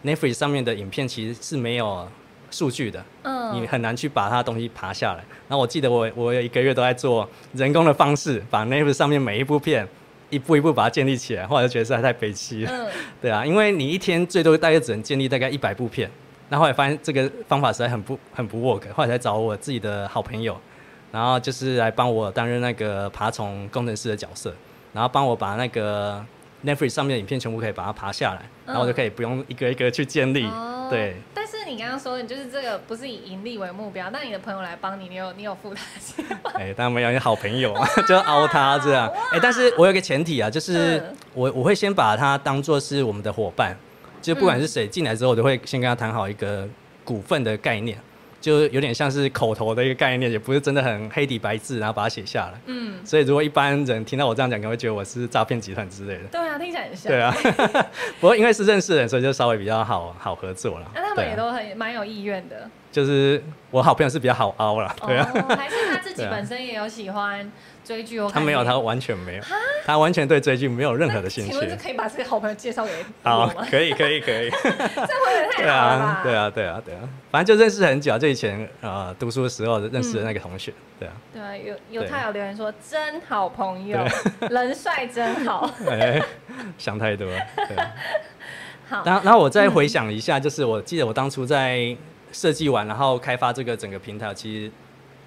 Speaker 1: Netflix 上面的影片其实是没有数据的，
Speaker 2: 嗯，
Speaker 1: 你很难去把它东西爬下来。然后我记得我我有一个月都在做人工的方式，把 Netflix 上面每一部片一步一步把它建立起来。后来就觉得实在太悲戚了。
Speaker 2: 嗯，
Speaker 1: 对啊，因为你一天最多大概只能建立大概一百部片，那后来发现这个方法实在很不很不 work，后来才找我自己的好朋友，然后就是来帮我担任那个爬虫工程师的角色，然后帮我把那个 Netflix 上面的影片全部可以把它爬下来，然后我就可以不用一个一个去建立，
Speaker 2: 哦
Speaker 1: 对。
Speaker 2: 但是你刚刚说，你就是这个不是以盈利为目标，那你的朋友来帮你，你有你有付他 钱吗？
Speaker 1: 哎、当然没有，你好朋友 就凹他这样。哎、但是我有一个前提啊，就是
Speaker 2: 嗯
Speaker 1: 我我会先把他当做是我们的伙伴，就不管是谁进来之后，我都会先跟他谈好一个股份的概念，就有点像是口头的一个概念，也不是真的很黑底白字，然后把它写下来。
Speaker 2: 嗯，
Speaker 1: 所以如果一般人听到我这样讲，可能会觉得我是诈骗集团之类的。
Speaker 2: 对啊，听起来很像。
Speaker 1: 对啊， 不过因为是认识的人，所以就稍微比较好好合作了。
Speaker 2: 那、他
Speaker 1: 对
Speaker 2: 们
Speaker 1: 啊
Speaker 2: 也都很蛮有意愿的，
Speaker 1: 就是我好朋友是比较好凹了，对啊。
Speaker 2: 哦，还是他自己
Speaker 1: 对啊
Speaker 2: 本身也有喜欢追剧哦。
Speaker 1: 他没有，他完全没有，他完全对追剧没有任何的兴
Speaker 2: 请问这
Speaker 1: 趣。
Speaker 2: 可以把这个好朋友介绍给
Speaker 1: 好
Speaker 2: 我吗？，
Speaker 1: 可以，可以，可以。
Speaker 2: 这会有点太
Speaker 1: 对
Speaker 2: 好了
Speaker 1: 啊
Speaker 2: 吧？，
Speaker 1: 对
Speaker 2: 啊，
Speaker 1: 啊，对啊，对啊，反正就认识很久啊，就以前呃读书的时候认识的那个同学，对啊。
Speaker 2: 对啊，有有
Speaker 1: 对
Speaker 2: 他有留言说真好朋友， 人帅真好，
Speaker 1: 哎， 想太多了。对啊。
Speaker 2: 好，
Speaker 1: 然后，然后我再回想一下，就是我记得我当初在设计完，然后开发这个整个平台，其实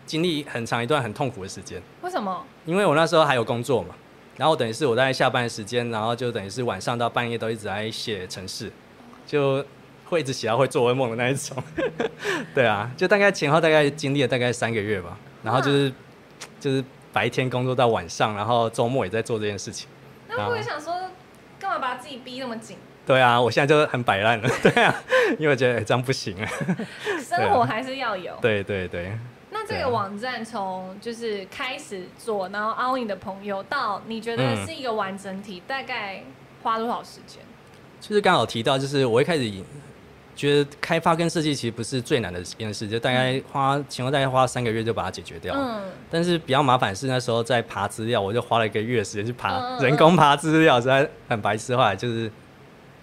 Speaker 1: 经历很长一段很痛苦的时间。
Speaker 2: 为什么？
Speaker 1: 因为我那时候还有工作嘛，然后等于是我在下班的时间，然后就等于是晚上到半夜都一直在写程式，就会一直写到会做噩梦的那一种。 对啊，就大概前后大概经历了大概三个月吧，然后就是就是白天工作到晚上，然后周末也在做这件事情。
Speaker 2: 那我也想说，干嘛把自己逼那么紧？
Speaker 1: 对啊，我现在就很摆烂了。 对啊，因为我觉得、哎这样不行啊。
Speaker 2: 生活还是要有。
Speaker 1: 对对对，
Speaker 2: 那这
Speaker 1: 对
Speaker 2: 个
Speaker 1: 啊
Speaker 2: 网站从就是开始做，然后凹你的朋友，到你觉得
Speaker 1: 嗯
Speaker 2: 是一个完整体，大概花多少时间？
Speaker 1: 就是刚好提到，就是我一开始以觉得开发跟设计其实不是最难的一件事，就大概花前后大概花三个月就把它解决掉了。
Speaker 2: 嗯，
Speaker 1: 但是比较麻烦是那时候在爬资料，我就花了一个月时间去爬、
Speaker 2: 嗯嗯嗯
Speaker 1: 人工爬资料，实在很白痴。后来就是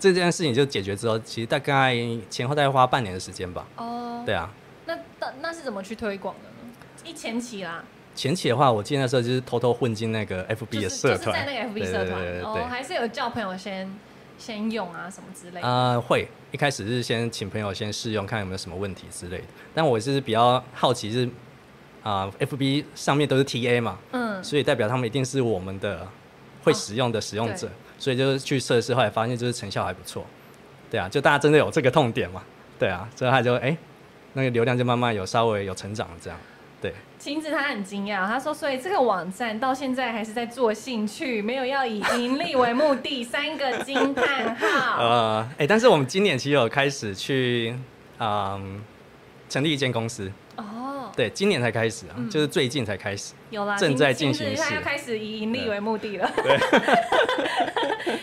Speaker 1: 这件事情就解决之后，其实大概前后大概花半年的时间吧。
Speaker 2: 哦，
Speaker 1: 对啊，
Speaker 2: 那那那是怎么去推广的呢？一前期啦，
Speaker 1: 前期的话，我记得那时候就是偷偷混进那个
Speaker 2: 就
Speaker 1: FB
Speaker 2: 是
Speaker 1: 的社
Speaker 2: 就是在
Speaker 1: 团，
Speaker 2: 那个
Speaker 1: 对
Speaker 2: FB 社团
Speaker 1: 对对，对对
Speaker 2: 哦，还是有叫朋友先先用啊什么之类的。
Speaker 1: 啊，会一开始是先请朋友先试用，看有没有什么问题之类的。但我是比较好奇是啊、f b 上面都是 TA 嘛，
Speaker 2: 嗯，
Speaker 1: 所以代表他们一定是我们的会使用的使用者，
Speaker 2: 对
Speaker 1: 所以就是去测试，后来发现就是成效还不错，对啊，就大家真的有这个痛点嘛，对啊，所以他就哎、那个流量就慢慢有稍微有成长这样，对，
Speaker 2: 晴子她很惊讶，她说：“所以这个网站到现在还是在做兴趣，没有要以盈利为目的。”三个惊 叹号。
Speaker 1: 呃，哎、但是我们今年其实有开始去嗯、成立一间公司，
Speaker 2: 哦，
Speaker 1: 对，今年才开始啊，
Speaker 2: 嗯
Speaker 1: 就是最近才开始，
Speaker 2: 有啦，
Speaker 1: 正
Speaker 2: 晴
Speaker 1: 在进
Speaker 2: 晴
Speaker 1: 行
Speaker 2: 子她
Speaker 1: 时
Speaker 2: 又开始以盈利为目的了。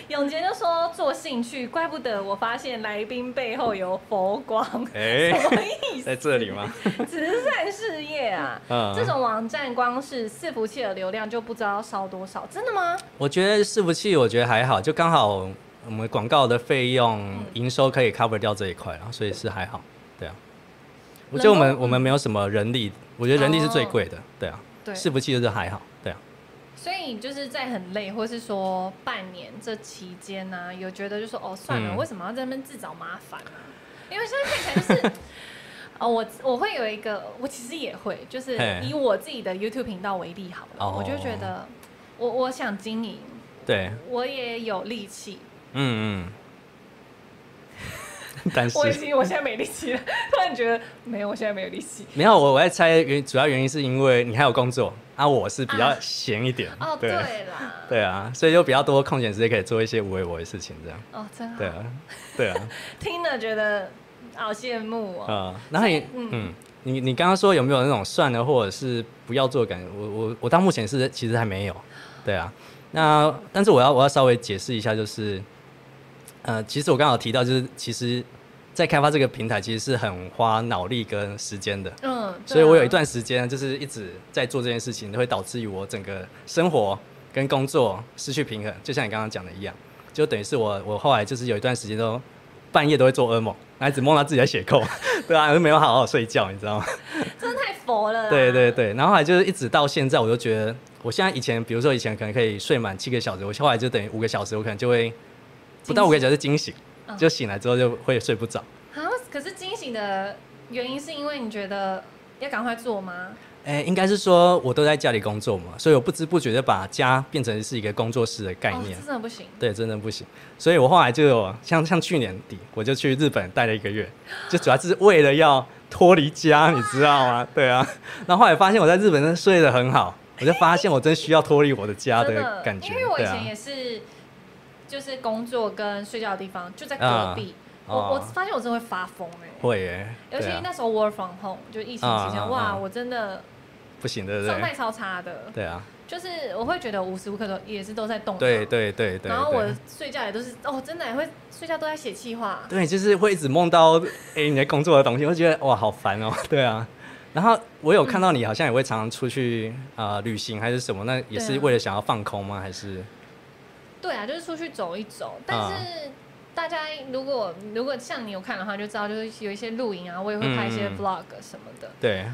Speaker 2: 永杰就说：“做兴趣，怪不得我发现来宾背后有佛光，
Speaker 1: 哎、
Speaker 2: 什么意思？
Speaker 1: 在这里吗？
Speaker 2: 慈善事业啊。”
Speaker 1: 嗯，
Speaker 2: 这种网站光是伺服器的流量就不知道烧多少，真的吗？
Speaker 1: 我觉得伺服器我觉得还好，就刚好我们广告的费用营收可以 cover 掉这一块了，所以是还好，对啊。我觉得我
Speaker 2: 人
Speaker 1: 们
Speaker 2: 工
Speaker 1: 我们没有什么人力，我觉得人力是最
Speaker 2: 哦
Speaker 1: 贵的，对啊。
Speaker 2: 对
Speaker 1: 伺服器就是还好，对啊。
Speaker 2: 所以就是在很累，或是说半年这期间呢、有觉得就说哦算了，
Speaker 1: 嗯
Speaker 2: 为什么要在那边自找麻烦啊？因为现在看起来就是，哦我我会有一个，我其实也会，就是
Speaker 1: 嘿
Speaker 2: 以我自己的 YouTube 频道为例好了，
Speaker 1: 哦
Speaker 2: 我就觉得我我想经营，
Speaker 1: 对，
Speaker 2: 我也有力气，
Speaker 1: 嗯嗯。但是
Speaker 2: 我已经，我现在没力气了。 突然觉得没有，我现在没有力气。
Speaker 1: 没有我，我在猜原主要原因是因为你还有工作啊，我是比较
Speaker 2: 啊
Speaker 1: 闲一点。
Speaker 2: 哦，
Speaker 1: 对
Speaker 2: 对啦，
Speaker 1: 对啊，所以就比较多空闲时间可以做一些无为我的事情，这样。
Speaker 2: 哦，真好。
Speaker 1: 对啊，对啊，
Speaker 2: 听了觉得好羡慕哦。
Speaker 1: 啊、然后你
Speaker 2: 嗯
Speaker 1: 嗯。你你刚刚说有没有那种算了或者是不要做的感觉？我我我到目前是其实还没有，对啊。那但是我要我要稍微解释一下，就是呃，其实我刚好提到，就是其实，在开发这个平台其实是很花脑力跟时间的，
Speaker 2: 嗯，对啊
Speaker 1: 所以我有一段时间就是一直在做这件事情，会导致于我整个生活跟工作失去平衡，就像你刚刚讲的一样，就等于是我我后来就是有一段时间都半夜都会做噩梦，然后一直梦到自己在写扣， 对啊，就没有好好睡觉，你知道吗？
Speaker 2: 真的太佛了。啊
Speaker 1: 对对。对，然后后来就是一直到现在，我就觉得我现在以前，比如说以前可能可以睡满七个小时，我后来就等于五个小时，我可能就会不到五个小时惊醒
Speaker 2: 嗯，
Speaker 1: 就醒来之后就会睡不着。
Speaker 2: 啊，可是惊醒的原因是因为你觉得要赶快做吗？
Speaker 1: 哎、应该是说我都在家里工作嘛，所以我不知不觉的把家变成是一个工作室的概念。
Speaker 2: 哦、这真的不行。
Speaker 1: 对，真的不行。所以我后来就有像像去年底，我就去日本待了一个 月，就主要是为了要脱离家，你知道吗？对啊。然后后来发现我在日本真的睡得很好，我就发现我真需要脱离我的家
Speaker 2: 真
Speaker 1: 的感觉。
Speaker 2: 因为我以
Speaker 1: 对啊
Speaker 2: 前也是，就是工作跟睡觉的地方就在
Speaker 1: 啊
Speaker 2: 隔壁。
Speaker 1: 哦
Speaker 2: 我我发现我真的会发疯哎、
Speaker 1: 会耶，
Speaker 2: 尤
Speaker 1: 对
Speaker 2: 其
Speaker 1: 啊，
Speaker 2: 那时候 work from home 就疫情期间，
Speaker 1: 啊啊啊
Speaker 2: 哇，
Speaker 1: 啊
Speaker 2: 我真的
Speaker 1: 不行，对不
Speaker 2: 状态
Speaker 1: 对？
Speaker 2: 超差的，
Speaker 1: 对啊，
Speaker 2: 就是我会觉得无时无刻都也是都在动脑，
Speaker 1: 对对对对。
Speaker 2: 然后
Speaker 1: 对
Speaker 2: 我睡觉也都是哦，真的也会睡觉都在写计划，
Speaker 1: 对，就是会一直梦到哎、诶你在工作的东西，我就觉得哇好烦哦、对啊，然后我有看到
Speaker 2: 嗯
Speaker 1: 你好像也会常常出去啊、呃旅行还是什么，那也
Speaker 2: 对
Speaker 1: 是
Speaker 2: 啊
Speaker 1: 为了想要放空吗？还是
Speaker 2: 对啊，就是出去走一走。但
Speaker 1: 啊
Speaker 2: 是大家如果如果像你有看的话，就知道就是有一些露营啊，我也会拍一些
Speaker 1: 嗯
Speaker 2: vlog 什么的。
Speaker 1: 对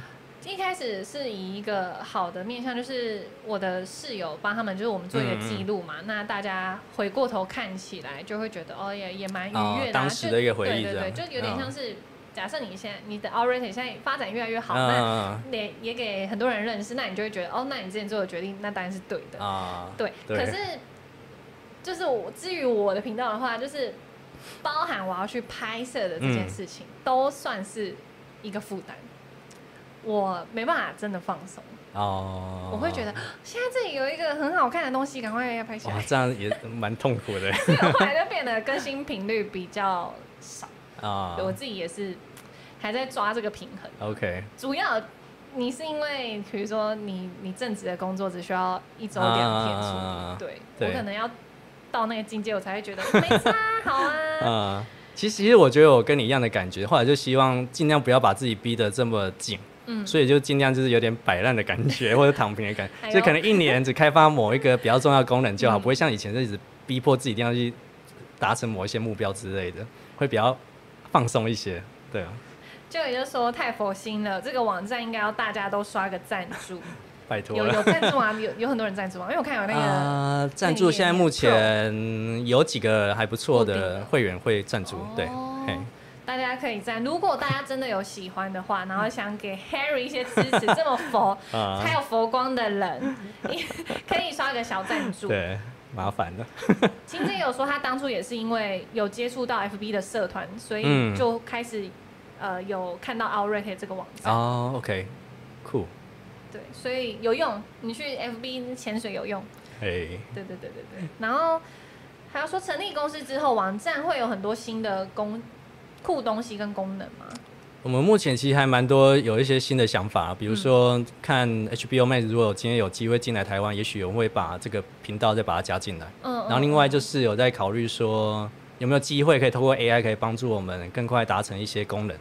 Speaker 2: 一开始是以一个好的面向，就是我的室友帮他们，就是我们做一个记录
Speaker 1: 嗯
Speaker 2: 嘛。那大家回过头看起来，就会觉得哦，也也蛮愉悦的、啊
Speaker 1: 哦当时的一个回忆
Speaker 2: 就
Speaker 1: 这
Speaker 2: 对对
Speaker 1: 样
Speaker 2: 对，就有点
Speaker 1: 嗯
Speaker 2: 像是、假设你现在你的 o r a t i 现在发展越来越好，那
Speaker 1: 啊
Speaker 2: 也也给很多人认识，那你就会觉得哦，那你之前做的决定，那当然是对的。
Speaker 1: 啊
Speaker 2: 对，
Speaker 1: 对
Speaker 2: 可是就是我至于我的频道的话，就是包含我要去拍摄的这件事情，
Speaker 1: 嗯
Speaker 2: 都算是一个负担。我没办法真的放松，
Speaker 1: 哦，
Speaker 2: 我会觉得现在这里有一个很好看的东西，赶快要拍起
Speaker 1: 哇
Speaker 2: 来。
Speaker 1: 这样也蛮痛苦 的
Speaker 2: 所以我后来就变得更新频率比较少，
Speaker 1: 啊
Speaker 2: 我自己也是还在抓这个平衡。
Speaker 1: ，OK
Speaker 2: 主要你是因为，比如说你你正职的工作只需要一周
Speaker 1: 啊
Speaker 2: 两天处理，
Speaker 1: 啊
Speaker 2: 对
Speaker 1: 对
Speaker 2: 我可能要到那个境界，我才会觉得没差，好啊。
Speaker 1: 啊。其实，其实我觉得我跟你一样的感觉，后来就希望尽量不要把自己逼得这么紧，
Speaker 2: 嗯，
Speaker 1: 所以就尽量就是有点摆烂的感 觉，或者躺平的感
Speaker 2: 哎
Speaker 1: 觉，
Speaker 2: 呦
Speaker 1: 就可能一年只开发某一个比较重要的功能就好，不会像以前就一直逼迫自己一定要去达成某一些目标之类的，会比较放松一些。对啊，
Speaker 2: 就也就是说太佛心了，这个网站应该要大家都刷个赞 助，
Speaker 1: 拜托
Speaker 2: 有
Speaker 1: 了。
Speaker 2: 有赞助吗？ 有有很多人赞助吗？因为我看有那个、
Speaker 1: 啊，赞助现在目前有几个还不错的会员会赞助，对，
Speaker 2: 哦
Speaker 1: 嘿，
Speaker 2: 大家可以赞。如果大家真的有喜欢的话，然后想给 Harry 一些 支持，这么佛
Speaker 1: 啊
Speaker 2: 才有佛光的人， 你可以刷个小赞助。
Speaker 1: 对，麻烦了，
Speaker 2: 秦志有说，他当初也是因为有接触到 FB 的社团，所以
Speaker 1: 嗯
Speaker 2: 就开始、呃有看到 Outrate 这个网站，
Speaker 1: 哦，OK，酷，
Speaker 2: 对，所以有用，你去 FB 潜水有用，
Speaker 1: 嘿，
Speaker 2: 对对对对对。然后还要说，成立公司之后，网站会有很多新的功酷东西跟功能吗？
Speaker 1: 我们目前其实还蛮多有一些新的想
Speaker 2: 嗯
Speaker 1: 法，比如说看 HBO Max，如果今天有机会进来台湾，也许我们会把这个频道再把它加进来。
Speaker 2: 嗯，
Speaker 1: 然后另外就是有在考虑说，有没有机会可以透过 AI 可以帮助我们更快达成一些功能，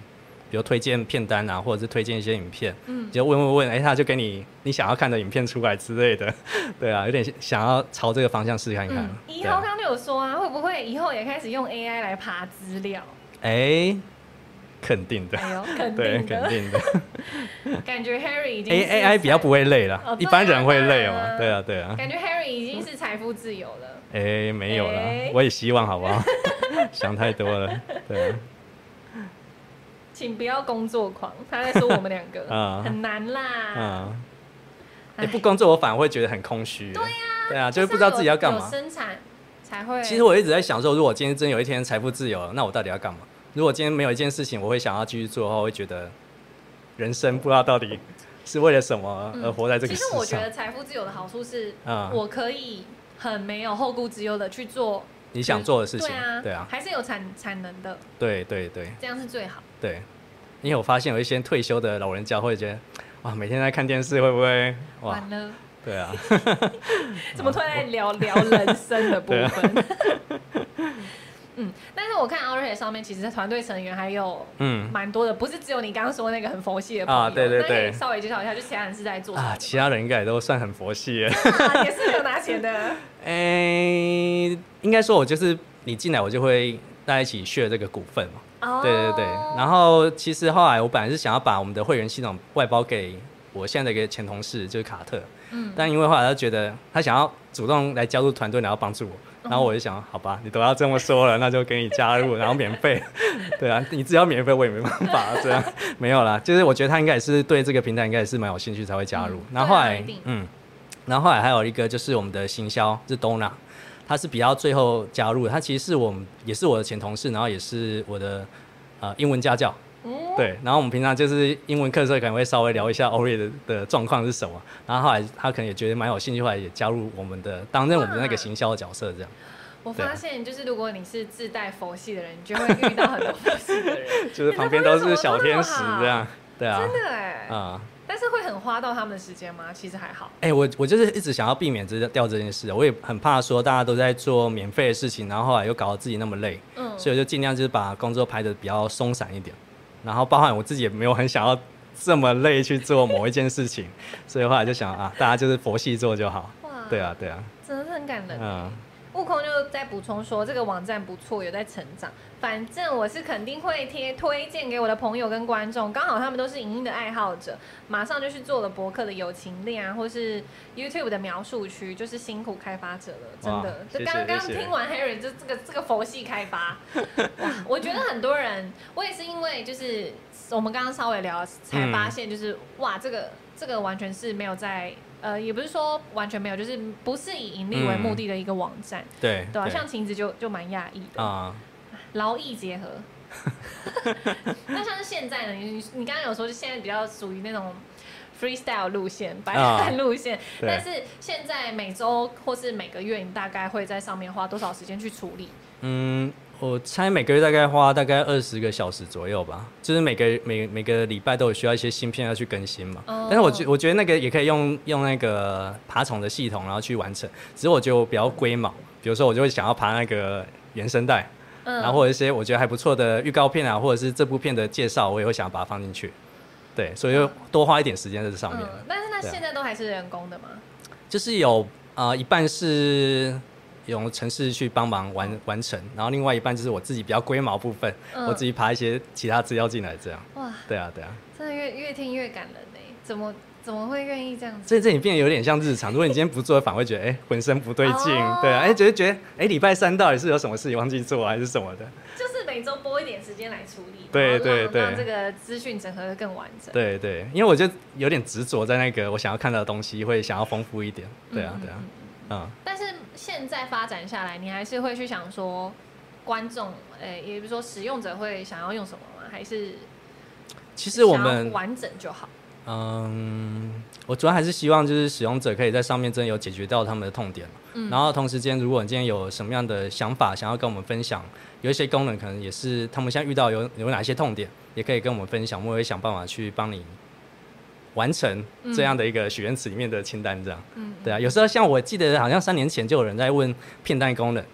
Speaker 1: 比如推荐片单啊，或者是推荐一些影片，
Speaker 2: 嗯
Speaker 1: 就问问问，哎、他就给你你想要看的影片出来之类的， 对啊，有点想要朝这个方向试看看。
Speaker 2: 嗯，一
Speaker 1: 对
Speaker 2: 号
Speaker 1: 啊
Speaker 2: 刚刚就有说啊，会不会以后也开始用 AI 来爬资料？
Speaker 1: 哎、肯定的，
Speaker 2: 哎呦，肯
Speaker 1: 对，
Speaker 2: 定
Speaker 1: 肯
Speaker 2: 的，
Speaker 1: 定的。
Speaker 2: 感觉 Harry 已经
Speaker 1: A A I 比较不
Speaker 2: 会，
Speaker 1: 会累啦，
Speaker 2: 哦
Speaker 1: 一般人会累
Speaker 2: 对啊
Speaker 1: 嘛，对啊，对啊。
Speaker 2: 感觉 Harry 已经是财富自由了。
Speaker 1: 哎、没有啦，
Speaker 2: 哎
Speaker 1: 我也希望好不 好？想太多了，对啊，
Speaker 2: 请不要工作狂，他在说我们两个
Speaker 1: 啊，
Speaker 2: 很难啦。
Speaker 1: 嗯，哎、
Speaker 2: 哎啊
Speaker 1: 啊不工作我反而会觉得很空虚。对呀、对啊，就会不知道自己要干
Speaker 2: 有
Speaker 1: 嘛。
Speaker 2: 生产才会。
Speaker 1: 其实我一直在想说，如果今天真有一天财富自由了，那我到底要干嘛？如果今天没有一件事情我会想要继续做的话，我会觉得人生不知道到底是为了什么而活在这个
Speaker 2: 嗯其
Speaker 1: 世
Speaker 2: 实我觉
Speaker 1: 上。
Speaker 2: 得财富自由的好处是，
Speaker 1: 嗯
Speaker 2: 我可以很没有后顾之忧的去做
Speaker 1: 你想做的事情，
Speaker 2: 对啊，
Speaker 1: 对啊，
Speaker 2: 还是有产产能的，
Speaker 1: 对对对
Speaker 2: 这样是最好。
Speaker 1: 对，因为我发现有一些退休的老人家会觉得，哇，每天在看电视会不会哇
Speaker 2: 完？了，
Speaker 1: 对啊，
Speaker 2: 怎么突然在聊聊人生的 部
Speaker 1: 对啊啊
Speaker 2: 分？ 嗯，但是我看 o u t r e 上面，其实团队成员还有
Speaker 1: 嗯
Speaker 2: 蛮多的，不是只有你刚刚说那个很佛系的朋友。
Speaker 1: 啊对对
Speaker 2: 那可以
Speaker 1: 对
Speaker 2: 稍微介绍一下，就其他人是在做什么
Speaker 1: 啊，？其他人应该也都算很佛系 耶。
Speaker 2: 啊也是有拿钱的。
Speaker 1: 诶、应该说我就是你进来，我就会大家一起 share 这个股份嘛。
Speaker 2: 哦
Speaker 1: 对对对，然后其实后来我本来是想要把我们的会员系统外包给我现在的一个前同事，就是卡特，
Speaker 2: 嗯，
Speaker 1: 但因为后来他觉得他想要主动来加入团队，然后帮助我，然后我就想，好吧，你都要这么说了，那就给你加入，然后免费，对啊，你只要免费我也没办法，啊这样没有啦，就是我觉得他应该也是对这个平台应该也是蛮有兴趣才会加入，
Speaker 2: 嗯
Speaker 1: 然后后
Speaker 2: 对啊
Speaker 1: 来
Speaker 2: 一定
Speaker 1: 嗯，然后后来还有一个就是我们的行销是 Dona。他是比较最后加入的，他其实是我们也是我的前同事，然后也是我的呃英文家教，
Speaker 2: 嗯
Speaker 1: 对，然后我们平常就是英文课的时候可能会稍微聊一下 Ori 的的状况是什么，然后后来他可能也觉得蛮有兴趣，后来也加入我们的担任我们的那个行销的角色，这样
Speaker 2: 我
Speaker 1: 啊
Speaker 2: 发现，就是如果你是自带佛系的人，你就会遇 到很多佛系的人，
Speaker 1: 就是旁边都是小天使这样，对啊，
Speaker 2: 真的哎、
Speaker 1: 啊，
Speaker 2: 但是会很花到他们的时间吗？其实还好。
Speaker 1: 哎、我我就是一直想要避免这掉这件事，我也很怕说大家都在做免费的事情，然后后来又搞得自己那么累，
Speaker 2: 嗯，
Speaker 1: 所以我就尽量就是把工作排的比较松散一点，然后包含我自己也没有很想要这么累去做某一件事情，所以后来就想啊，大家就是佛系做就好，
Speaker 2: 哇
Speaker 1: 对，啊，对啊，
Speaker 2: 真的是很感人。
Speaker 1: 嗯。
Speaker 2: 悟空就在补充说，这个网站不错，有在成长。反正我是肯定会贴推荐给我的朋友跟观众，刚好他们都是影音的爱好者，马上就去做了博客的友情链啊，或是 YouTube 的描述区，就是辛苦开发者了，真
Speaker 1: 哇
Speaker 2: 的。就
Speaker 1: 谢谢
Speaker 2: 刚刚
Speaker 1: 谢谢
Speaker 2: 听完 Harry 这这个这个佛系开发， 哇，我觉得很多人，我也是因为就是我们刚刚稍微聊，才发现就是、哇，这个这个完全是没有在。呃，也不是说完全没有，就是不是以盈利为目的的一个网站。
Speaker 1: 嗯对
Speaker 2: 对啊，像晴子就就蛮讶异的，
Speaker 1: 啊、
Speaker 2: 劳逸结合。 那像是现在呢，你你刚刚有说，就现在比较属于那种 freestyle 路线、白烂路线，
Speaker 1: 啊对
Speaker 2: 但是现在每周或是每个月，你大概会在上面花多少时间去处理？
Speaker 1: 嗯，我猜每个月大概花大概二十个小时左右吧，就是每个每每个礼拜都有需要一些芯片要去更新嘛。
Speaker 2: 哦
Speaker 1: 但是我觉我觉得那个也可以用用那个爬虫的系统，然后去完成。只是我觉得我比较龟毛，比如说我就会想要爬那个原声带，
Speaker 2: 嗯，
Speaker 1: 然后或者一些我觉得还不错的预告片啊，或者是这部片的介绍，我也会想把它放进去。对，所以就多花一点时间在这上面。啊
Speaker 2: 嗯，但是那现在都还是人工的嘛？
Speaker 1: 就是有呃一半是用城市去帮忙完完成，然后另外一半就是我自己比较龟毛部分，
Speaker 2: 嗯
Speaker 1: 我自己爬一些其他资料进来这样。
Speaker 2: 哇，
Speaker 1: 对啊，对啊，
Speaker 2: 真的越越听越感人呢、怎么怎么会愿意这样子？
Speaker 1: 所以这里变得有点像日常。如果你今天不做，反而会觉得哎浑身不对劲，
Speaker 2: 哦
Speaker 1: 对啊，哎觉得觉得哎礼拜三到底是有什么事情忘记做还是什么的？
Speaker 2: 就是每周拨一点时间来处理，
Speaker 1: 对
Speaker 2: 然后让
Speaker 1: 对对
Speaker 2: 让这个资讯整合的更完整。
Speaker 1: 对对，因为我就有点执着在那个我想要看到的东西，会想要丰富一点。对啊
Speaker 2: 嗯，嗯
Speaker 1: 对啊
Speaker 2: 嗯，
Speaker 1: 嗯
Speaker 2: 但是现在发展下来，你还是会去想说，观众，诶、也比如说使用者会想要用什么吗？还是
Speaker 1: 其实我
Speaker 2: 想要
Speaker 1: 们
Speaker 2: 完整就好？
Speaker 1: 嗯，我主要还是希望就是使用者可以在上面真的有解决到他们的痛点嘛
Speaker 2: 嗯
Speaker 1: 然后同时间，如果你今天有什么样的想法想要跟我们分享，有一些功能可能也是他们现在遇到有有哪些痛点，也可以跟我们分享，我们会想办法去帮你完成这样的一个许愿池里面的清单这样。
Speaker 2: 嗯，
Speaker 1: 对啊，有时候像我记得好像三年前就有人在问片单功能，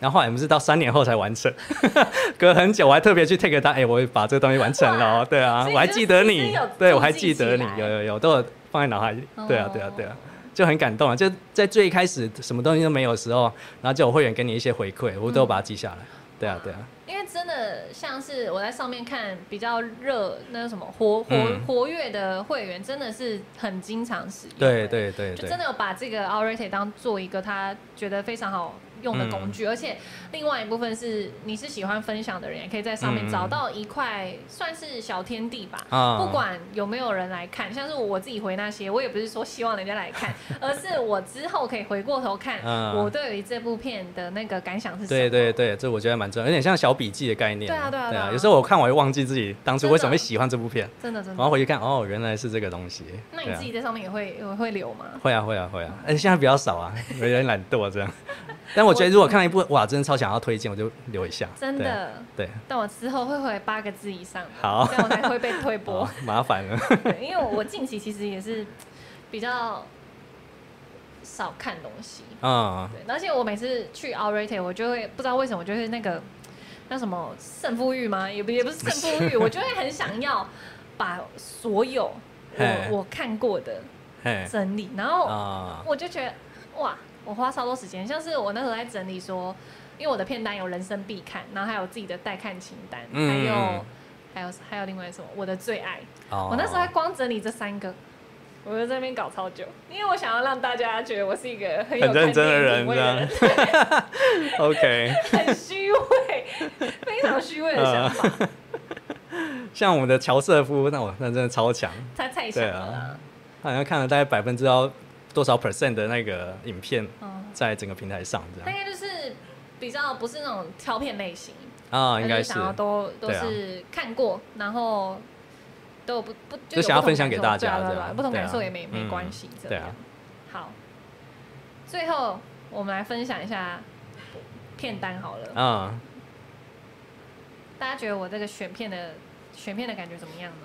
Speaker 1: 然后后来我们是到三年后才完成， 隔很久我还特别去 take 他，哎、我把这个东西完成 了哦，对啊
Speaker 2: 所以，
Speaker 1: 我还记得
Speaker 2: 就是已
Speaker 1: 你
Speaker 2: 经有，
Speaker 1: 对我还
Speaker 2: 注记
Speaker 1: 记
Speaker 2: 起
Speaker 1: 得你
Speaker 2: 来，
Speaker 1: 有有有都有放在脑海里，对啊对啊对啊
Speaker 2: 哦，
Speaker 1: 就很感动啊，就在最开始什么东西都没有的时候，然后就有会员给你一些回馈，我都有把它记下来，
Speaker 2: 嗯
Speaker 1: 对啊对啊，
Speaker 2: 因为真的像是我在上面看比较热那个什么活活、
Speaker 1: 嗯
Speaker 2: 活跃的会员，真的是很经常使用、
Speaker 1: 对。对对
Speaker 2: 就
Speaker 1: 对
Speaker 2: 真，的有把这个 o r a t e 当做一个他觉得非常好用的工具，
Speaker 1: 嗯
Speaker 2: 而且另外一部分是你是喜欢分享的人，也可以在上面
Speaker 1: 嗯
Speaker 2: 找到一块算是小天地吧。
Speaker 1: 啊
Speaker 2: 不管有没有人来看，像是我自己回那些，我也不是说希望人家来 看，而是我之后可以回过头看
Speaker 1: 嗯
Speaker 2: 我对于这部片的那个感想是什么。
Speaker 1: 对对对，这我觉得蛮重要，有点像小笔记的概念。
Speaker 2: 哦对啊对啊对啊
Speaker 1: 有时候我看完会忘记自己当初为什么
Speaker 2: 真
Speaker 1: 会
Speaker 2: 的
Speaker 1: 喜欢这部片，
Speaker 2: 真的真
Speaker 1: 然后
Speaker 2: 的。
Speaker 1: 回去看，哦，原来是这个东西。
Speaker 2: 那
Speaker 1: 对
Speaker 2: 你
Speaker 1: 啊
Speaker 2: 自己在上面也会也会留吗？
Speaker 1: 会啊会啊会啊，嗯，现在比较少啊， 有点懒惰这样。但我觉得如果看一部哇，真的超想要推荐，我就留一下。
Speaker 2: 真
Speaker 1: 对啊，
Speaker 2: 的，
Speaker 1: 对，
Speaker 2: 但我之后会回八个字以上，
Speaker 1: 好
Speaker 2: 这样我才会被推
Speaker 1: 好。
Speaker 2: 播
Speaker 1: 哦麻烦了。
Speaker 2: 对，因为我近期其实也是比较少看东西，
Speaker 1: 嗯，
Speaker 2: 对，而且我每次去 Outrate，我就会不知道为什么，我就会那个那什么胜负欲吗？也不也不是胜负欲，我就会很想要把所有
Speaker 1: 嘿
Speaker 2: 我我看过的
Speaker 1: 嘿，
Speaker 2: 整理，然后
Speaker 1: 啊，
Speaker 2: 我就觉得哇，我花超多时间，像是我那时候在整理说，因为我的片单有人生必看，然后还有自己的待看清单，
Speaker 1: 嗯
Speaker 2: 还有还有还有另外什么我的最爱，
Speaker 1: 哦
Speaker 2: 我那时候还光整理这三个，我就在那边搞超久，因为我想要让大家觉得我是一个很有
Speaker 1: 很认真的
Speaker 2: 看电
Speaker 1: 人
Speaker 2: 影味的人，
Speaker 1: 这样。OK，
Speaker 2: 很虚伪，非常虚伪的想
Speaker 1: 嗯
Speaker 2: 法，
Speaker 1: 像我们的乔瑟夫，那我那真的超强，
Speaker 2: 他太想了
Speaker 1: 啊
Speaker 2: 啦。
Speaker 1: 他好像看了大概百分之多多少 percent 的那个影片，
Speaker 2: 嗯，
Speaker 1: 在整个平台上这
Speaker 2: 大
Speaker 1: 样
Speaker 2: 概就是比较不是那种挑片类型，
Speaker 1: 啊，应
Speaker 2: 他
Speaker 1: 该
Speaker 2: 就是想要都都
Speaker 1: 对啊
Speaker 2: 是看过，然后都有不不
Speaker 1: 就想要
Speaker 2: 有不同
Speaker 1: 分享给大家
Speaker 2: 感受
Speaker 1: 这
Speaker 2: 对啊对啊对啊
Speaker 1: 样
Speaker 2: 不同感
Speaker 1: 对
Speaker 2: 受
Speaker 1: 啊
Speaker 2: 也没没
Speaker 1: 嗯
Speaker 2: 关系，这
Speaker 1: 对
Speaker 2: 样
Speaker 1: 啊。
Speaker 2: 好，最后我们来分享一下片单好了。
Speaker 1: 啊，
Speaker 2: 大家觉得我这个选片的选片的感觉怎么样呢？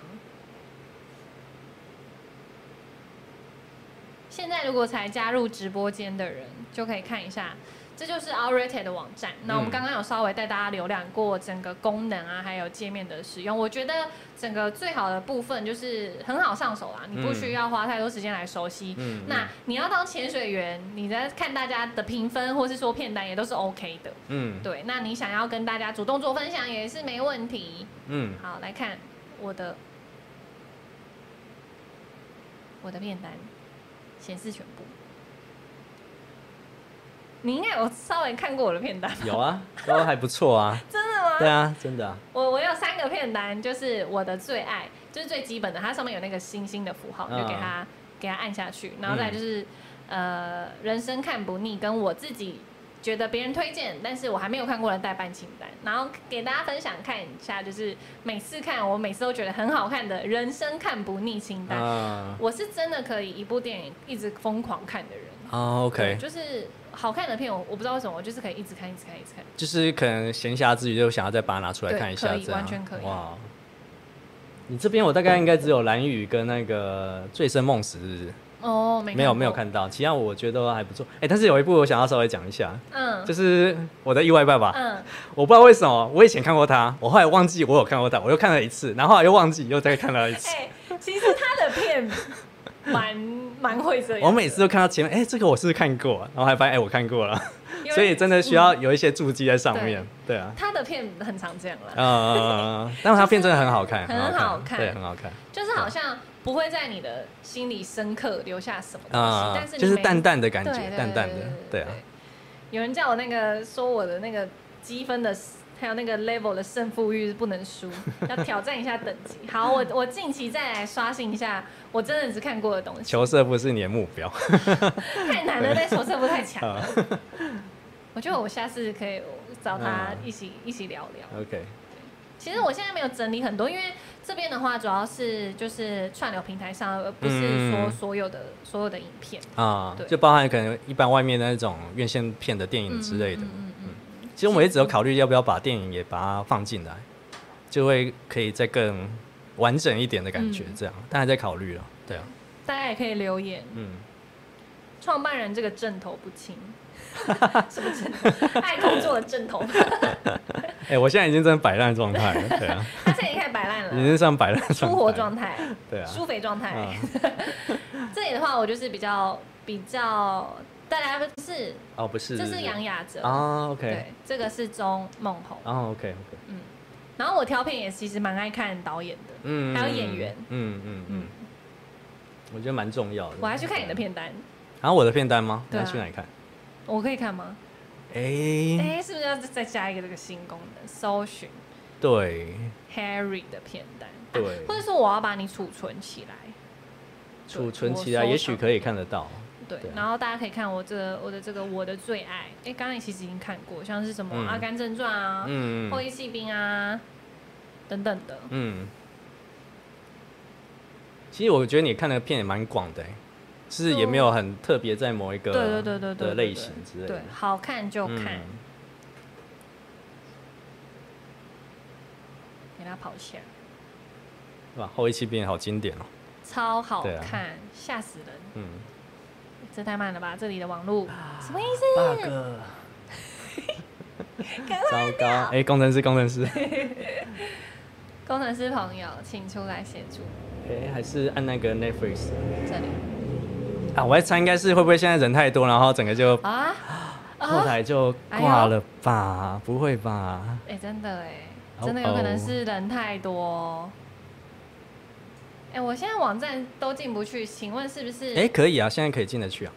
Speaker 2: 现在如果才加入直播间的人，就可以看一下，这就是 Outrated E 的网站。那我们
Speaker 1: 嗯
Speaker 2: 刚刚有稍微带大家浏览过整个功能啊，还有界面的使用。我觉得整个最好的部分就是很好上手啦，你不
Speaker 1: 嗯
Speaker 2: 需要花太多时间来熟悉。
Speaker 1: 嗯，
Speaker 2: 那你要当潜水员，你在看大家的评分或是说片单也都是 OK 的。
Speaker 1: 嗯
Speaker 2: 对，那你想要跟大家主动做分享也是没问题。
Speaker 1: 嗯，
Speaker 2: 好，来看我的我的片单，显示全部。你应该有稍微看过我的片单，
Speaker 1: 有啊，都还不错啊，
Speaker 2: 真的吗？
Speaker 1: 对啊，真的啊，
Speaker 2: 我我有三个片单，就是我的最爱，就是最基本的，它上面有那个星星的符号，你就
Speaker 1: 嗯
Speaker 2: 给它、给它按下去，然后再来就是、呃，人生看不腻，跟我自己觉得别人推荐，但是我还没有看过的代办清单，然后给大家分享看一下，就是每次看我每次都觉得很好看的人生看不腻清单，
Speaker 1: 啊
Speaker 2: 我是真的可以一部电影一直疯狂看的人。
Speaker 1: 啊
Speaker 2: 对
Speaker 1: ，OK，
Speaker 2: 就是好看的片，我我不知道为什么，我就是可以一直看，一直看，一直看。
Speaker 1: 就是可能闲暇之余就想要再把它拿出来
Speaker 2: 对
Speaker 1: 看一下
Speaker 2: 可，以
Speaker 1: 这样
Speaker 2: 完全可以
Speaker 1: 哇，你这边我大概应该只有蓝雨跟那个醉生梦死，是不是？
Speaker 2: 哦，没
Speaker 1: 没有没有
Speaker 2: 过，
Speaker 1: 看到，其他我觉得都还不错。哎，但是有一部我想要稍微讲一下，
Speaker 2: 嗯，
Speaker 1: 就是我的意外爸爸。
Speaker 2: 嗯，
Speaker 1: 我不知道为什么，我以前看过他，我后来忘记我有看过他，我又看了一次，然后后来又忘记，又再看了一次。
Speaker 2: 哎、其实他的片蛮蛮会这样的。
Speaker 1: 我每次都看到前面，哎、这个我是不是看过？然后还发现，哎、我看过了，
Speaker 2: 因为
Speaker 1: 所以真的需要有一些注记在上面。对啊，
Speaker 2: 嗯他的片很常这样啦，
Speaker 1: 呃，但是它片真的很好看，
Speaker 2: 就是很
Speaker 1: 好
Speaker 2: 好看
Speaker 1: 对，很好看
Speaker 2: 就是好像不会在你的心里深刻留下什么东西，
Speaker 1: 啊、
Speaker 2: 但是你
Speaker 1: 就是
Speaker 2: 每
Speaker 1: 淡淡的感
Speaker 2: 对
Speaker 1: 觉
Speaker 2: 对，对
Speaker 1: 淡淡的，对
Speaker 2: 对
Speaker 1: 啊，。
Speaker 2: 有人叫我那个说我的那个积分的，还有那个 level 的胜负欲是不能输，要挑战一下等级。好，我我近期再来刷新一下我真的只看过的东西，
Speaker 1: 求色不是你的目 标，
Speaker 2: 太难了，但手势不太强
Speaker 1: 啊
Speaker 2: 了。 我觉得我下次可以找他
Speaker 1: 嗯
Speaker 2: 一起、一起聊聊。
Speaker 1: OK，
Speaker 2: 其实我现在没有整理很多，因为这边的话主要是就是串流平台上，而不是说
Speaker 1: 嗯
Speaker 2: 所有的、所有的影片
Speaker 1: 啊、
Speaker 2: 对
Speaker 1: 就包含可能一般外面那种院线片的电影之类的。
Speaker 2: 嗯嗯嗯嗯嗯
Speaker 1: 其实我们一直有考虑要不要把电影也把它放进来，就会可以再更完整一点的感觉
Speaker 2: 嗯，
Speaker 1: 这样，但还在考虑了。对啊，
Speaker 2: 大家也可以留言，
Speaker 1: 嗯，
Speaker 2: 创办人这个阵头不 轻，什么阵头？爱工作的 阵头，
Speaker 1: 哎、我现在已经真的摆烂状态了，对 啊，
Speaker 2: 他现在已经开始摆烂
Speaker 1: 已
Speaker 2: 了，
Speaker 1: 经上摆烂状态，
Speaker 2: 出活状态，
Speaker 1: 对啊，
Speaker 2: 舒肥状态。
Speaker 1: 啊
Speaker 2: 这里的话，我就是比较比较，大家不是，
Speaker 1: 哦，不是，
Speaker 2: 这是杨雅哲，
Speaker 1: 啊，OK，
Speaker 2: 对，这个是钟梦红。
Speaker 1: 哦，OK，OK，
Speaker 2: 然后我挑片也其实蛮爱看导演的，
Speaker 1: 嗯，
Speaker 2: 还有演员，
Speaker 1: 嗯嗯嗯，我觉得蛮重要的。啊
Speaker 2: 我还去看你的，片单，
Speaker 1: 然后我的片单吗？你
Speaker 2: 对啊
Speaker 1: 要去哪里看？
Speaker 2: 我可以看吗？
Speaker 1: 哎、哎，
Speaker 2: 哎、是不是要再加一个这个新功能，搜寻
Speaker 1: 对
Speaker 2: Harry 的片单，
Speaker 1: 对
Speaker 2: 或，者说我要把你储存起来，
Speaker 1: 储存起来也许可以看得到。
Speaker 2: 对
Speaker 1: 对，啊
Speaker 2: 然后大家可以看我这个我的这个我的最爱，哎，刚刚你其实已经看过，像是什么《
Speaker 1: 嗯
Speaker 2: 阿甘正传》啊，
Speaker 1: 嗯
Speaker 2: 后羿弃兵》啊等等的，
Speaker 1: 嗯，其实我觉得你看的片也蛮广的、欸，就是也没有很特别在某一个
Speaker 2: 对对对对对
Speaker 1: 啊的类型之类的。
Speaker 2: 对，好看就
Speaker 1: 嗯
Speaker 2: 看，给他跑起来，
Speaker 1: 哇，后一期变好经典哦、
Speaker 2: 超好
Speaker 1: 对啊
Speaker 2: 看，吓死人，
Speaker 1: 嗯
Speaker 2: 这太慢了吧，这里的 网络什么意思？
Speaker 1: ，bug，糟糕， 哎、工程师，工程 师，哎、
Speaker 2: 工程师朋友，请出来协助，
Speaker 1: 哎还是按那个 Netflix
Speaker 2: 这里
Speaker 1: 啊？我在猜，应该是会不会现在人太多，然后整个就
Speaker 2: 啊，
Speaker 1: 后台就挂了吧？不会吧？
Speaker 2: 哎，真的哎，
Speaker 1: 哦
Speaker 2: 真的有可能
Speaker 1: 哦
Speaker 2: 是人太多哦。哎，我现在网站都进不去，请问是不是？
Speaker 1: 哎、可以啊，现在可以进得去啊。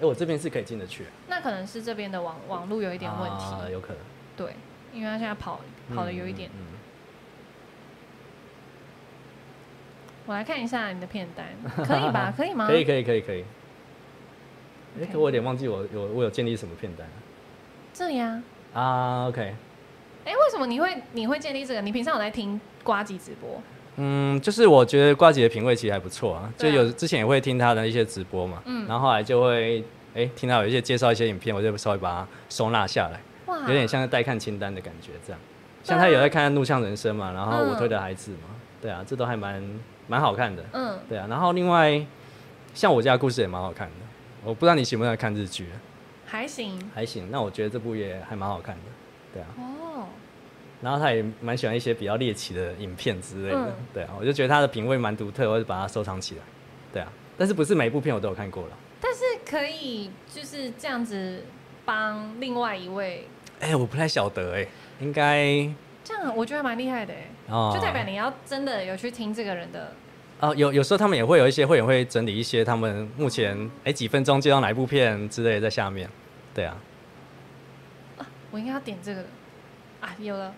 Speaker 1: 哎、我这边是可以进得去、
Speaker 2: 那可能是这边的网网络有一点问题，
Speaker 1: 啊、有可能。
Speaker 2: 对，因为他现在跑跑的有一点。
Speaker 1: 嗯嗯嗯
Speaker 2: 我来看一下你的片 单，可以吧？可以吗？
Speaker 1: 嗯可以可以可以可以。哎、
Speaker 2: OK
Speaker 1: 可我有点忘记我有我有建立什么片单
Speaker 2: 这里啊，
Speaker 1: 啊啊？OK，
Speaker 2: 哎，为什么你会你会建立这个？你平常有在听瓜吉直播？
Speaker 1: 嗯，就是我觉得瓜姐的品味其实还不错啊，就
Speaker 2: 对啊
Speaker 1: 有之前也会听她的一些直播嘛，
Speaker 2: 嗯
Speaker 1: 然后后来就会哎、听到有一些介绍一些影片，我就稍微把它收纳下来，
Speaker 2: 哇，
Speaker 1: 有点像是代看清单的感觉这样。
Speaker 2: 啊对啊
Speaker 1: 像她有在看《怒向人生》嘛，然后
Speaker 2: 嗯
Speaker 1: 我推的孩子嘛，对啊，这都还蛮蛮好看的，
Speaker 2: 嗯，
Speaker 1: 对啊。然后另外像我家的故事也蛮好看的，我不知道你喜不喜欢看日剧啊，
Speaker 2: 还行
Speaker 1: 还行，那我觉得这部也还蛮好看的，对啊。
Speaker 2: 哦。
Speaker 1: 然后他也蛮喜欢一些比较猎奇的影片之类的，
Speaker 2: 嗯
Speaker 1: 对啊，我就觉得他的品味蛮独特，我就把它收藏起来，对啊。但是不是每一部片我都有看过了？
Speaker 2: 但是可以就是这样子帮另外一位，
Speaker 1: 哎、我不太晓得哎、应该
Speaker 2: 这样我觉得蛮厉害的哎，
Speaker 1: 哦，
Speaker 2: 就代表你要真的有去听这个人的
Speaker 1: 哦，有有时候他们也会有一些会员会整理一些他们目前哎、几分钟接到哪一部片之类的在下面，对啊，
Speaker 2: 我应该要点这个的啊，有了。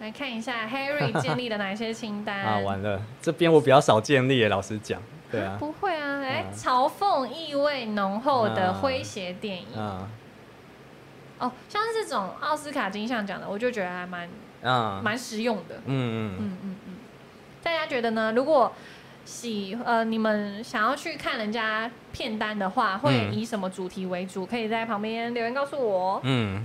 Speaker 2: 来看一下 Harry 建立的哪一些清单
Speaker 1: 啊完了，这边我比较少建立，老实讲，对啊，
Speaker 2: 不会啊，哎、
Speaker 1: 嗯
Speaker 2: 嘲讽意味浓厚的
Speaker 1: 嗯
Speaker 2: 诙谐电影、
Speaker 1: 嗯
Speaker 2: 哦，像是这种奥斯卡金像奖的，我就觉得还蛮
Speaker 1: 嗯
Speaker 2: 蛮实用的。
Speaker 1: 嗯嗯，
Speaker 2: 嗯嗯嗯，大家觉得呢？如果喜呃，你们想要去看人家片单的话，会
Speaker 1: 嗯
Speaker 2: 以什么主题为主？可以在旁边留言告诉我。
Speaker 1: 嗯，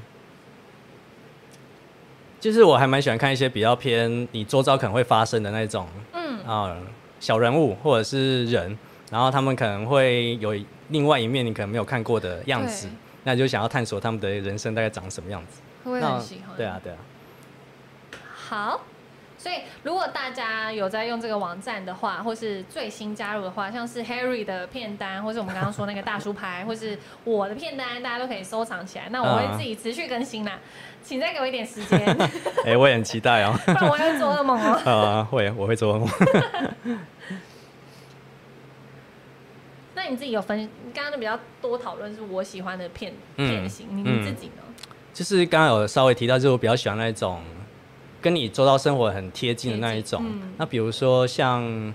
Speaker 1: 就是我还蛮喜欢看一些比较偏你周遭可能会发生的那种
Speaker 2: 嗯，
Speaker 1: 啊、小人物或者是人，然后他们可能会有另外一面你可能没有看过的样子
Speaker 2: 对，
Speaker 1: 那你就想要探索他们的人生大概长什么样子。
Speaker 2: 会
Speaker 1: 那
Speaker 2: 很喜欢。
Speaker 1: 对啊，对啊，
Speaker 2: 好，所以如果大家有在用这个网站的话，或是最新加入的话，像是 Harry 的片单，或是我们刚刚说那个大叔牌，或是我的片单，大家都可以收藏起来。那我会自己持续更新啦，请再给我一点时间，不
Speaker 1: 哎、我也很期待哦。
Speaker 2: 然我要做噩梦哦。
Speaker 1: 呃，会，我会做梦。
Speaker 2: 那你自己有分，你刚刚就比较多讨论是我喜欢的片
Speaker 1: 嗯
Speaker 2: 片型，你
Speaker 1: 嗯
Speaker 2: 你自己呢？
Speaker 1: 就是刚刚有稍微提到，就是我比较喜欢那一种跟你周遭生活很贴近的那一种。
Speaker 2: 贴近嗯
Speaker 1: 那比如说像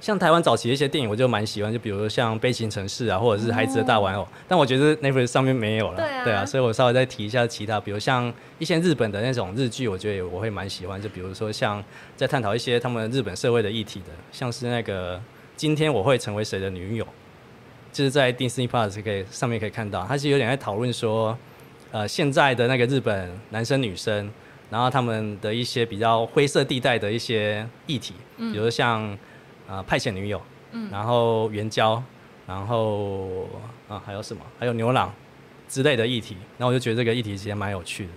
Speaker 1: 像台湾早期的一些电影，我就蛮喜欢，就比如说像《悲情城市》啊，或者是《孩子的大玩偶》但我觉得 Netflix 上面没有了，
Speaker 2: 哦对啊
Speaker 1: 所以我稍微再提一下其他，比如像一些日本的那种日剧，我觉得也我会蛮喜欢，就比如说像在探讨一些他们日本社会的议题的，像是那个《今天我会成为谁的女友》。就是在 Disney Plus 可以上面可以看到，它是有点在讨论说，呃，现在的那个日本男生女生，然后他们的一些比较灰色地带的一些议题，比如像呃派遣女友，
Speaker 2: 嗯
Speaker 1: 然后援交，然后啊还有什么，还有牛郎之类的议题，然后我就觉得这个议题其实蛮有趣的。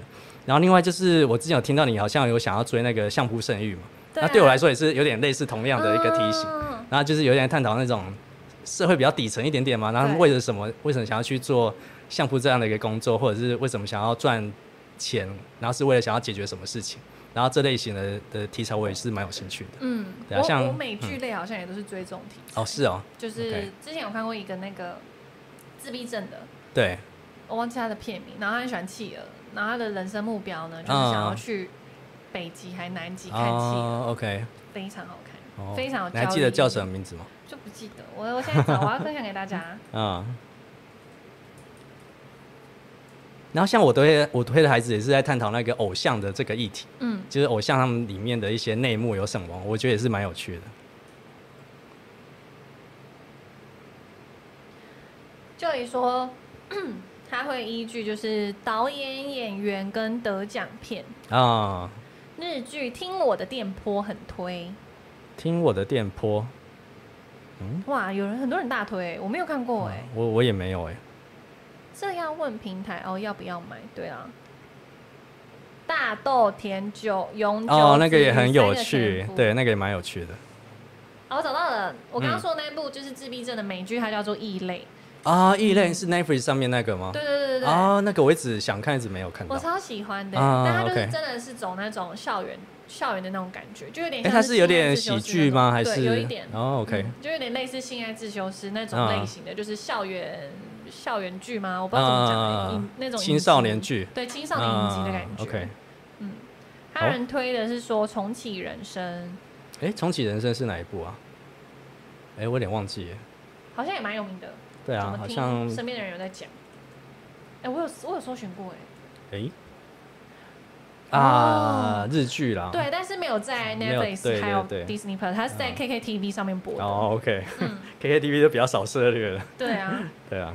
Speaker 1: 然后另外就是我之前有听到你好像有想要追那个相扑圣域嘛，那对我来说
Speaker 2: 说
Speaker 1: 也是有点类似同样的一个提醒。
Speaker 2: 嗯
Speaker 1: 然后就是有点探讨那种社会比较底层一点点嘛，然后他们
Speaker 2: 对
Speaker 1: 为了什么，为什么想要去做相扑这样的一个工作，或者是为什么想要赚钱，然后是为了想要解决什么事情，然后这类型的的题材我也是蛮有兴趣的。
Speaker 2: 嗯，
Speaker 1: 对啊
Speaker 2: 我
Speaker 1: 像
Speaker 2: 我美剧类好像也都是追这种题材
Speaker 1: 哦，是哦，
Speaker 2: 就是
Speaker 1: OK
Speaker 2: 之前有看过一个那个自闭症的，
Speaker 1: 对，
Speaker 2: 我忘记他的片名，然后他很喜欢企鹅，然后他的人生目标呢，就是想
Speaker 1: 嗯
Speaker 2: 要去北极还南极看企
Speaker 1: 哦
Speaker 2: 鹅，
Speaker 1: ，OK，
Speaker 2: 非常好看，
Speaker 1: 哦
Speaker 2: 非常有
Speaker 1: 你还
Speaker 2: 教
Speaker 1: 记得
Speaker 2: 育
Speaker 1: 叫
Speaker 2: 意义
Speaker 1: 什么名字吗？
Speaker 2: 就不记得，我我现在找，我要分享给 大家。
Speaker 1: 啊、然后像我推我推的孩子也是在探讨那个偶像的这个议题，
Speaker 2: 嗯，
Speaker 1: 就是偶像他们里面的一些内幕有什么，我觉得也是蛮有趣的。
Speaker 2: 就以说， 他会依据就是导演、演员跟得奖片。
Speaker 1: 啊、
Speaker 2: 日剧《听我的电波》很推，
Speaker 1: 听我的电波，
Speaker 2: 哇，有人很多人大推，我没有看过哎、
Speaker 1: 我我也没有哎、
Speaker 2: 这要问平台哦，要不要买？对啊，大豆甜酒永久
Speaker 1: 哦，那
Speaker 2: 子
Speaker 1: 个也很有
Speaker 2: 三个
Speaker 1: 趣
Speaker 2: 前，夫
Speaker 1: 对，那个也蛮有趣的
Speaker 2: 哦，我找到了，我刚
Speaker 1: 嗯
Speaker 2: 刚说的那部就是自闭症的美剧，它叫做《异类》。
Speaker 1: 啊。异类是 Netflix 上面那个吗？
Speaker 2: 嗯对对对对对，
Speaker 1: 啊，那个我一直想看，一直没有看到
Speaker 2: 我。超喜欢的，
Speaker 1: 啊
Speaker 2: 但它就是
Speaker 1: OK
Speaker 2: 真的是走那种校园校园的那种感觉，就有点
Speaker 1: 哎，
Speaker 2: 像
Speaker 1: 它
Speaker 2: 是
Speaker 1: 是有
Speaker 2: 性爱
Speaker 1: 点
Speaker 2: 自修
Speaker 1: 喜
Speaker 2: 室
Speaker 1: 剧
Speaker 2: 那种
Speaker 1: 吗？还是
Speaker 2: 对，有一点。
Speaker 1: 哦，OK，
Speaker 2: 嗯就有点类似《性爱自修室》那种
Speaker 1: 啊
Speaker 2: 类型的，就是校园校园剧吗？我不知道怎么讲、欸
Speaker 1: 啊
Speaker 2: 影那种
Speaker 1: 青
Speaker 2: 影
Speaker 1: 少
Speaker 2: 集
Speaker 1: 年剧啊
Speaker 2: 对青少年影集的感觉。
Speaker 1: o k
Speaker 2: 嗯，他人推的是说重启人生，
Speaker 1: 哎，重启人生是哪一部啊？哎，我有点忘记了。
Speaker 2: 好像也蛮有名的。
Speaker 1: 对
Speaker 2: 怎
Speaker 1: 啊，
Speaker 2: 么
Speaker 1: 好
Speaker 2: 听
Speaker 1: 像
Speaker 2: 身边的人有在讲。哎、我有我有搜寻过哎、
Speaker 1: 哎啊，日剧啦。
Speaker 2: 哦对，但是没有在
Speaker 1: 没有
Speaker 2: Netflix
Speaker 1: 对
Speaker 2: 还有
Speaker 1: 对对
Speaker 2: Disney Plus，它是在 KKTV 上面播的。
Speaker 1: 哦，OK，KKTV、
Speaker 2: 嗯，
Speaker 1: KKTV 就比较少涉猎了。
Speaker 2: 对啊，
Speaker 1: 对啊，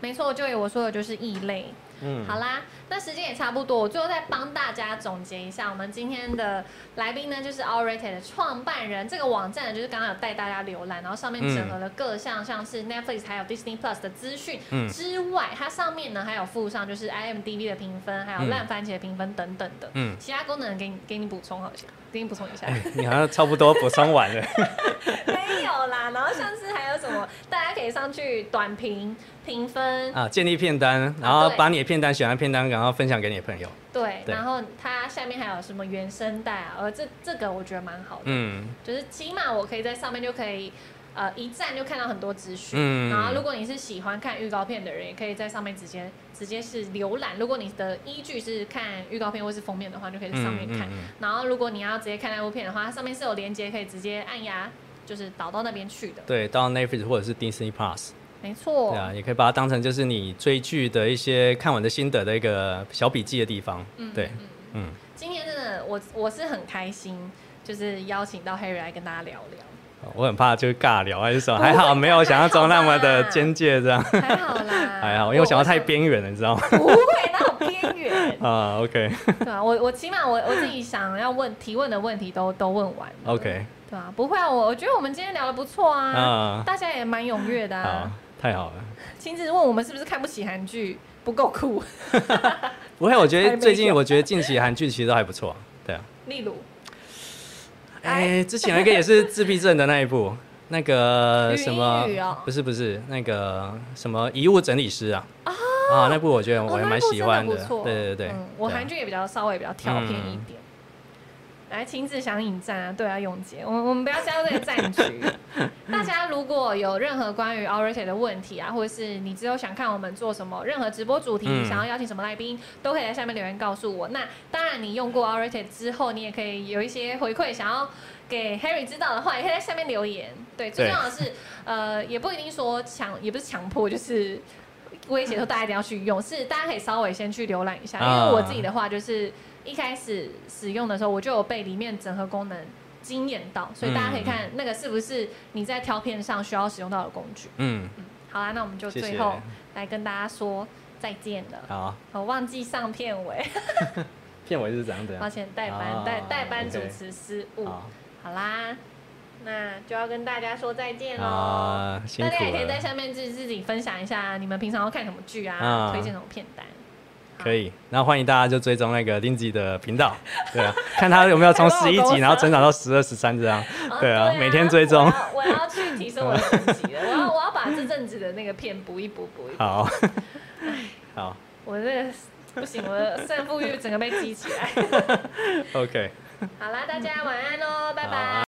Speaker 2: 没错，就以我说的就是异类。
Speaker 1: 嗯，
Speaker 2: 好啦，那时间也差不多，我最后再帮大家总结一下，我们今天的来宾呢就是 All Rated 的创办人，这个网站呢就是刚刚有带大家浏览，然后上面整合了各项像是 Netflix 还有 Disney Plus 的资讯
Speaker 1: 嗯
Speaker 2: 之外，它上面呢还有附上就是 IMDB 的评分，还有
Speaker 1: 嗯
Speaker 2: 烂番茄的评分等等的，
Speaker 1: 嗯
Speaker 2: 其他功能给你给你补充好像，给你补充一 下。
Speaker 1: 你好像差不多补充完了。
Speaker 2: 没有啦，然后像是还有什么，大家可以上去短评评分，
Speaker 1: 啊，建立片单，然
Speaker 2: 啊
Speaker 1: 后
Speaker 2: 对
Speaker 1: 把你的片单选完片单，然后分享给你的朋友。
Speaker 2: 对，
Speaker 1: 对
Speaker 2: 然后它下面还有什么原声带啊，呃，这这个我觉得蛮好的，
Speaker 1: 嗯
Speaker 2: 就是起码我可以在上面就可以。呃，一站就看到很多资讯，
Speaker 1: 嗯
Speaker 2: 然后如果你是喜欢看预告片的人，也可以在上面直接直接是浏览。如果你的依据是看预告片或是封面的话，就可以在上面看。
Speaker 1: 嗯嗯嗯
Speaker 2: 然后如果你要直接看那部片的话，它上面是有连接，可以直接按压，就是导到那边去的。
Speaker 1: 对，到 Netflix 或者是 Disney Plus，
Speaker 2: 没错。
Speaker 1: 对啊，也可以把它当成就是你追剧的一些看完的心得的一个小笔记的地方。
Speaker 2: 嗯
Speaker 1: 对，
Speaker 2: 嗯
Speaker 1: 嗯，
Speaker 2: 今天真的我我是很开心，就是邀请到 Harry 来跟大家聊 聊，
Speaker 1: 嗯我很怕就是尬聊还是什么，还好没有想象中那么的尖介这样，
Speaker 2: 还好啦，
Speaker 1: 还好，因为我想到太
Speaker 2: 边，
Speaker 1: 边缘了，你知道吗？，
Speaker 2: 不会那种边缘
Speaker 1: 啊，OK
Speaker 2: 对啊，我我起码我我自己想要问提问的问题都都问完了
Speaker 1: OK
Speaker 2: 对啊，不会啊，我我觉得我们今天聊的不错啊，
Speaker 1: 啊，
Speaker 2: 大家也蛮踊跃的
Speaker 1: 好
Speaker 2: 啊，，
Speaker 1: 太好了。
Speaker 2: 亲自问我们是不是看不起韩剧，不够酷，
Speaker 1: 不会，我觉得
Speaker 2: 还没
Speaker 1: 最近
Speaker 2: 有
Speaker 1: 我觉得近期韩剧其实都还不错，对啊。
Speaker 2: 例如
Speaker 1: 哎，之前有一个也是自闭症的那一部，那个
Speaker 2: 语
Speaker 1: 什么
Speaker 2: 音语哦，
Speaker 1: 不是不是那个什么遗物整理师啊啊，那部我觉得我
Speaker 2: 哦
Speaker 1: 还
Speaker 2: 那
Speaker 1: 蛮
Speaker 2: 一部
Speaker 1: 喜
Speaker 2: 真
Speaker 1: 欢
Speaker 2: 的
Speaker 1: 的
Speaker 2: 不，错，
Speaker 1: 对对对
Speaker 2: 嗯，我
Speaker 1: 对啊嗯
Speaker 2: 韩剧也比较稍微比较挑偏一点。来亲自想引战啊，对啊，永杰，我们我们不要加入这个战 局。大家如果有任何关于 Orator 的问题啊，或者是你之后想看我们做什么，任何直播主题，
Speaker 1: 嗯
Speaker 2: 想要邀请什么来宾，都可以在下面留言告诉我。那当然，你用过 Orator 之后，你也可以有一些回馈，想要给 Harry 知道的话，也可以在下面留言。对，最
Speaker 1: 对
Speaker 2: 重要的是，呃，也不一定说强，也不是强迫，就是威胁说大家一定要去用，是大家可以稍微先去浏览一下，因
Speaker 1: 啊
Speaker 2: 为我自己的话就是一开始使用的时候，我就有被里面整合功能惊艳到，所以大家可以看那个是不是你在挑片上需要使用到的工具。
Speaker 1: 嗯，
Speaker 2: 好啦，那我们就
Speaker 1: 谢谢
Speaker 2: 最后来跟大家说再见了。
Speaker 1: 好，
Speaker 2: 我忘记上片尾，
Speaker 1: 片尾是怎样的
Speaker 2: 抱
Speaker 1: 样？
Speaker 2: 歉，代班
Speaker 1: 啊
Speaker 2: 代代班
Speaker 1: OK
Speaker 2: 主持失误。
Speaker 1: 好
Speaker 2: 好啦，那就要跟大家说再见喽。
Speaker 1: 啊，辛
Speaker 2: 嗯大
Speaker 1: 苦
Speaker 2: 家也可以在
Speaker 1: 了，
Speaker 2: 下面自自己分享一下你们平常要看什么剧啊，
Speaker 1: 啊
Speaker 2: 推荐什么片单。
Speaker 1: 可以。那欢迎大家就追踪那个 Lindsay 的频 道，对啊，看他有没有从十一集然后增长到十二、十三这样。
Speaker 2: 哦
Speaker 1: 对啊每天追踪
Speaker 2: 我要我要去提升我的成绩 了，我要我要把这阵子的那个片补一补补一补。
Speaker 1: 好，
Speaker 2: 哎
Speaker 1: 好
Speaker 2: 我这个不行，我的胜负欲整个被激起来。
Speaker 1: ，OK。
Speaker 2: 好啦，大家晚安喽，拜
Speaker 1: 好
Speaker 2: 拜。